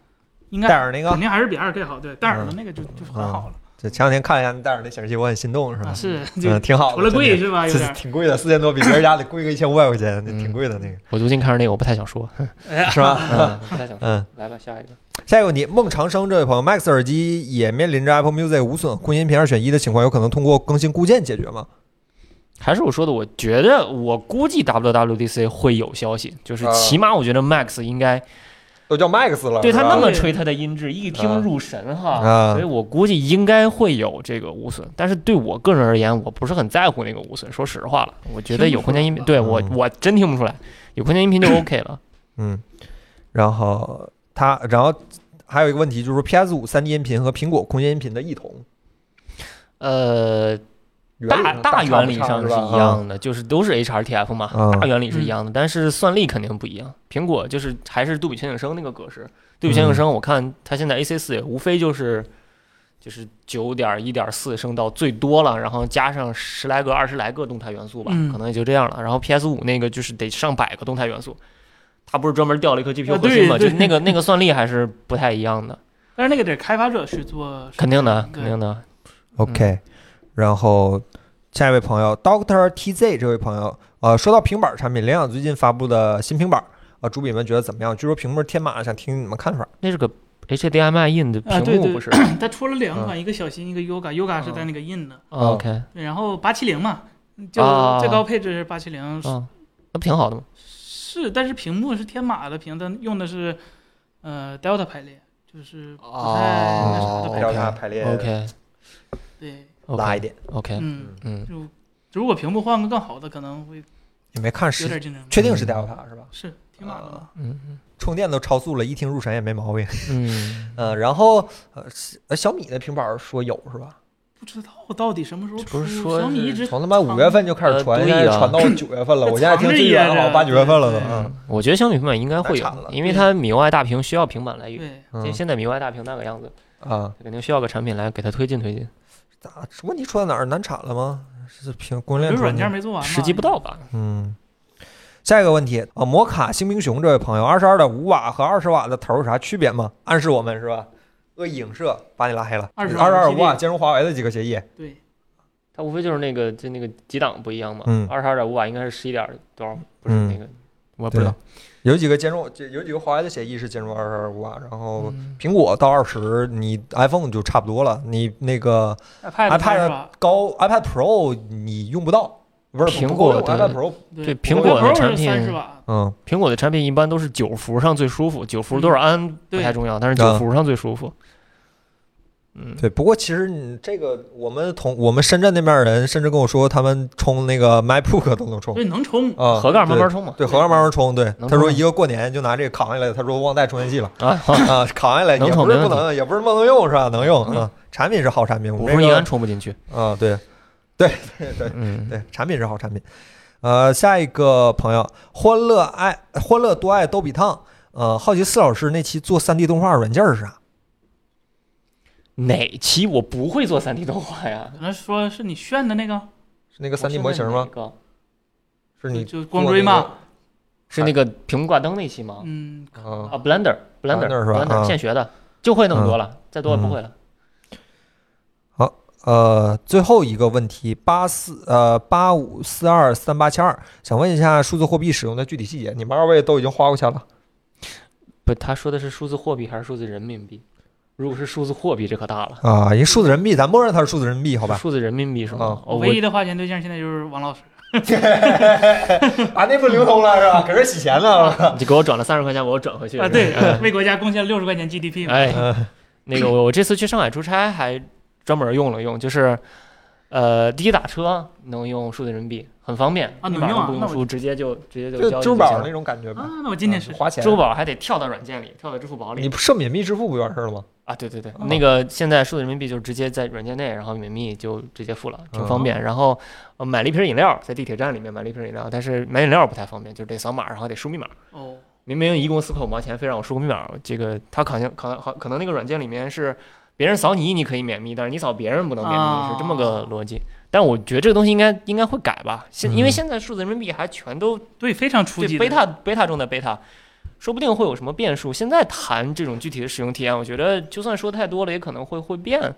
[SPEAKER 3] 应
[SPEAKER 1] 戴
[SPEAKER 3] 该
[SPEAKER 1] 尔那个
[SPEAKER 3] 肯，定还是比二 K 好，对，戴尔
[SPEAKER 2] 嗯
[SPEAKER 3] 的那个就就很好了。
[SPEAKER 1] 这前两天看了一下戴尔那显示器，我很心动，是吧？
[SPEAKER 3] 啊，是
[SPEAKER 1] 嗯，
[SPEAKER 3] 就
[SPEAKER 1] 挺好的。
[SPEAKER 3] 除了
[SPEAKER 1] 真
[SPEAKER 3] 贵
[SPEAKER 1] 的
[SPEAKER 3] 是吧？有
[SPEAKER 1] 这
[SPEAKER 3] 点
[SPEAKER 1] 挺贵的，四千多比别人家得贵个一千五百块钱，那挺贵的那个，
[SPEAKER 2] 我最近看着那个，我不太想说，
[SPEAKER 1] 是吧？
[SPEAKER 2] 嗯，不太想说。
[SPEAKER 1] 嗯。
[SPEAKER 2] 来吧，下一个。
[SPEAKER 1] 下一个问题，孟长生这位朋友，Max 耳机也面临着 Apple Music 无损混音频二选一的情况，有可能通过更新固件解决吗？
[SPEAKER 2] 还是我说的，我觉得我估计 WWDC 会有消息，就是
[SPEAKER 7] 啊
[SPEAKER 2] 起码我觉得 Max 应该
[SPEAKER 7] 都叫 Max 了，
[SPEAKER 2] 对他
[SPEAKER 7] 是吧
[SPEAKER 2] 那么吹他的音质，一听入神
[SPEAKER 1] 啊
[SPEAKER 2] 哈，所以我估计应该会有这个无损。但是对我个人而言，我不是很在乎那个无损，说实话了，我觉得有空间音频，
[SPEAKER 3] 听不
[SPEAKER 2] 对我
[SPEAKER 1] 嗯
[SPEAKER 2] 我真听不出来，有空间音频就 OK 了。
[SPEAKER 1] 嗯，然后他，然后还有一个问题就是说，PS 五 3D 音频和苹果空间音频的异同，
[SPEAKER 2] 呃，
[SPEAKER 7] 原理
[SPEAKER 2] 大
[SPEAKER 7] 上
[SPEAKER 2] 大
[SPEAKER 7] 差
[SPEAKER 2] 原
[SPEAKER 7] 不
[SPEAKER 2] 理
[SPEAKER 7] 差
[SPEAKER 2] 上
[SPEAKER 7] 是
[SPEAKER 2] 是
[SPEAKER 7] 吧
[SPEAKER 2] 一样的，就是都是 HRTF 嘛，
[SPEAKER 1] 嗯
[SPEAKER 2] 大原理是
[SPEAKER 4] 嗯
[SPEAKER 2] 一样的，但是算力肯定不一样。苹果就是还是杜比全景声那个格式，杜比全景声我看它现在 AC 四也无非就是就是九点一点四声道最多了，然后加上十来个二十来个动态元素吧，
[SPEAKER 3] 嗯
[SPEAKER 2] 可能也就这样了。然后 PS 五那个就是得上百个动态元素，它不是专门调了一颗 GPU
[SPEAKER 3] 啊
[SPEAKER 2] 核
[SPEAKER 3] 对
[SPEAKER 2] 心嘛，就
[SPEAKER 3] 对
[SPEAKER 2] 是那个那个算力还是不太一样的，
[SPEAKER 3] 但是那个得开发者去做，
[SPEAKER 2] 肯定的，
[SPEAKER 3] 对
[SPEAKER 2] 肯定的。
[SPEAKER 1] OK，然后下一位朋友 Doctor TZ 这位朋友，呃，说到平板产品，联想最近发布的新平板，呃，主笔们觉得怎么样？据说屏幕是天马，想听听你们看法。
[SPEAKER 2] 那是个 HDMI in 的
[SPEAKER 3] 啊
[SPEAKER 2] 屏
[SPEAKER 3] 对
[SPEAKER 2] 幕
[SPEAKER 3] 对
[SPEAKER 2] 不是、
[SPEAKER 3] 它出了两
[SPEAKER 2] 嗯
[SPEAKER 3] 款，一个小新，一个 Yoga，Yoga 是在那个印的，
[SPEAKER 2] o k
[SPEAKER 3] 对然后八七零嘛，就
[SPEAKER 2] 啊
[SPEAKER 3] 最高配置是八七零，
[SPEAKER 2] 嗯，那不挺好的吗？
[SPEAKER 3] 是，但是屏幕是天马的屏，它用的是呃 Delta 排列，就是不太那啥的
[SPEAKER 2] 哦
[SPEAKER 3] 排
[SPEAKER 7] 调
[SPEAKER 3] 列，
[SPEAKER 7] 查排列
[SPEAKER 2] OK
[SPEAKER 3] 对，
[SPEAKER 7] 拉
[SPEAKER 2] OK
[SPEAKER 7] 一点，
[SPEAKER 2] OK，
[SPEAKER 3] 嗯，
[SPEAKER 2] 嗯，
[SPEAKER 3] 就如果屏幕换个更好的，可能会
[SPEAKER 1] 你没看
[SPEAKER 3] 有
[SPEAKER 1] 实，嗯
[SPEAKER 3] 点竞争力。
[SPEAKER 1] 确定是 Delta 是吧？
[SPEAKER 3] 是天马的嘛，
[SPEAKER 2] 嗯
[SPEAKER 1] 充电都超速了，一听入神也没毛病。
[SPEAKER 2] 嗯，
[SPEAKER 1] 嗯、然后呃，小米的平板说有是吧？
[SPEAKER 3] 不知道到底什么时候
[SPEAKER 2] 呃不
[SPEAKER 3] 出。
[SPEAKER 2] 是说
[SPEAKER 3] 小米一
[SPEAKER 2] 是
[SPEAKER 3] 直
[SPEAKER 7] 从他妈五月份就开始传，
[SPEAKER 2] 呃
[SPEAKER 7] 现
[SPEAKER 2] 对呀
[SPEAKER 7] 在传到九月份了，
[SPEAKER 3] 这
[SPEAKER 7] 我现在听最远的好像八九月份了都。
[SPEAKER 3] 藏着掖着
[SPEAKER 7] 嗯
[SPEAKER 2] 我觉得小米平板应该会
[SPEAKER 7] 难产了
[SPEAKER 2] 有，因为它米 UI 大屏需要平板来用，
[SPEAKER 3] 对
[SPEAKER 2] 因为
[SPEAKER 1] 嗯
[SPEAKER 2] 现在米 UI 大屏那个样子，
[SPEAKER 1] 啊，
[SPEAKER 2] 肯定需要个产品来给它推进推进，
[SPEAKER 1] 咋？问题出在哪儿？难产了吗？是屏供应
[SPEAKER 3] 有
[SPEAKER 1] 链出问
[SPEAKER 3] 软
[SPEAKER 1] 题
[SPEAKER 3] 件没做完嘛，
[SPEAKER 2] 时机不到吧？
[SPEAKER 1] 嗯，下一个问题啊，摩卡星冰熊这位朋友，二十二点五瓦和二十瓦的头有啥区别吗？暗示我们是吧？恶意影射把你拉黑了。
[SPEAKER 3] 22
[SPEAKER 1] 二十二
[SPEAKER 3] 系
[SPEAKER 1] 五
[SPEAKER 3] 列
[SPEAKER 1] 瓦兼容华为的几个协议，
[SPEAKER 3] 对，
[SPEAKER 2] 它无非就是那个就那个几档不一样嘛
[SPEAKER 1] 嗯，
[SPEAKER 2] 二十二点五瓦应该是十一点多少，不是
[SPEAKER 1] 嗯
[SPEAKER 2] 那个，我也不知道。
[SPEAKER 1] 有几个兼容，这有几个华为的协议是兼容二十二五瓦，啊然后
[SPEAKER 2] 嗯
[SPEAKER 1] 苹果到二十，你 iPhone 就差不多了，你那个
[SPEAKER 3] iPad 是吧？
[SPEAKER 1] 高 iPad Pro 你用不到，不是
[SPEAKER 2] 苹
[SPEAKER 1] 不
[SPEAKER 2] 果
[SPEAKER 1] 够用
[SPEAKER 2] 的
[SPEAKER 1] iPad Pro，
[SPEAKER 2] 对苹果的产品
[SPEAKER 3] 三十瓦，
[SPEAKER 1] 嗯
[SPEAKER 2] 苹果的产品一般都是九伏上最舒服，九伏多少安不
[SPEAKER 3] 对
[SPEAKER 2] 太重要，但是
[SPEAKER 1] 啊
[SPEAKER 2] 九伏上最舒服。嗯，
[SPEAKER 1] 对，不过其实你这个我们同我们深圳那边的人甚至跟我说，他们充那个 MacBook 都能充
[SPEAKER 3] 对，能充。
[SPEAKER 1] 啊，
[SPEAKER 2] 嗯盒盖慢
[SPEAKER 1] 对
[SPEAKER 2] 慢充嘛。
[SPEAKER 1] 对，盒饭慢慢充。对，
[SPEAKER 2] 能
[SPEAKER 1] 他说
[SPEAKER 2] 充
[SPEAKER 1] 一个过年就拿这个扛下来，他说忘带充电器了
[SPEAKER 2] 啊， 好
[SPEAKER 1] 啊，扛下来
[SPEAKER 2] 能
[SPEAKER 1] 也
[SPEAKER 2] 充
[SPEAKER 1] 不是
[SPEAKER 2] 没
[SPEAKER 1] 不
[SPEAKER 2] 问题
[SPEAKER 1] 能，也不是不能用是吧？能用
[SPEAKER 2] 嗯
[SPEAKER 1] 啊，产品是好产品，我
[SPEAKER 2] 五
[SPEAKER 1] 们
[SPEAKER 2] 分一
[SPEAKER 1] 这
[SPEAKER 2] 安
[SPEAKER 1] 个
[SPEAKER 2] 充不进去。
[SPEAKER 1] 啊，对，对对对
[SPEAKER 2] 嗯，
[SPEAKER 1] 对，产品是好产品。呃，下一个朋友，欢乐爱欢乐多爱逗比烫。呃，好奇四老师那期做3 D 动画软件是啥？
[SPEAKER 2] 哪期我不会做三 D 动画呀？
[SPEAKER 3] 可能说是你炫的那个，
[SPEAKER 1] 是那个3 D
[SPEAKER 2] 我
[SPEAKER 1] 模
[SPEAKER 2] 是
[SPEAKER 1] 型
[SPEAKER 2] 问
[SPEAKER 1] 吗
[SPEAKER 2] 哪？个？
[SPEAKER 1] 是你
[SPEAKER 3] 就光追嘛，
[SPEAKER 2] 是那个屏幕挂灯那期吗？
[SPEAKER 3] 嗯，
[SPEAKER 1] 啊
[SPEAKER 2] 啊，Blender
[SPEAKER 1] Blender
[SPEAKER 2] Blender
[SPEAKER 1] 是吧啊嗯
[SPEAKER 2] Blender 现学的，就会那么多了，再多也不会了。
[SPEAKER 1] 呃，最后一个问题，八四呃八五四二三八七二，想问一下数字货币使用的具体细节。你们二位都已经花过钱了，
[SPEAKER 2] 不，他说的是数字货币还是数字人民币？如果是数字货币，这可大了。
[SPEAKER 1] 啊，因为数字人民币，咱默认它是数字人民币，好吧
[SPEAKER 2] 是？数字人民币是吗
[SPEAKER 1] 啊？
[SPEAKER 2] 哦，我
[SPEAKER 3] 唯一的花钱对象现在就是王老师。
[SPEAKER 1] 啊，那不流通了是吧？搁这洗钱 呢。
[SPEAKER 2] 你给我转了三十块钱，我又转回去嗯
[SPEAKER 3] 啊，对，嗯为国家贡献六十块钱 GDP 嘛。
[SPEAKER 2] 哎，
[SPEAKER 1] 嗯
[SPEAKER 2] 那个我我这次去上海出差还专门用了用，就是呃，滴滴打车能用数字人民币，很方便，
[SPEAKER 3] 啊
[SPEAKER 2] 密
[SPEAKER 3] 能
[SPEAKER 2] 码
[SPEAKER 3] 用啊
[SPEAKER 2] 都不
[SPEAKER 3] 那
[SPEAKER 2] 用
[SPEAKER 3] 我
[SPEAKER 2] 输，直接就直接就
[SPEAKER 1] 就
[SPEAKER 2] 交易
[SPEAKER 1] 支付
[SPEAKER 2] 就
[SPEAKER 1] 宝
[SPEAKER 2] 行
[SPEAKER 1] 那
[SPEAKER 2] 了。
[SPEAKER 1] 种感觉呗，
[SPEAKER 3] 啊，那我今天是
[SPEAKER 1] 花钱
[SPEAKER 2] 支。付宝还得跳到软件里，跳到支付宝
[SPEAKER 1] 你
[SPEAKER 2] 里
[SPEAKER 1] 不设隐秘支付不完事儿了吗？
[SPEAKER 2] 啊！对对对，那个现在数字人民币就直接在软件内，然后免密就直接付了，挺方便。然后呃买了一瓶饮料，在地铁站里面买了一瓶饮料，但是买饮料不太方便，就得扫码，然后得输密码。
[SPEAKER 3] 哦，
[SPEAKER 2] 明明一共四块五毛钱，非让我输个密码，这个他好像可能好可能那个软件里面是别人扫你你可以免密，但是你扫别人不能免密，
[SPEAKER 3] 啊
[SPEAKER 2] 是这么个逻辑。但我觉得这个东西应该应该会改吧，现
[SPEAKER 1] 嗯
[SPEAKER 2] 因为现在数字人民币还全都
[SPEAKER 3] 对，非常初
[SPEAKER 2] 对
[SPEAKER 3] 级的。
[SPEAKER 2] 贝塔贝塔中的贝塔，说不定会有什么变数。现在谈这种具体的使用体验，我觉得就算说太多了，也可能会会变。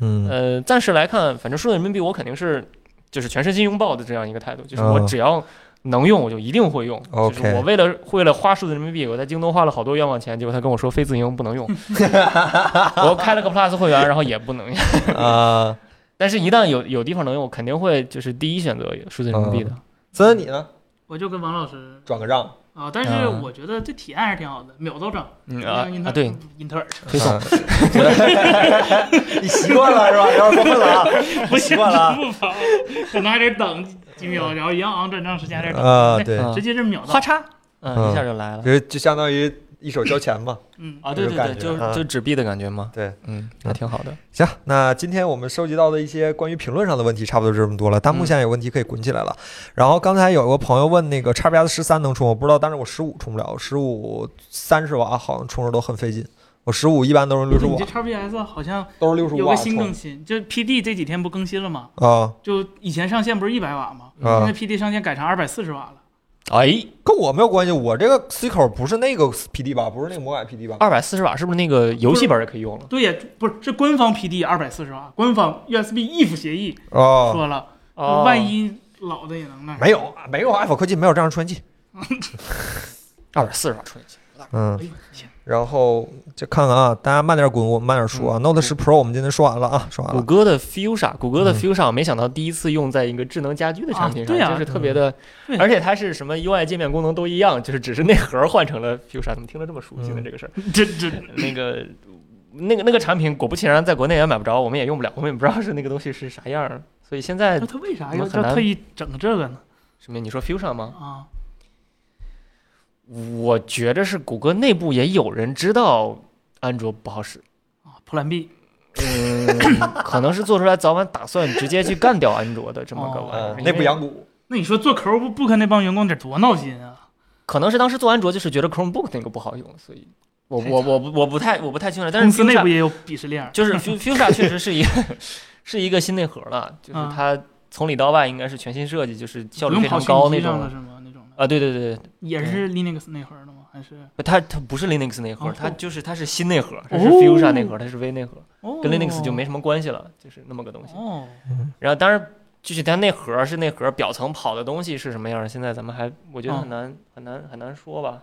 [SPEAKER 1] 嗯
[SPEAKER 2] 呃，暂时来看，反正数字人民币我肯定是就是全身心拥抱的这样一个态度，就是我
[SPEAKER 1] 嗯
[SPEAKER 2] 只要能用我就一定会用。就
[SPEAKER 1] OK
[SPEAKER 2] 是我为了为了花数字人民币，我在京东花了好多冤枉钱，结果他跟我说非自营不能用，我开了个 Plus 会员，然后也不能用。
[SPEAKER 1] 啊，
[SPEAKER 2] 但是，一旦有有地方能用，我肯定会就是第一选择数字人民币的。
[SPEAKER 1] 森森你呢？
[SPEAKER 3] 我就跟王老师
[SPEAKER 1] 转个账。
[SPEAKER 3] 啊，但是我觉得这体验还是挺好的，秒到账。
[SPEAKER 2] 嗯
[SPEAKER 3] 像英
[SPEAKER 2] 啊
[SPEAKER 3] 特尔
[SPEAKER 2] 啊，对，，
[SPEAKER 3] 英特尔
[SPEAKER 2] 推送。
[SPEAKER 1] 啊 你习惯了是吧？有点过分了啊！
[SPEAKER 3] 不
[SPEAKER 1] 习惯了啊
[SPEAKER 3] 不跑，可能还得等几秒，然后一样昂转账时间还得等。
[SPEAKER 1] 啊，对，
[SPEAKER 2] 嗯
[SPEAKER 3] 直接是秒
[SPEAKER 2] 咔。
[SPEAKER 3] 到
[SPEAKER 2] 嚓，嗯，一下就来了。
[SPEAKER 1] 这就相当于
[SPEAKER 7] 一手交钱嘛。
[SPEAKER 3] 嗯，
[SPEAKER 2] 啊，
[SPEAKER 7] 这
[SPEAKER 2] 对
[SPEAKER 7] 种
[SPEAKER 2] 对
[SPEAKER 7] 感
[SPEAKER 2] 对，
[SPEAKER 7] 觉
[SPEAKER 2] 就是
[SPEAKER 7] 啊
[SPEAKER 2] 就纸币的感觉嘛。
[SPEAKER 7] 对，
[SPEAKER 2] 嗯，还挺好的。
[SPEAKER 1] 行，那今天我们收集到的一些关于评论上的问题，差不多就这么多了。弹幕现在有问题可以滚起来了。然后刚才有个朋友问那个叉 PS 十三能充，我不知道，但是我十五充不了，十五三十瓦好像充着都很费劲。我十五一般都是六十
[SPEAKER 3] 你
[SPEAKER 1] 五
[SPEAKER 3] 这 XPS 好像
[SPEAKER 7] 都是六十五
[SPEAKER 3] 有
[SPEAKER 7] 瓦
[SPEAKER 3] 个新更
[SPEAKER 7] 充。
[SPEAKER 3] 新，就 PD 这几天不更新了吗？
[SPEAKER 1] 啊
[SPEAKER 3] 就以前上线不是一百瓦吗？现
[SPEAKER 1] 啊
[SPEAKER 3] 在，PD 上线改成二百四十瓦了。
[SPEAKER 2] 哎，
[SPEAKER 1] 跟我没有关系，我这个 C 口不是那个 PD 吧，不是那个魔改 PD 吧？
[SPEAKER 2] 二百四十瓦是不是那个游戏本也可以用了？
[SPEAKER 3] 对呀，不是是官方 PD 二百四十瓦，官方 USB if E 协议
[SPEAKER 1] 啊，
[SPEAKER 3] 说了，
[SPEAKER 2] 哦，
[SPEAKER 3] 万一老的也能那样。
[SPEAKER 1] 嗯没有，没有 F 科技没有这样的传器。
[SPEAKER 2] 二百四十瓦充进去，
[SPEAKER 1] 嗯
[SPEAKER 3] 哎呦，
[SPEAKER 1] 然后就看看啊，大家慢点滚，我们慢点说啊。Note 十 Pro 我们今天说完了啊，说完
[SPEAKER 2] 谷
[SPEAKER 1] 了。
[SPEAKER 2] 歌的 Fusion，谷歌的
[SPEAKER 1] 嗯
[SPEAKER 2] Fusion，没想到第一次用在一个智能家居的产品上，
[SPEAKER 3] 啊对啊
[SPEAKER 2] 就是特别的
[SPEAKER 3] 嗯对，
[SPEAKER 2] 而且它是什么 UI 界面功能都一样，就是只是内核换成了 Fusion，怎么听着这么熟悉呢？
[SPEAKER 1] 嗯
[SPEAKER 2] 这个事儿，
[SPEAKER 3] 这这
[SPEAKER 2] 那个。那个那个产品果不其然，在国内也买不着，我们也用不了，我们也不知道是那个东西是啥样儿，所以现在
[SPEAKER 3] 那他为啥
[SPEAKER 2] 怎
[SPEAKER 3] 要
[SPEAKER 2] 么很
[SPEAKER 3] 要
[SPEAKER 2] 难
[SPEAKER 3] 特意整这个呢？
[SPEAKER 2] 什么？你说 Fusion 吗？
[SPEAKER 3] 啊，
[SPEAKER 2] 我觉着是谷歌内部也有人知道安卓不好使，
[SPEAKER 3] 啊，破烂币
[SPEAKER 2] 嗯，可能是做出来早晚打算直接去干掉安卓的这么个玩意
[SPEAKER 7] 嗯
[SPEAKER 2] 儿，，
[SPEAKER 7] 内
[SPEAKER 2] 因
[SPEAKER 7] 部
[SPEAKER 2] 为
[SPEAKER 7] 养股。
[SPEAKER 3] 哦那你说做 Chromebook 那帮员工得多闹心啊！
[SPEAKER 2] 可能是当时做安卓就是觉得 Chromebook 那个不好用，所以 我
[SPEAKER 3] 太
[SPEAKER 2] 我我不我不太我不太清楚，但
[SPEAKER 3] 公
[SPEAKER 2] 是
[SPEAKER 3] 司内部
[SPEAKER 2] Fusion
[SPEAKER 3] 也有鄙视链儿，
[SPEAKER 2] 就是 Fu- Fusion 确实是一 个是一个新内核了，就是
[SPEAKER 3] 啊
[SPEAKER 2] 它从里到外应该是全新设计，就是效
[SPEAKER 3] 不
[SPEAKER 2] 率
[SPEAKER 3] 用
[SPEAKER 2] 非
[SPEAKER 3] 跑
[SPEAKER 2] 常
[SPEAKER 3] 虚
[SPEAKER 2] 高
[SPEAKER 3] 拟
[SPEAKER 2] 那
[SPEAKER 3] 机上
[SPEAKER 2] 种
[SPEAKER 3] 了。是吗？那种的
[SPEAKER 2] 啊，对对对，
[SPEAKER 3] 也是 Linux 内核的吗？还是
[SPEAKER 2] 对它它不是 Linux 内核，
[SPEAKER 3] 哦
[SPEAKER 2] 它就是它是新内核，它是
[SPEAKER 3] 哦
[SPEAKER 2] Fusion 内核，它是微内核，
[SPEAKER 3] 哦
[SPEAKER 2] 跟 Linux 就没什么关系了，就是那么个东西。
[SPEAKER 3] 哦，
[SPEAKER 2] 然后当然具体它内核是内核，表层跑的东西是什么样儿，现在咱们还我觉得很
[SPEAKER 1] 哦
[SPEAKER 2] 难、很难很难说吧，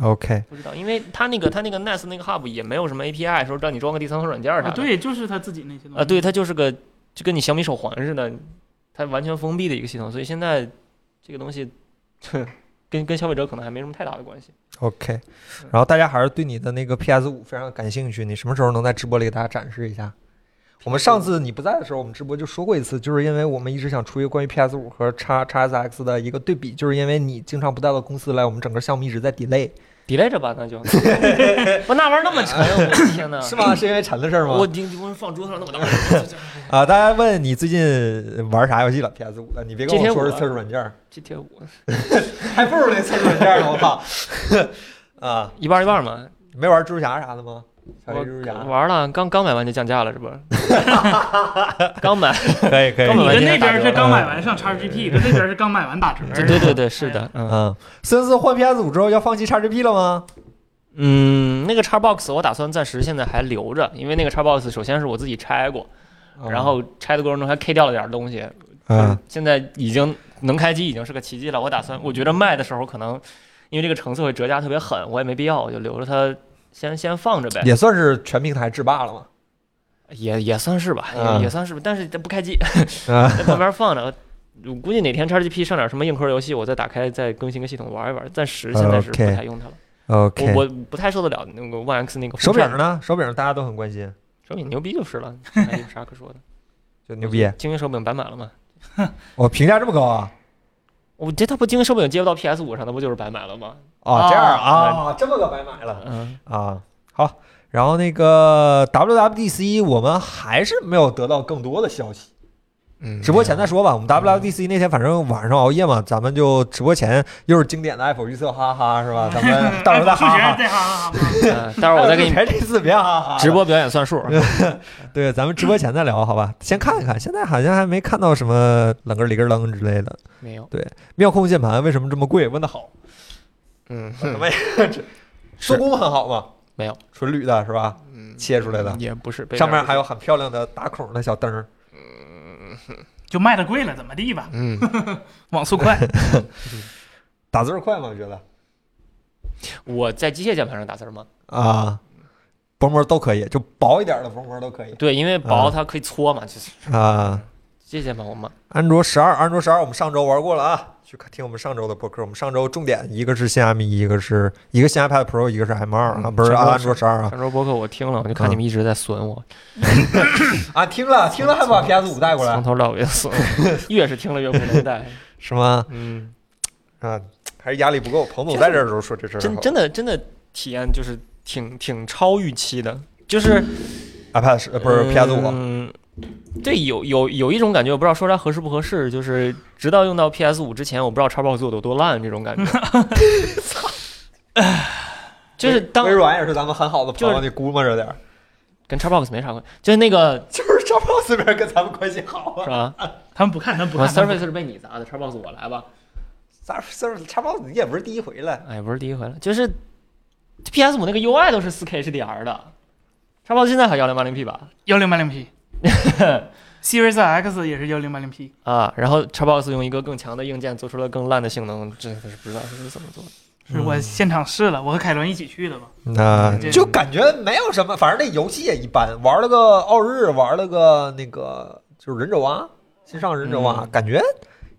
[SPEAKER 1] OK，
[SPEAKER 2] 不知道，因为它那个它那个 NAS 那个 Hub 也没有什么 API，说让你装个第三方软件儿啥
[SPEAKER 3] 啊，
[SPEAKER 2] 的，
[SPEAKER 3] 对，就是他自己那些东西
[SPEAKER 2] 啊对，它就是个就跟你小米手环似的，它完全封闭的一个系统，所以现在这个东西，哼，跟跟消费者可能还没什么太大的关系。
[SPEAKER 1] OK，然后大家还是对你的那个 PS 五非常感兴趣，你什么时候能在直播里给大家展示一下？我们上次你不在的时候，我们直播就说过一次，就是因为我们一直想出一个关于 PS 五和 x XSX 的一个对比，就是因为你经常不带到公司来，我们整个项目一直在 delay，
[SPEAKER 2] delay 着吧，那就不那玩意儿那么沉，我的天哪！
[SPEAKER 1] 是吗？是因为陈的事儿吗？
[SPEAKER 2] 我顶我放桌子上那么大
[SPEAKER 1] 啊，大家问你最近玩啥游戏了？PS 五了，你别跟我
[SPEAKER 2] GTA
[SPEAKER 1] 说是
[SPEAKER 2] 五啊
[SPEAKER 1] 测试软件儿，
[SPEAKER 2] ，GTA 五
[SPEAKER 1] 还不如那测试软件儿呢，我操！ 啊，
[SPEAKER 2] 一半儿一半儿嘛，
[SPEAKER 1] 没玩蜘蛛侠啥的吗？小
[SPEAKER 2] 我
[SPEAKER 1] 蜘蛛侠，
[SPEAKER 2] 玩了，刚刚买完就降价了，这不？ 刚买，
[SPEAKER 1] 可以可
[SPEAKER 2] 根本
[SPEAKER 3] 你的
[SPEAKER 2] 完全
[SPEAKER 3] 那
[SPEAKER 2] 打
[SPEAKER 3] 边
[SPEAKER 2] 折
[SPEAKER 3] 是
[SPEAKER 2] 了
[SPEAKER 3] 刚买完上 XGP，的那边是刚买完打折。
[SPEAKER 2] 对对对对，是的，嗯
[SPEAKER 1] 嗯，森森换 PS 五之后要放弃 XGP 了吗？
[SPEAKER 2] 嗯，那个 Xbox 我打算暂时现在还留着，因为那个 Xbox 首先是我自己拆过，然后拆的过程中还 K 掉了点东西，
[SPEAKER 1] 啊嗯，
[SPEAKER 2] 现在已经能开机已经是个奇迹了。我打算，我觉得卖的时候可能因为这个成色会折价特别狠，我也没必要，我就留着它先先放着呗，
[SPEAKER 1] 也算是全平台制霸了嘛。
[SPEAKER 2] 也也算是吧，
[SPEAKER 1] 嗯
[SPEAKER 2] 也也算是吧，但是它不开机，
[SPEAKER 1] 啊
[SPEAKER 2] 在旁边放着。我估计哪天 XGP 上点什么硬核游戏，我再打开再更新个系统玩一玩。暂时现在是不
[SPEAKER 1] 啊 OK
[SPEAKER 2] 太用它了
[SPEAKER 1] ，OK，
[SPEAKER 2] 我我不太受得了那个 One X 那个
[SPEAKER 1] 手
[SPEAKER 2] 轰炸
[SPEAKER 1] 柄呢？手柄大家都很关心，
[SPEAKER 2] 手柄牛逼就 是了，还有啥可说的？
[SPEAKER 1] 就
[SPEAKER 2] 嗯
[SPEAKER 1] 牛逼。啊
[SPEAKER 2] 精英手柄白买了吗？
[SPEAKER 1] 我评价这么高啊？
[SPEAKER 2] 我这它不精英手柄接不到 PS 五上，那不就是白买了吗？
[SPEAKER 1] 哦，这样
[SPEAKER 2] 啊
[SPEAKER 1] 啊，这么个白买了
[SPEAKER 2] 嗯，
[SPEAKER 1] 啊。好，然后那个 WWDC 我们还是没有得到更多的消息。
[SPEAKER 8] 嗯
[SPEAKER 1] 直播前再说吧。我们 WWDC 那天反正晚上熬夜嘛，咱们就直播前又是经典的 Apple 预测，哈哈，是吧？
[SPEAKER 3] 嗯
[SPEAKER 1] 咱 们到时候再
[SPEAKER 3] 数
[SPEAKER 1] 哈
[SPEAKER 3] 学
[SPEAKER 1] 哈。
[SPEAKER 3] 哎再哈哈哈。
[SPEAKER 2] 嗯待会儿我 再给你
[SPEAKER 1] 别这次别哈
[SPEAKER 4] 嗯
[SPEAKER 1] 哈。
[SPEAKER 2] 直播表演算数。
[SPEAKER 1] 对，咱们直播前再聊，好吧？先看一看，现在好像还没看到什么冷个里个楞之类的。
[SPEAKER 2] 没有，
[SPEAKER 1] 妙控键盘为什么这么贵？问的好，
[SPEAKER 2] 嗯，
[SPEAKER 1] 什么呀？ 这做工很好吗？
[SPEAKER 2] 没有，
[SPEAKER 1] 纯铝的是吧？
[SPEAKER 2] 嗯
[SPEAKER 1] 切出来的
[SPEAKER 2] 也不是，
[SPEAKER 1] 上面还
[SPEAKER 2] 有，
[SPEAKER 1] 有很漂亮的打孔的小灯儿。
[SPEAKER 3] 就卖的贵了，怎么地吧？
[SPEAKER 2] 嗯，
[SPEAKER 3] 网速快，
[SPEAKER 1] 打字儿快吗？我觉得
[SPEAKER 2] 我在机械键盘上打字儿吗？
[SPEAKER 1] 啊，薄膜都可以，就薄一点的薄膜都可以
[SPEAKER 2] 对，因为薄
[SPEAKER 1] 啊
[SPEAKER 2] 它可以搓嘛，就是
[SPEAKER 1] 啊。
[SPEAKER 2] 机械键盘我嘛，
[SPEAKER 1] 安卓十二，安卓十二，我们上周玩过了啊，去看听我们上周的播客。我们上周重点一个是新 M 一，一个是一个新 iPad Pro，一个是 M 二啊，
[SPEAKER 2] 嗯
[SPEAKER 1] 不是
[SPEAKER 2] 上周
[SPEAKER 1] 安卓十二啊
[SPEAKER 2] 上周播客我听了，我就看你们一直在损我，
[SPEAKER 1] 啊，听了听了还把 PS 五带过
[SPEAKER 2] 从
[SPEAKER 1] 来
[SPEAKER 2] 头到尾地损 我，越是听了越不能带。
[SPEAKER 1] 是吗？
[SPEAKER 2] 嗯，
[SPEAKER 1] 啊，还是压力不够。彭总在这儿的时候说这事儿
[SPEAKER 2] 真
[SPEAKER 1] 好
[SPEAKER 2] 真的真的体验就是挺挺超预期的，就是
[SPEAKER 1] ，iPad 是呃不是 PS 五？
[SPEAKER 2] 嗯，对，有有有一种感觉，我不知道说它合适不合适，就是直到用到 PS 五之前，我不知道 Xbox 做的有多烂这种 感觉。操！就是当
[SPEAKER 9] 微软也是咱们很好的朋友，
[SPEAKER 2] 就
[SPEAKER 9] 你估摸着点儿，
[SPEAKER 2] 跟 Xbox 没啥关系，就是那个
[SPEAKER 9] 就是张胖随便跟咱们关系好啊
[SPEAKER 2] 是。吧？
[SPEAKER 3] 他们不看，他们不
[SPEAKER 2] 我
[SPEAKER 3] 看。他们不
[SPEAKER 2] Surface 是被你砸的，Xbox 我来吧。
[SPEAKER 9] 咱咱叉 box 你也不是第一回了，
[SPEAKER 2] 哎，不是第一回了，就是 PS 五那个 UI 都是 4K HDR 的，Xbox 现在还幺零八零 P 吧？
[SPEAKER 3] 幺零八零 P。Series X 也是幺零八零 P，
[SPEAKER 2] 啊，然后 Xbox 用一个更强的硬件做出了更烂的性能，这是不知道这是怎么做的。
[SPEAKER 3] 是我
[SPEAKER 2] 嗯
[SPEAKER 3] 现场试了，我和凯伦一起去 的嘛。
[SPEAKER 1] 那
[SPEAKER 3] 这
[SPEAKER 9] 就感觉没有什么，反正那游戏也一般，玩了个奥日，玩了个那个就是忍者蛙，新上忍者蛙，
[SPEAKER 2] 嗯
[SPEAKER 9] 感觉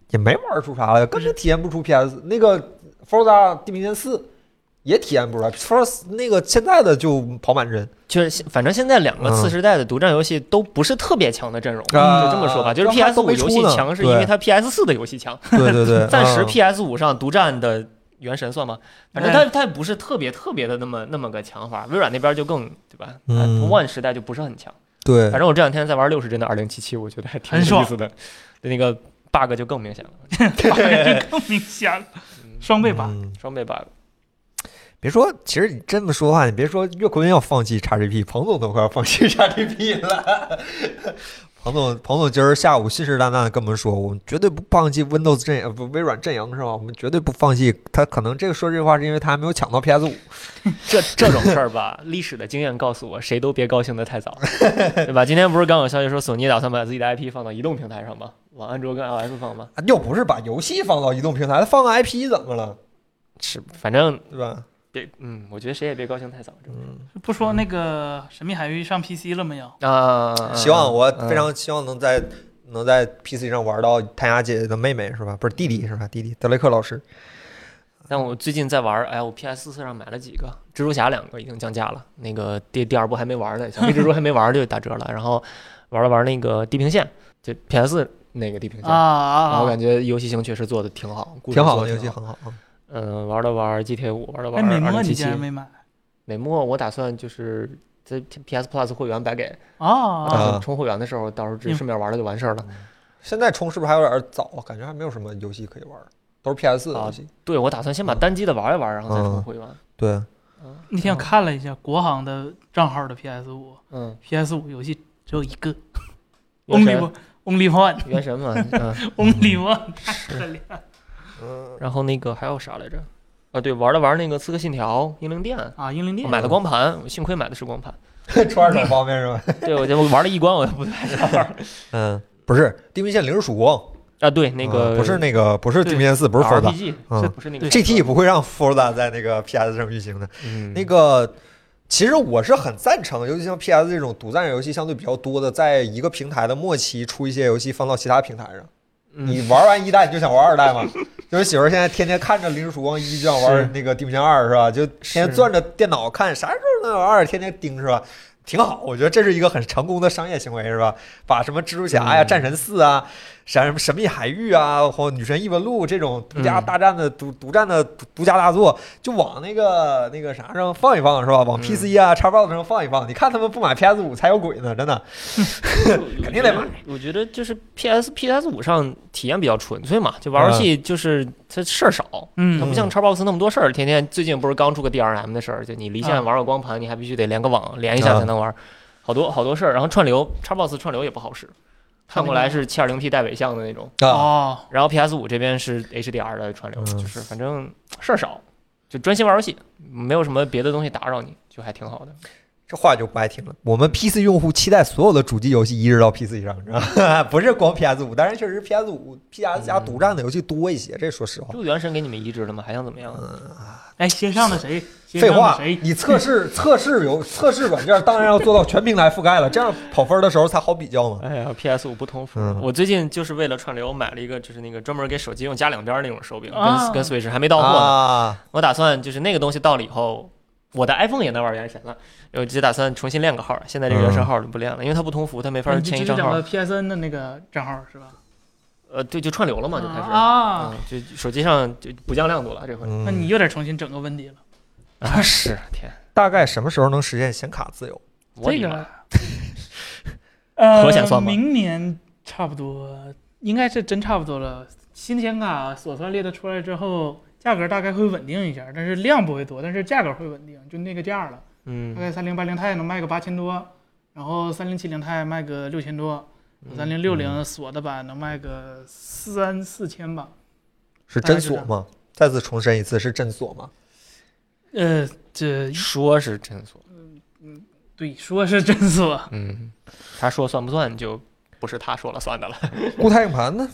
[SPEAKER 9] 也没玩出啥来，根本体验不出 PS 那个 Forza 地平线四。也体验不出来，Force 那个现在的就跑满帧，
[SPEAKER 2] 就是现反正现在两个
[SPEAKER 1] 嗯
[SPEAKER 2] 次时代的独占游戏都不是特别强的阵容，
[SPEAKER 1] 啊
[SPEAKER 2] 嗯就这么说吧，就是
[SPEAKER 9] 刚才
[SPEAKER 2] PS
[SPEAKER 9] 都
[SPEAKER 2] 五
[SPEAKER 9] 没
[SPEAKER 2] 游戏
[SPEAKER 9] 出呢
[SPEAKER 2] 强是因
[SPEAKER 1] 对
[SPEAKER 2] 为它 PS 四的游戏强，
[SPEAKER 1] 对对对，
[SPEAKER 2] 暂时
[SPEAKER 1] 嗯
[SPEAKER 2] PS 五上独占的。原神算吗？反正
[SPEAKER 3] 哎
[SPEAKER 2] 它它不是特别特别的那么那么个强法，微软那边就更对吧、
[SPEAKER 1] 嗯
[SPEAKER 2] o n e 时代就不是很强。
[SPEAKER 1] 对
[SPEAKER 2] 反正我这两天在玩六十帧的二零七七，我觉得还挺
[SPEAKER 3] 很
[SPEAKER 2] 有
[SPEAKER 3] 爽
[SPEAKER 2] 意思的，那个 bug 就更明显了，
[SPEAKER 3] 就更明显了，双倍吧。
[SPEAKER 1] 嗯
[SPEAKER 2] 双倍 bug。
[SPEAKER 1] 别说，其实你这么说的话，你别说岳坤要放弃 XGP，彭总都快要放弃 XGP 了。 彭总，彭总今儿下午信誓旦旦地跟我们说，我们绝对不放弃 Windows 阵营，呃不微软阵营是吧？我们绝对不放弃。他可能这个说这话是因为他还没有抢到 PS 五。
[SPEAKER 2] 这这种事儿吧， 历史的经验告诉我，谁都别高兴得太 早，对吧？今天不是刚有消息说索尼打算把自己的 IP 放到移动平台上吗？往安卓跟 iOS 放吗？
[SPEAKER 1] 啊
[SPEAKER 9] 又不是把游戏放到移动平台，它放个 IP 怎么了，
[SPEAKER 2] 是，反正
[SPEAKER 9] 对吧？
[SPEAKER 2] 别，嗯，我觉得谁也别高兴太早。
[SPEAKER 3] 不说那个《神秘海域》上 PC 了没有？
[SPEAKER 2] 啊、
[SPEAKER 1] 希望我非常希望能在能在 PC 上玩到谭雅姐姐的妹妹是吧？不是弟弟是吧？弟弟德雷克老师。
[SPEAKER 2] 但我最近在玩儿，哎，我 PS 四上买了几个蜘蛛侠，两个已经降价了。那个第第二部还没玩儿呢，小黑蜘蛛还没玩儿就打折了。然后玩了玩那个地平线，就 PS 那个地平线，
[SPEAKER 3] 啊啊
[SPEAKER 2] 然后
[SPEAKER 3] 啊！
[SPEAKER 2] 感觉游戏性确实做的挺好，故事
[SPEAKER 1] 挺好
[SPEAKER 2] 做
[SPEAKER 1] 的
[SPEAKER 2] 得
[SPEAKER 1] 游戏，
[SPEAKER 2] 挺。
[SPEAKER 1] 很好啊。
[SPEAKER 2] 嗯，玩了玩 GTA 五，玩了
[SPEAKER 3] 哎，
[SPEAKER 2] 玩
[SPEAKER 3] 美
[SPEAKER 2] 二
[SPEAKER 3] 墨
[SPEAKER 2] 零
[SPEAKER 3] 你
[SPEAKER 2] 七
[SPEAKER 3] 竟
[SPEAKER 2] 七。
[SPEAKER 3] 然没买
[SPEAKER 2] 美墨我打算就是在 PS Plus 会员白给，我打
[SPEAKER 3] 啊？
[SPEAKER 2] 算充会员的时候，到时候直接顺便玩了就完事儿了。
[SPEAKER 1] 嗯
[SPEAKER 9] 现在充是不是还有点早？感觉还没有什么游戏可以玩，都是 PS
[SPEAKER 2] 啊
[SPEAKER 9] 游戏。
[SPEAKER 2] 对，我打算先把单机的玩一玩，然后再充
[SPEAKER 1] 嗯
[SPEAKER 2] 会员。嗯
[SPEAKER 1] 对，
[SPEAKER 3] 那天我看了一下国行的账号的 PS 五
[SPEAKER 2] 嗯，
[SPEAKER 3] ，PS 五游戏只有一个
[SPEAKER 2] 原
[SPEAKER 3] ，Only
[SPEAKER 2] 神
[SPEAKER 3] One，Only
[SPEAKER 2] 原神嘛， 嗯。
[SPEAKER 3] One，Only One，太可怜了
[SPEAKER 9] 嗯，
[SPEAKER 2] 然后那个还有啥来着？啊，对，玩了玩那个《刺客信条：英灵殿》，
[SPEAKER 3] 啊！英灵
[SPEAKER 2] 我
[SPEAKER 3] 殿
[SPEAKER 2] 买了光盘，我幸亏买的是光盘。
[SPEAKER 9] 穿着方便是吧？
[SPEAKER 2] 对，我就玩了一关， 我就不太想玩。
[SPEAKER 1] 嗯，不是《地平线：零时曙光》
[SPEAKER 2] 啊，对，那
[SPEAKER 1] 嗯
[SPEAKER 2] 个
[SPEAKER 1] 不是那个不是《地
[SPEAKER 2] 对
[SPEAKER 1] 平线四》，不是 Forza。
[SPEAKER 2] RPG，
[SPEAKER 1] 嗯
[SPEAKER 2] 这不是那个
[SPEAKER 1] GT 不会让 Forza 在那个 PS 上运行的。
[SPEAKER 2] 嗯
[SPEAKER 1] 那个，其实我是很赞成，尤其像 PS 这种独占游戏相对比较多的，在一个平台的末期出一些游戏放到其他平台上。
[SPEAKER 2] 嗯
[SPEAKER 1] 你玩完一代，你就想玩二代嘛？ 就是媳妇儿现在天天看着《零时曙光一》，就想玩那个《地平线二》，是吧？就天天攥着电脑看，啥时候能有二？天天盯，是吧？挺好，我觉得这是一个很成功的商业行为，是吧？把什么蜘蛛侠呀、
[SPEAKER 2] 嗯
[SPEAKER 1] 战神四啊、啥什么神秘海域啊、或女神异闻录这种独家
[SPEAKER 2] 嗯
[SPEAKER 1] 大战的独独占的独独家大作，就往那个那个啥上放一放，是吧？往
[SPEAKER 2] 嗯
[SPEAKER 1] PC 啊、Xbox 上放一放。你看他们不买 PS 五才有鬼呢，真的。 肯定得买。
[SPEAKER 2] 我觉得就是 PS PS 五上体验比较纯粹嘛，就
[SPEAKER 1] 嗯
[SPEAKER 2] 玩游戏就是它事儿少，它
[SPEAKER 3] 嗯，
[SPEAKER 2] 不像 Xbox 那么多事儿。天天最近不是刚出个 DRM 的事儿，就你离
[SPEAKER 3] 啊
[SPEAKER 2] 线玩个光盘，你还必须得连个网连一下
[SPEAKER 1] 啊
[SPEAKER 2] 才能玩，好多好多事儿。然后串流 Xbox 串流也不好使，看过来是 720P 带尾像的那种。
[SPEAKER 1] 啊
[SPEAKER 3] 哦，
[SPEAKER 2] 然后 PS 五这边是 HDR 的串流，
[SPEAKER 1] 嗯
[SPEAKER 2] 就是反正事儿少，就专心玩游戏，没有什么别的东西打扰你，就还挺好的。
[SPEAKER 1] 这话就不爱听了。我们 PC 用户期待所有的主机游戏移植到 PC 上，你知道吗？ 不是光 PS 五，但是确实 PS 五、PS 加独占的游戏多一些，这说实话。
[SPEAKER 2] 就原神给你们移植了吗？还想怎么样？啊
[SPEAKER 3] 哎，先上的谁？先
[SPEAKER 1] 废
[SPEAKER 3] 上
[SPEAKER 1] 话
[SPEAKER 3] 的谁，？
[SPEAKER 1] 你测试测试游测试软件当然要做到全平台覆盖了，这样跑分的时候才好比较嘛。
[SPEAKER 2] 哎呀，PS 五不同服。
[SPEAKER 1] 嗯
[SPEAKER 2] 我最近就是为了串流买了一个，就是那个专门给手机用加两边儿那种手柄，
[SPEAKER 3] 啊
[SPEAKER 2] 跟跟 Switch 还没 到货呢。
[SPEAKER 1] 啊，
[SPEAKER 2] 我打算就是那个东西到了以后，我的 iPhone 也能玩原神了，我就打算重新练个号。现在这个原
[SPEAKER 1] 嗯
[SPEAKER 2] 神号就不练了，因为它不同服，它没法
[SPEAKER 3] 嗯你
[SPEAKER 2] 迁
[SPEAKER 3] 这
[SPEAKER 2] 移
[SPEAKER 3] 就
[SPEAKER 2] 账
[SPEAKER 3] 讲
[SPEAKER 2] 号
[SPEAKER 3] 到。PSN 的那个账号是吧？
[SPEAKER 2] 呃，对，就串流了嘛，就开始。
[SPEAKER 3] 啊，
[SPEAKER 2] 嗯，就手机上就不降亮度了，这回。
[SPEAKER 1] 嗯
[SPEAKER 3] 那你又得重新整个温迪了。
[SPEAKER 2] 啊，是天，
[SPEAKER 1] 大概什么时候能实现显卡自由？
[SPEAKER 2] 我
[SPEAKER 3] 这
[SPEAKER 2] 的妈
[SPEAKER 3] 个， 呃，
[SPEAKER 2] 核显算吗
[SPEAKER 3] 明年差不多，应该是真差不多了。新显卡所算列的出来之后，价格大概会稳定一下，但是量不会多，但是价格会稳定，就那个价了。大
[SPEAKER 2] 嗯，
[SPEAKER 3] 概三零八零钛能卖个八千多，然后三零七零钛卖个六千多，三零六零锁的版能卖个三四千吧。
[SPEAKER 1] 是
[SPEAKER 3] 大概
[SPEAKER 1] 真
[SPEAKER 3] 是这
[SPEAKER 1] 锁
[SPEAKER 3] 样
[SPEAKER 1] 吗？再次重申一次，是真锁吗？
[SPEAKER 3] 呃，这
[SPEAKER 2] 说是真锁，
[SPEAKER 3] 嗯对说是真锁，
[SPEAKER 2] 嗯，他说算不算就不是他说了算的了，
[SPEAKER 1] 固态硬盘呢？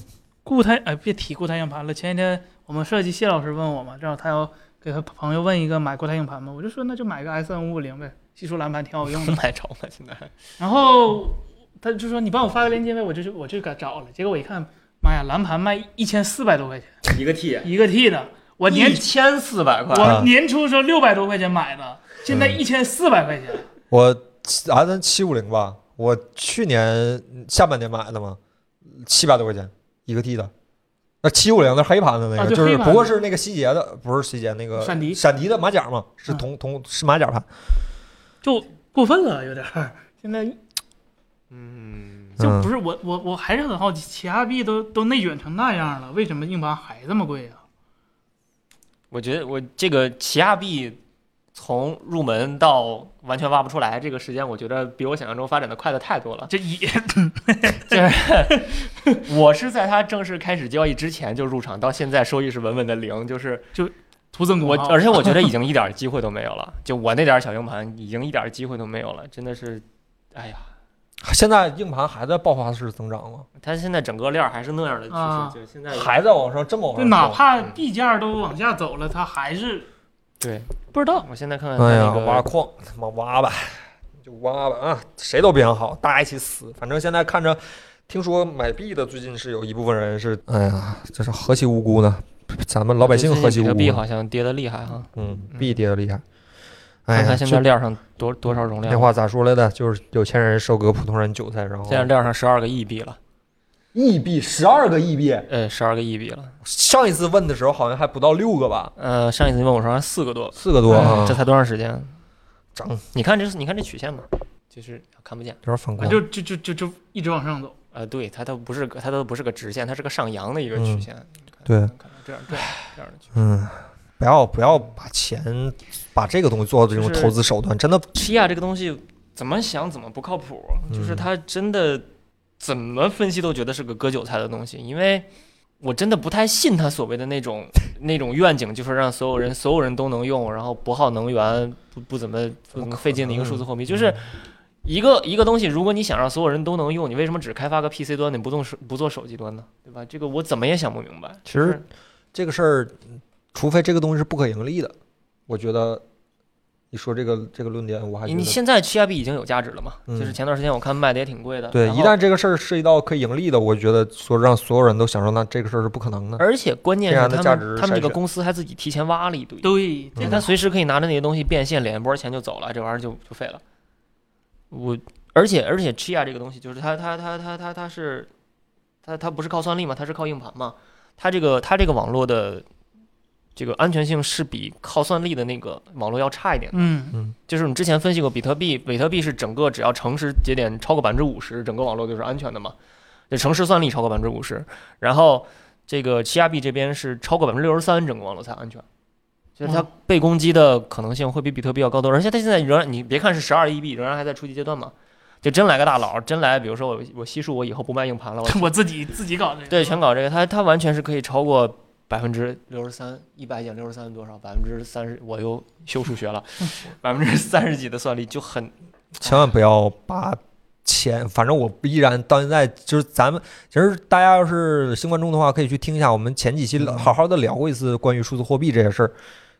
[SPEAKER 3] 固态哎，别提固态硬盘了。前几天我们设计谢老师问我嘛，正好他要给他朋友问一个买固态硬盘嘛，我就说那就买个 S 三五五零呗，系数蓝盘挺好用的。
[SPEAKER 2] 买着吗？现在
[SPEAKER 3] 然后他就说你帮我发个链接呗，我就去我就给找了。结果我一看，妈呀，蓝盘卖一千四百多块钱
[SPEAKER 4] 一个 T，
[SPEAKER 3] 一个 T 的，我年
[SPEAKER 4] 一千四百块，
[SPEAKER 1] 啊嗯
[SPEAKER 3] 我年初时候六百多块钱买的，现在一千四百块钱。
[SPEAKER 1] 我 R 三七五零吧，我去年下半年买的嘛，七百多块钱一个 T 的。那七五零的黑盘的那
[SPEAKER 3] 啊
[SPEAKER 1] 个，
[SPEAKER 3] 对
[SPEAKER 1] 就是
[SPEAKER 3] 黑盘
[SPEAKER 1] 不过是那个希捷的，不是希捷那个
[SPEAKER 3] 闪迪
[SPEAKER 1] 闪迪的马甲嘛，是
[SPEAKER 3] 嗯
[SPEAKER 1] 同同是马甲盘。
[SPEAKER 3] 就过分了，有点儿。 现在
[SPEAKER 2] 嗯，
[SPEAKER 3] 就
[SPEAKER 1] 嗯
[SPEAKER 3] 不是我我我还是很好奇，其他币都都内卷成那样了，为什么硬盘还这么贵啊呀、
[SPEAKER 2] 我觉得我这个奇亚币从入门到完全挖不出来，这个时间我觉得比我想象中发展的快的太多了。
[SPEAKER 3] 这也
[SPEAKER 2] 我是在它正式开始交易之前就入场，到现在收益是稳稳的零，就是
[SPEAKER 3] 徒增啊
[SPEAKER 2] 我
[SPEAKER 3] 功，耗
[SPEAKER 2] 而且我觉得已经一点机会都没有了。就我那点小硬盘已经一点机会都没有了，真的是，哎呀，
[SPEAKER 1] 嗯
[SPEAKER 10] 现在硬盘还在爆发式增长吗？
[SPEAKER 2] 它现在整个链儿还是那样的趋势，
[SPEAKER 3] 啊
[SPEAKER 2] 就现在
[SPEAKER 10] 还在往上这么往
[SPEAKER 3] 就
[SPEAKER 10] 上
[SPEAKER 3] 哪
[SPEAKER 2] 嗯
[SPEAKER 10] 冲？
[SPEAKER 3] 怕币价都往下走了，它还是
[SPEAKER 2] 对，
[SPEAKER 3] 不知道。
[SPEAKER 2] 我现在看看
[SPEAKER 1] 哎
[SPEAKER 2] 它
[SPEAKER 1] 呀
[SPEAKER 2] 那，个
[SPEAKER 1] 挖矿，他妈挖吧，就挖吧啊！谁都别想好，大家一起死。反正现在看着，听说买币的最近是有一部分人是，哎呀，这是何其无辜呢？咱们老百姓
[SPEAKER 2] 最近
[SPEAKER 1] 何其无
[SPEAKER 2] 比特
[SPEAKER 1] 辜
[SPEAKER 2] 币
[SPEAKER 1] 呢？
[SPEAKER 2] 好像跌的厉害哈，
[SPEAKER 1] 嗯，
[SPEAKER 2] 嗯
[SPEAKER 1] 币跌的厉害。哎
[SPEAKER 2] 看
[SPEAKER 1] 呀，
[SPEAKER 2] 看现
[SPEAKER 1] 就
[SPEAKER 2] 在啊链儿上多多少容
[SPEAKER 1] 那
[SPEAKER 2] 量。
[SPEAKER 1] 话咋说来的？就是有钱人收割普通人韭菜，然后
[SPEAKER 2] 现在链儿上十二个亿币了，
[SPEAKER 1] 亿币十二个亿币，
[SPEAKER 2] 呃，十二个亿币了。
[SPEAKER 1] 上一次问的时候好像还不到六个吧，
[SPEAKER 2] 呃，上一次你问我说还四个多，嗯
[SPEAKER 1] 四个多啊，
[SPEAKER 2] 哎这才多长时间？
[SPEAKER 1] 涨
[SPEAKER 2] 你看这是，你看这曲线嘛，就是看不见。
[SPEAKER 1] 有点反
[SPEAKER 3] 啊
[SPEAKER 1] 光。
[SPEAKER 3] 就就就就就一直往上走，
[SPEAKER 2] 呃，对，它都不是个，它都不是个直线，它是个上扬的一个曲
[SPEAKER 1] 嗯
[SPEAKER 2] 线。
[SPEAKER 1] 对
[SPEAKER 2] 看，看这样这样这样的曲
[SPEAKER 1] 嗯，不要不要把钱把这个东西做到这种
[SPEAKER 2] 就是
[SPEAKER 1] 投资手段，真的
[SPEAKER 2] 线。TIA 这个东西怎么想怎么不靠谱，就是
[SPEAKER 1] 嗯
[SPEAKER 2] 它真的怎么分析都觉得是个割韭菜的东西，因为我真的不太信他所谓的那种 那种愿景，就是让所有人所有人都能用，然后不耗能源，不不怎么不怎么费劲的一个数字货币，就是。一个一个东西，如果你想让所有人都能用，你为什么只开发个 PC 端，你不动手不做手机端呢？对吧？这个我怎么也想不明白。
[SPEAKER 1] 其实这个事儿，除非这个东西是不可盈利的，
[SPEAKER 10] 我觉得你说这个这个论点，我还觉
[SPEAKER 2] 你
[SPEAKER 10] 得
[SPEAKER 2] 现在 7R 币已经有价值了嘛？
[SPEAKER 1] 嗯
[SPEAKER 2] 就是前段时间我看卖的也挺贵的。
[SPEAKER 1] 对。
[SPEAKER 2] 然
[SPEAKER 1] 一
[SPEAKER 2] 后
[SPEAKER 1] 旦这个事儿涉及到可以盈利的，我觉得说让所有人都享受，那这个事儿是不可能的。
[SPEAKER 2] 而且关键
[SPEAKER 1] 这
[SPEAKER 2] 是
[SPEAKER 1] 样的
[SPEAKER 2] 他
[SPEAKER 1] 价值
[SPEAKER 2] 们他们这
[SPEAKER 1] 筛
[SPEAKER 2] 个
[SPEAKER 1] 选
[SPEAKER 2] 公司还自己提前挖了一堆，
[SPEAKER 3] 对，
[SPEAKER 2] 就
[SPEAKER 3] 这个
[SPEAKER 2] 他随时可以拿着那个东西变现，敛一波钱就走了，这玩意儿就就废了。我而且而且 Chia 这个东西就是它它它它它它是它它不是靠算力嘛，它是靠硬盘嘛，它这个它这个网络的。这个安全性是比靠算力的那个网络要差一点的，
[SPEAKER 3] 嗯，
[SPEAKER 2] 就是我们之前分析过，比特币，比特币是整个只要诚实节点超过百分之五十，整个网络就是安全的嘛。这诚实算力超过百分之五十，然后这个欺压币这边是超过百分之六十三，整个网络才安全。就是它
[SPEAKER 3] 嗯
[SPEAKER 2] 被攻击的可能性会比比特币要高多，而且它现在仍然，你别看是十二亿币，仍然还在初级阶段嘛。就真来个大佬，真来，比如说我我稀数，我以后不卖硬盘了，我
[SPEAKER 3] 我自己自己搞这个，
[SPEAKER 2] 对全搞这个，它它完全是可以超过百分之六十三，一百减六十三多少？百分之三十，我又修数学 了，百分之三十几的算力就很
[SPEAKER 1] 千万不要把钱，反正我依然到现在就是咱们，其实大家要是新观众的话，可以去听一下我们前几
[SPEAKER 2] 嗯
[SPEAKER 1] 期好好的聊过一次关于数字货币这些事儿。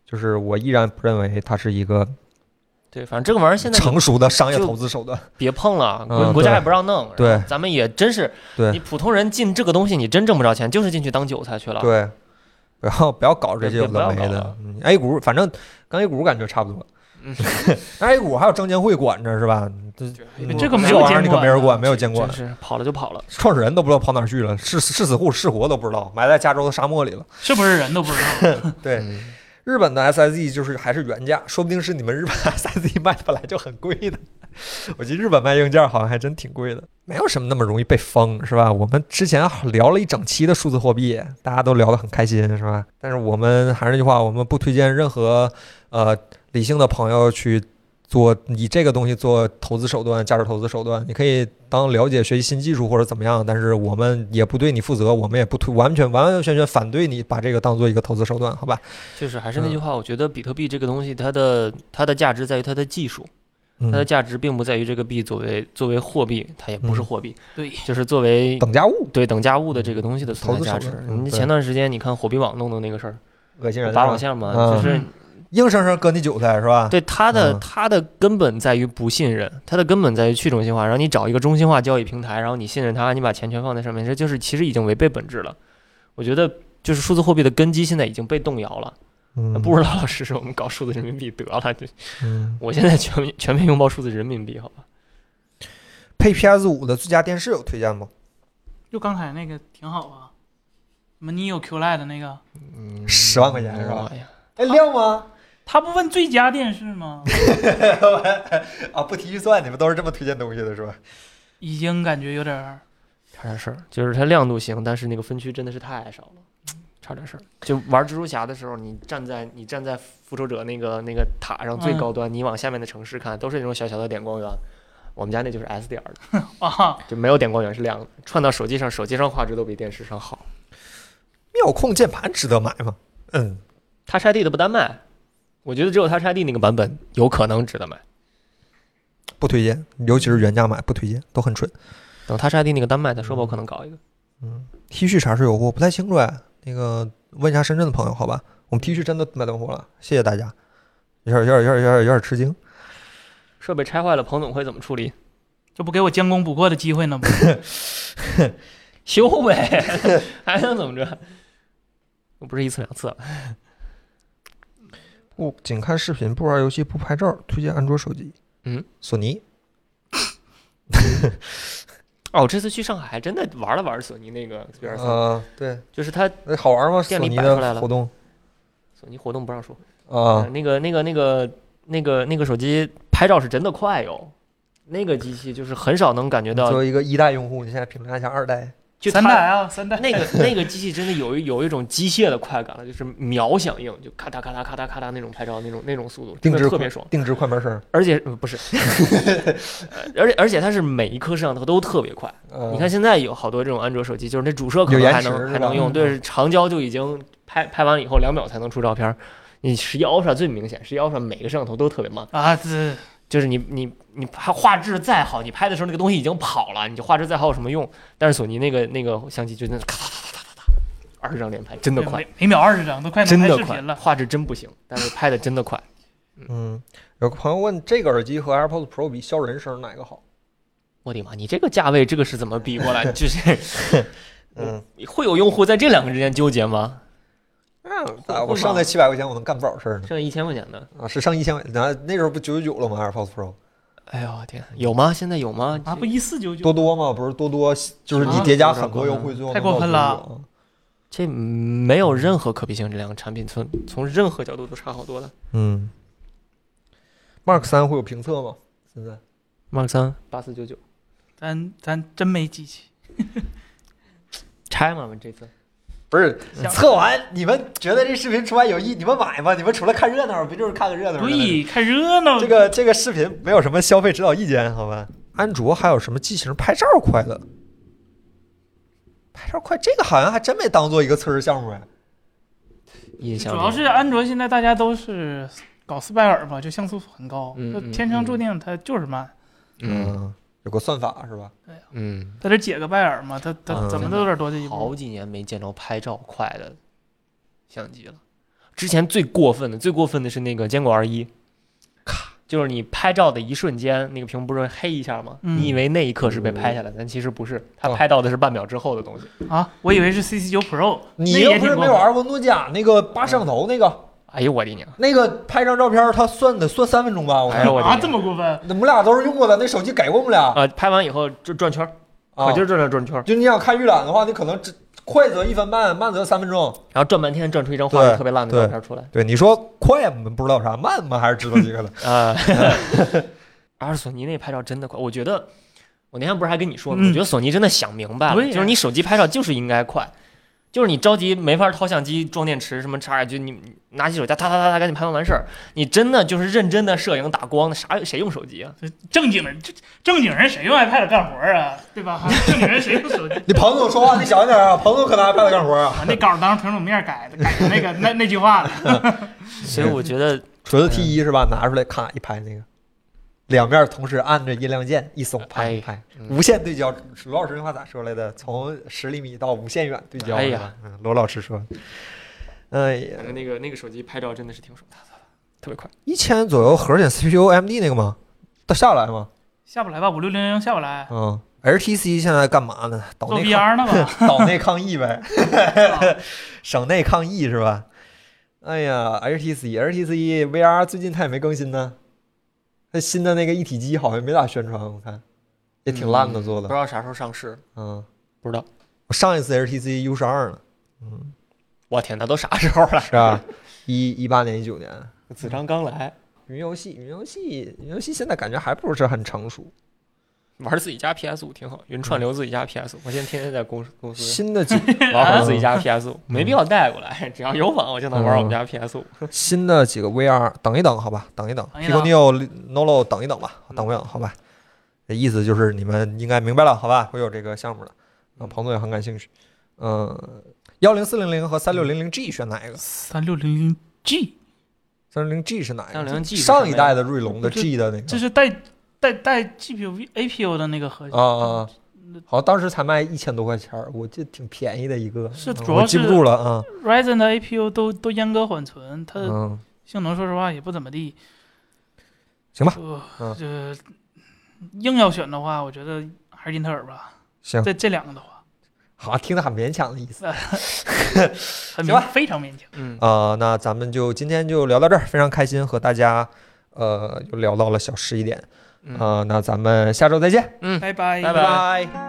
[SPEAKER 1] 就是我依然不认为它是一个
[SPEAKER 2] 对，反正这个玩意儿现在
[SPEAKER 1] 成熟的商业
[SPEAKER 2] 就
[SPEAKER 1] 投资手段。
[SPEAKER 2] 别碰了，啊国、
[SPEAKER 1] 嗯
[SPEAKER 2] 国
[SPEAKER 1] 对
[SPEAKER 2] 家也不让弄。
[SPEAKER 1] 对
[SPEAKER 2] 然后咱们也真是，
[SPEAKER 1] 对
[SPEAKER 2] 你普通人进这个东西，你真挣不着钱，就是进去当韭菜去了。
[SPEAKER 1] 对，不要不要搞这些有的
[SPEAKER 2] 啊
[SPEAKER 1] 没
[SPEAKER 2] 别不要搞
[SPEAKER 1] 的
[SPEAKER 2] 了。
[SPEAKER 1] 嗯，A 股反正跟 A 股感觉差不多。
[SPEAKER 2] 嗯
[SPEAKER 1] 但 A 股还有证监会管着是吧？这
[SPEAKER 2] 嗯
[SPEAKER 3] 这个
[SPEAKER 1] 这
[SPEAKER 3] 没有
[SPEAKER 1] 玩意儿
[SPEAKER 3] 监
[SPEAKER 1] 你可没人
[SPEAKER 3] 管啊
[SPEAKER 1] 管，没有监管
[SPEAKER 2] 真。是跑了就跑了。
[SPEAKER 1] 创始人都不知道跑哪儿去了，是是死是活是活都不知道，埋在加州的沙漠里了。
[SPEAKER 3] 是不是人都不知道。
[SPEAKER 1] 对，
[SPEAKER 2] 嗯
[SPEAKER 1] 日本的 SSE 就是还是原价，说不定是你们日本 SSE 卖的本来就很贵的。 我记得日本卖硬件好像还真挺贵的，没有什么那么容易被封，是吧？我们之前聊了一整期的数字货币，大家都聊得很开心，是吧？但是我们还是那句话，我们不推荐任何呃理性的朋友去做以这个东西做投资手段、价值投资手段。你可以当了解、学习新技术或者怎么样，但是我们也不对你负责，我们也不推完全完完全全反对你把这个当做一个投资手段，好吧？
[SPEAKER 2] 就是还是
[SPEAKER 1] 嗯
[SPEAKER 2] 那句话，我觉得比特币这个东西，它的它的价值在于它的技术，它的
[SPEAKER 1] 嗯，
[SPEAKER 2] 价值并不在于这个币作为作为货币，它也不是
[SPEAKER 1] 嗯
[SPEAKER 2] 货币，
[SPEAKER 3] 对，
[SPEAKER 2] 就是作为
[SPEAKER 1] 等价物，
[SPEAKER 2] 对等价物的这个东西的存在价值
[SPEAKER 1] 嗯投资手。段嗯
[SPEAKER 2] 你前段时间你看火币网弄的那个事儿，
[SPEAKER 1] 恶心人是吧，
[SPEAKER 2] 拔网线嘛，就是
[SPEAKER 3] 嗯
[SPEAKER 1] 硬生生割你韭菜是吧？
[SPEAKER 2] 对它的
[SPEAKER 1] 嗯
[SPEAKER 2] 它的根本在于不信任，它的根本在于去中心化。然后你找一个中心化交易平台，然后你信任它，你把钱全放在上面，这就是其实已经违背本质了。我觉得就是数字货币的根基现在已经被动摇了。
[SPEAKER 1] 嗯，
[SPEAKER 2] 那不如老老实实我们搞数字人民币得了。就
[SPEAKER 1] 嗯，
[SPEAKER 2] 我现在全面全面拥抱数字人民币，好吧？
[SPEAKER 1] 配 PS 五的最佳电视有推荐吗？
[SPEAKER 3] 就刚才那个挺好啊，什么你有 Q Lite 的那个，
[SPEAKER 2] 嗯
[SPEAKER 1] 10万块钱是吧
[SPEAKER 2] 哎呀，
[SPEAKER 1] 哎，亮吗？
[SPEAKER 3] 他不问最佳电视吗？
[SPEAKER 1] 啊，不提预算，你们都是这么推荐东西的是吧？
[SPEAKER 3] 已经感觉有点儿
[SPEAKER 2] 差点事儿，就是它亮度行，但是那个分区真的是太少了，差点事儿。就玩蜘蛛侠的时候，你站在你站在复仇者那个那个塔上最
[SPEAKER 3] 嗯
[SPEAKER 2] 高端，你往下面的城市看，都是那种小小的点光源。我们家那就是 S 点儿的，
[SPEAKER 3] 啊，
[SPEAKER 2] 就没有点光源是亮的，串到手机上，手机上画质都比电视上好。
[SPEAKER 1] 妙控键盘值得买吗？嗯，
[SPEAKER 2] Touch ID 的不单卖，我觉得只有 Touch ID 那个版本有可能值得买。
[SPEAKER 1] 不推荐，尤其是原价买不推荐，都很蠢。
[SPEAKER 2] 等 Touch ID 那个单卖再说吧，我可能搞一个。
[SPEAKER 1] T 恤啥时候有货？不太清楚哎，那个问一下深圳的朋友好吧？我们 T 恤真的卖断货了，谢谢大家。有点有点有点有点有点吃惊，
[SPEAKER 2] 设备拆坏了，彭总会怎么处理？
[SPEAKER 3] 这不给我将功补过的机会呢吗？
[SPEAKER 2] 修呗， 还能怎么着？ 我不是一次两次啊了。
[SPEAKER 1] 不哦仅看视频，不玩游戏，不拍照，推荐安卓手机。
[SPEAKER 2] 嗯，
[SPEAKER 1] 索尼
[SPEAKER 2] 哦，我这次去上海还真的玩了玩索尼那个 VR 三、
[SPEAKER 1] 啊，对，
[SPEAKER 2] 就是它
[SPEAKER 1] 那好玩吗？索
[SPEAKER 2] 店里
[SPEAKER 1] 尼
[SPEAKER 2] 摆出来
[SPEAKER 1] 的
[SPEAKER 2] 了
[SPEAKER 1] 活动
[SPEAKER 2] 索尼活动不让说，
[SPEAKER 1] 啊
[SPEAKER 2] 呃，那个那个那个那个那个手机拍照是真的快哟，那个机器就是很少能感觉
[SPEAKER 1] 作
[SPEAKER 2] 到，
[SPEAKER 1] 为一个一代用户，你现在评价一下二代，
[SPEAKER 2] 就
[SPEAKER 3] 三
[SPEAKER 2] 它
[SPEAKER 3] 代啊，三代，
[SPEAKER 2] 那个那个机器真的有一有一种机械的快感了，就是秒响应，就咔嗒咔嗒咔嗒咔嗒那种拍照那种那种速度，
[SPEAKER 1] 定
[SPEAKER 2] 真的
[SPEAKER 1] 制
[SPEAKER 2] 特别
[SPEAKER 1] 快
[SPEAKER 2] 爽。
[SPEAKER 1] 定制快门声。
[SPEAKER 2] 而且、呃 不是，呃而且而且它是每一颗摄像头都特别快。
[SPEAKER 1] 呃
[SPEAKER 2] 嗯你看现在有好多这种安卓手机，就是那主摄可
[SPEAKER 1] 有
[SPEAKER 2] 能
[SPEAKER 1] 延
[SPEAKER 2] 还
[SPEAKER 1] 迟是
[SPEAKER 2] 能还
[SPEAKER 1] 吧
[SPEAKER 2] 能用，对，长焦就已经拍拍完了以后两秒才能出照片儿。你十一 Ultra 最明显，十一 Ultra 每个摄像头都特别慢，
[SPEAKER 3] 啊，这
[SPEAKER 2] 就是你你你拍画质再好，你拍的时候那个东西已经跑了，你就画质再好有什么用？但是索尼那个那个相机就那咔咔咔咔咔咔，二十张连拍真的快
[SPEAKER 3] 每，每秒二十张，都快能
[SPEAKER 2] 真
[SPEAKER 3] 拍
[SPEAKER 2] 的
[SPEAKER 3] 视
[SPEAKER 2] 快
[SPEAKER 3] 频，了。
[SPEAKER 2] 画质真不行，但是拍的真的快。
[SPEAKER 1] 嗯，有个朋友问这个耳机和 AirPods Pro 比削人声哪个好？
[SPEAKER 2] 我的妈！你这个价位，这个是怎么比过来？就是
[SPEAKER 1] 嗯，
[SPEAKER 2] 会有用户在这两个之间纠结吗？
[SPEAKER 1] 啊，我上那七百块钱我能干不少事儿呢。
[SPEAKER 2] 剩一千块钱呢？
[SPEAKER 1] 啊，是上一千块，那那时候不九九九了吗？AirPods Pro
[SPEAKER 2] 哎呦我天，有吗？现在有吗？
[SPEAKER 3] 啊，不一四九九
[SPEAKER 1] 多，多吗？不是多多，就是你
[SPEAKER 3] 啊
[SPEAKER 1] 叠加很多优惠，最后
[SPEAKER 3] 太过分了
[SPEAKER 1] 了。
[SPEAKER 2] 这没有任何可比性，这两个产品从从任何角度都差好多了。
[SPEAKER 1] 嗯，Mark 三会有评测吗？现在
[SPEAKER 2] Mark 三八四九九
[SPEAKER 3] 咱咱真没机器，
[SPEAKER 2] 拆吗？这次
[SPEAKER 1] 不是
[SPEAKER 2] 嗯
[SPEAKER 3] 想
[SPEAKER 1] 测完，你们觉得这视频出来有意，你们买吗？你们除了看热闹，不就是看个热闹？
[SPEAKER 3] 对，看热 闹。
[SPEAKER 1] 这个这个视频没有什么消费指导意见，好吧？安卓还有什么机型拍照快的？拍照快这个好像还真没当做一个测试项目哎。
[SPEAKER 2] 印
[SPEAKER 3] 主
[SPEAKER 2] 象
[SPEAKER 3] 要是安卓现在大家都是搞斯拜尔嘛，就像素很高，
[SPEAKER 2] 嗯
[SPEAKER 3] 就
[SPEAKER 2] 嗯
[SPEAKER 3] 天生注定它就是慢。
[SPEAKER 2] 嗯，
[SPEAKER 1] 有个算法是吧？
[SPEAKER 2] 嗯，
[SPEAKER 3] 它得解个拜尔嘛，它它
[SPEAKER 1] 嗯
[SPEAKER 3] 怎么都有点多这一步。
[SPEAKER 2] 好几年没见着拍照快的相机了。之前最过分的，最过分的是那个坚果 R 一，咔，就是你拍照的一瞬间，那个屏幕不是黑一下吗？
[SPEAKER 3] 嗯
[SPEAKER 2] 你以为那一刻是被拍下来，但其实不是，它
[SPEAKER 1] 哦
[SPEAKER 2] 拍到的是半秒之后的东西。
[SPEAKER 3] 啊，我以为是 CC 九 Pro，
[SPEAKER 1] 你
[SPEAKER 3] 那也
[SPEAKER 1] 又不
[SPEAKER 3] 挺
[SPEAKER 1] 是没
[SPEAKER 3] 过分
[SPEAKER 1] 玩过诺基亚那个八摄像头那个，
[SPEAKER 2] 哎呦我的娘！
[SPEAKER 1] 那个拍张照片，它算得算三分钟吧？我
[SPEAKER 2] 哎呦
[SPEAKER 1] 看。
[SPEAKER 2] 我的
[SPEAKER 3] 啊，
[SPEAKER 2] 娘！
[SPEAKER 3] 这么过分？
[SPEAKER 1] 我们俩都是用过的，那手
[SPEAKER 2] 呃
[SPEAKER 1] 机给过我们俩。
[SPEAKER 2] 啊，拍完以后就转圈儿，
[SPEAKER 1] 啊
[SPEAKER 2] 可劲儿转转转圈儿。
[SPEAKER 1] 就你想看预览的话，你可能只
[SPEAKER 4] 快则一分半，慢则三分钟。
[SPEAKER 2] 然后转半天转出一张画
[SPEAKER 1] 对
[SPEAKER 2] 质特别烂的照
[SPEAKER 1] 对
[SPEAKER 2] 片出来
[SPEAKER 1] 对，你说快我们不知道啥，慢我们还是知道几个 的。
[SPEAKER 2] 啊。 而索尼那拍照真的快，我觉得我那天不是还跟你说吗？
[SPEAKER 3] 嗯
[SPEAKER 2] 我觉得索尼真的想明白了，
[SPEAKER 3] 对呀
[SPEAKER 2] 就是你手机拍照就是应该快，就是你着急没法掏相机装电池什么插 RG，你你拿起手机哒哒哒哒赶紧拍完完事儿。你真的就是认真的摄影打光，啥谁用手机 啊？
[SPEAKER 3] 正经人，这正经人谁用 iPad 干活啊？对吧？正经人谁用手机？
[SPEAKER 4] 你彭总说话你小心点啊，彭总可拿 iPad 干活啊，
[SPEAKER 3] 把那稿当成平总面改的，改成 那个那那句话了。
[SPEAKER 2] 所以我觉得
[SPEAKER 4] 锤子 T 一是吧？拿出来咔一拍那个，两面同时按着音量键一松拍
[SPEAKER 2] 哎
[SPEAKER 4] 一拍，
[SPEAKER 2] 嗯
[SPEAKER 4] 无限对焦。罗老师那话咋说来的？从十厘米到无限远对焦。
[SPEAKER 2] 哎
[SPEAKER 4] 是
[SPEAKER 2] 呀
[SPEAKER 4] 吧，嗯罗老师说，哎呀，
[SPEAKER 2] 感觉那个那个手机拍照真的是挺爽的，特别快。
[SPEAKER 1] 一千左右核显 CPU AMD 那个吗？它下来吗？
[SPEAKER 3] 下不来吧？五六零零下不来，
[SPEAKER 1] 嗯，HTC 现在干嘛呢？倒
[SPEAKER 3] 做
[SPEAKER 1] 内抗
[SPEAKER 3] VR 呢吧？
[SPEAKER 4] 岛内抗议呗，
[SPEAKER 3] 啊
[SPEAKER 4] 省内抗议是吧？哎呀，HTC HTC VR 最近它也没更新呢，它新的那个一体机好像没咋宣传，我看也挺烂的做
[SPEAKER 2] 不
[SPEAKER 4] 的
[SPEAKER 2] 知，道啥时候上市，
[SPEAKER 4] 嗯，
[SPEAKER 2] 不知道。
[SPEAKER 1] 我上一次 HTC U 十二呢，
[SPEAKER 2] 我天，那都啥时候 了？
[SPEAKER 1] 是
[SPEAKER 4] 是吧？一一八年一九年，
[SPEAKER 2] 子章刚
[SPEAKER 3] 嗯
[SPEAKER 2] 来，
[SPEAKER 4] 云游戏云游戏云游戏现在感觉还不是很成熟，
[SPEAKER 2] 玩自己家 PS 五挺好，云串流自己家 PS 五。我现在天天在公司公司
[SPEAKER 4] 新的几
[SPEAKER 2] 玩会儿自己家 PS 五，没必要带过来，只要有网我就能玩我们家 PS 五。
[SPEAKER 1] 新的几个 VR，等一等好吧，等一等
[SPEAKER 3] 等一嗯
[SPEAKER 1] Pico
[SPEAKER 3] 等
[SPEAKER 1] Neo Nolo 等一等吧，等不等好吧？这意思就是你们应该明白了好吧？会有这个项目的，
[SPEAKER 3] 嗯
[SPEAKER 1] 啊，彭总也很感兴趣，嗯。幺零四零零和三六零零 G 选哪一个？
[SPEAKER 3] 三六零零 G，
[SPEAKER 1] 三六零 G 是哪一个？
[SPEAKER 2] 360G 是
[SPEAKER 1] 上一代的锐龙的
[SPEAKER 3] 这
[SPEAKER 1] G 的那
[SPEAKER 3] 这
[SPEAKER 1] 个
[SPEAKER 3] 是带带带 GPU、APU 的那个核心
[SPEAKER 1] 啊啊啊！
[SPEAKER 3] 那
[SPEAKER 1] 好像当时才卖一千多块钱儿，我记得挺便宜的一个，
[SPEAKER 3] 是
[SPEAKER 1] 嗯
[SPEAKER 3] 主
[SPEAKER 1] 我
[SPEAKER 3] 要
[SPEAKER 1] 记不
[SPEAKER 3] 是
[SPEAKER 1] 住了啊。
[SPEAKER 3] Ryzen 的 APU 都都阉割缓存，它
[SPEAKER 1] 嗯，
[SPEAKER 3] 性能说实话也不怎么地。
[SPEAKER 1] 行吧
[SPEAKER 3] 呃
[SPEAKER 1] 嗯
[SPEAKER 3] 这硬要选的话，我觉得还是英特尔吧。
[SPEAKER 1] 行，
[SPEAKER 3] 这这两个的话，
[SPEAKER 4] 好像听得很勉强的意思。
[SPEAKER 3] 很
[SPEAKER 1] 行吧
[SPEAKER 3] 勉非常勉强。
[SPEAKER 2] 嗯，
[SPEAKER 1] 啊、那咱们就今天就聊到这儿，非常开心和大家，呃，又聊到了小十一点，
[SPEAKER 2] 嗯
[SPEAKER 1] 啊、那咱们下周再见，
[SPEAKER 3] 拜拜，
[SPEAKER 1] 拜
[SPEAKER 2] 拜
[SPEAKER 1] 拜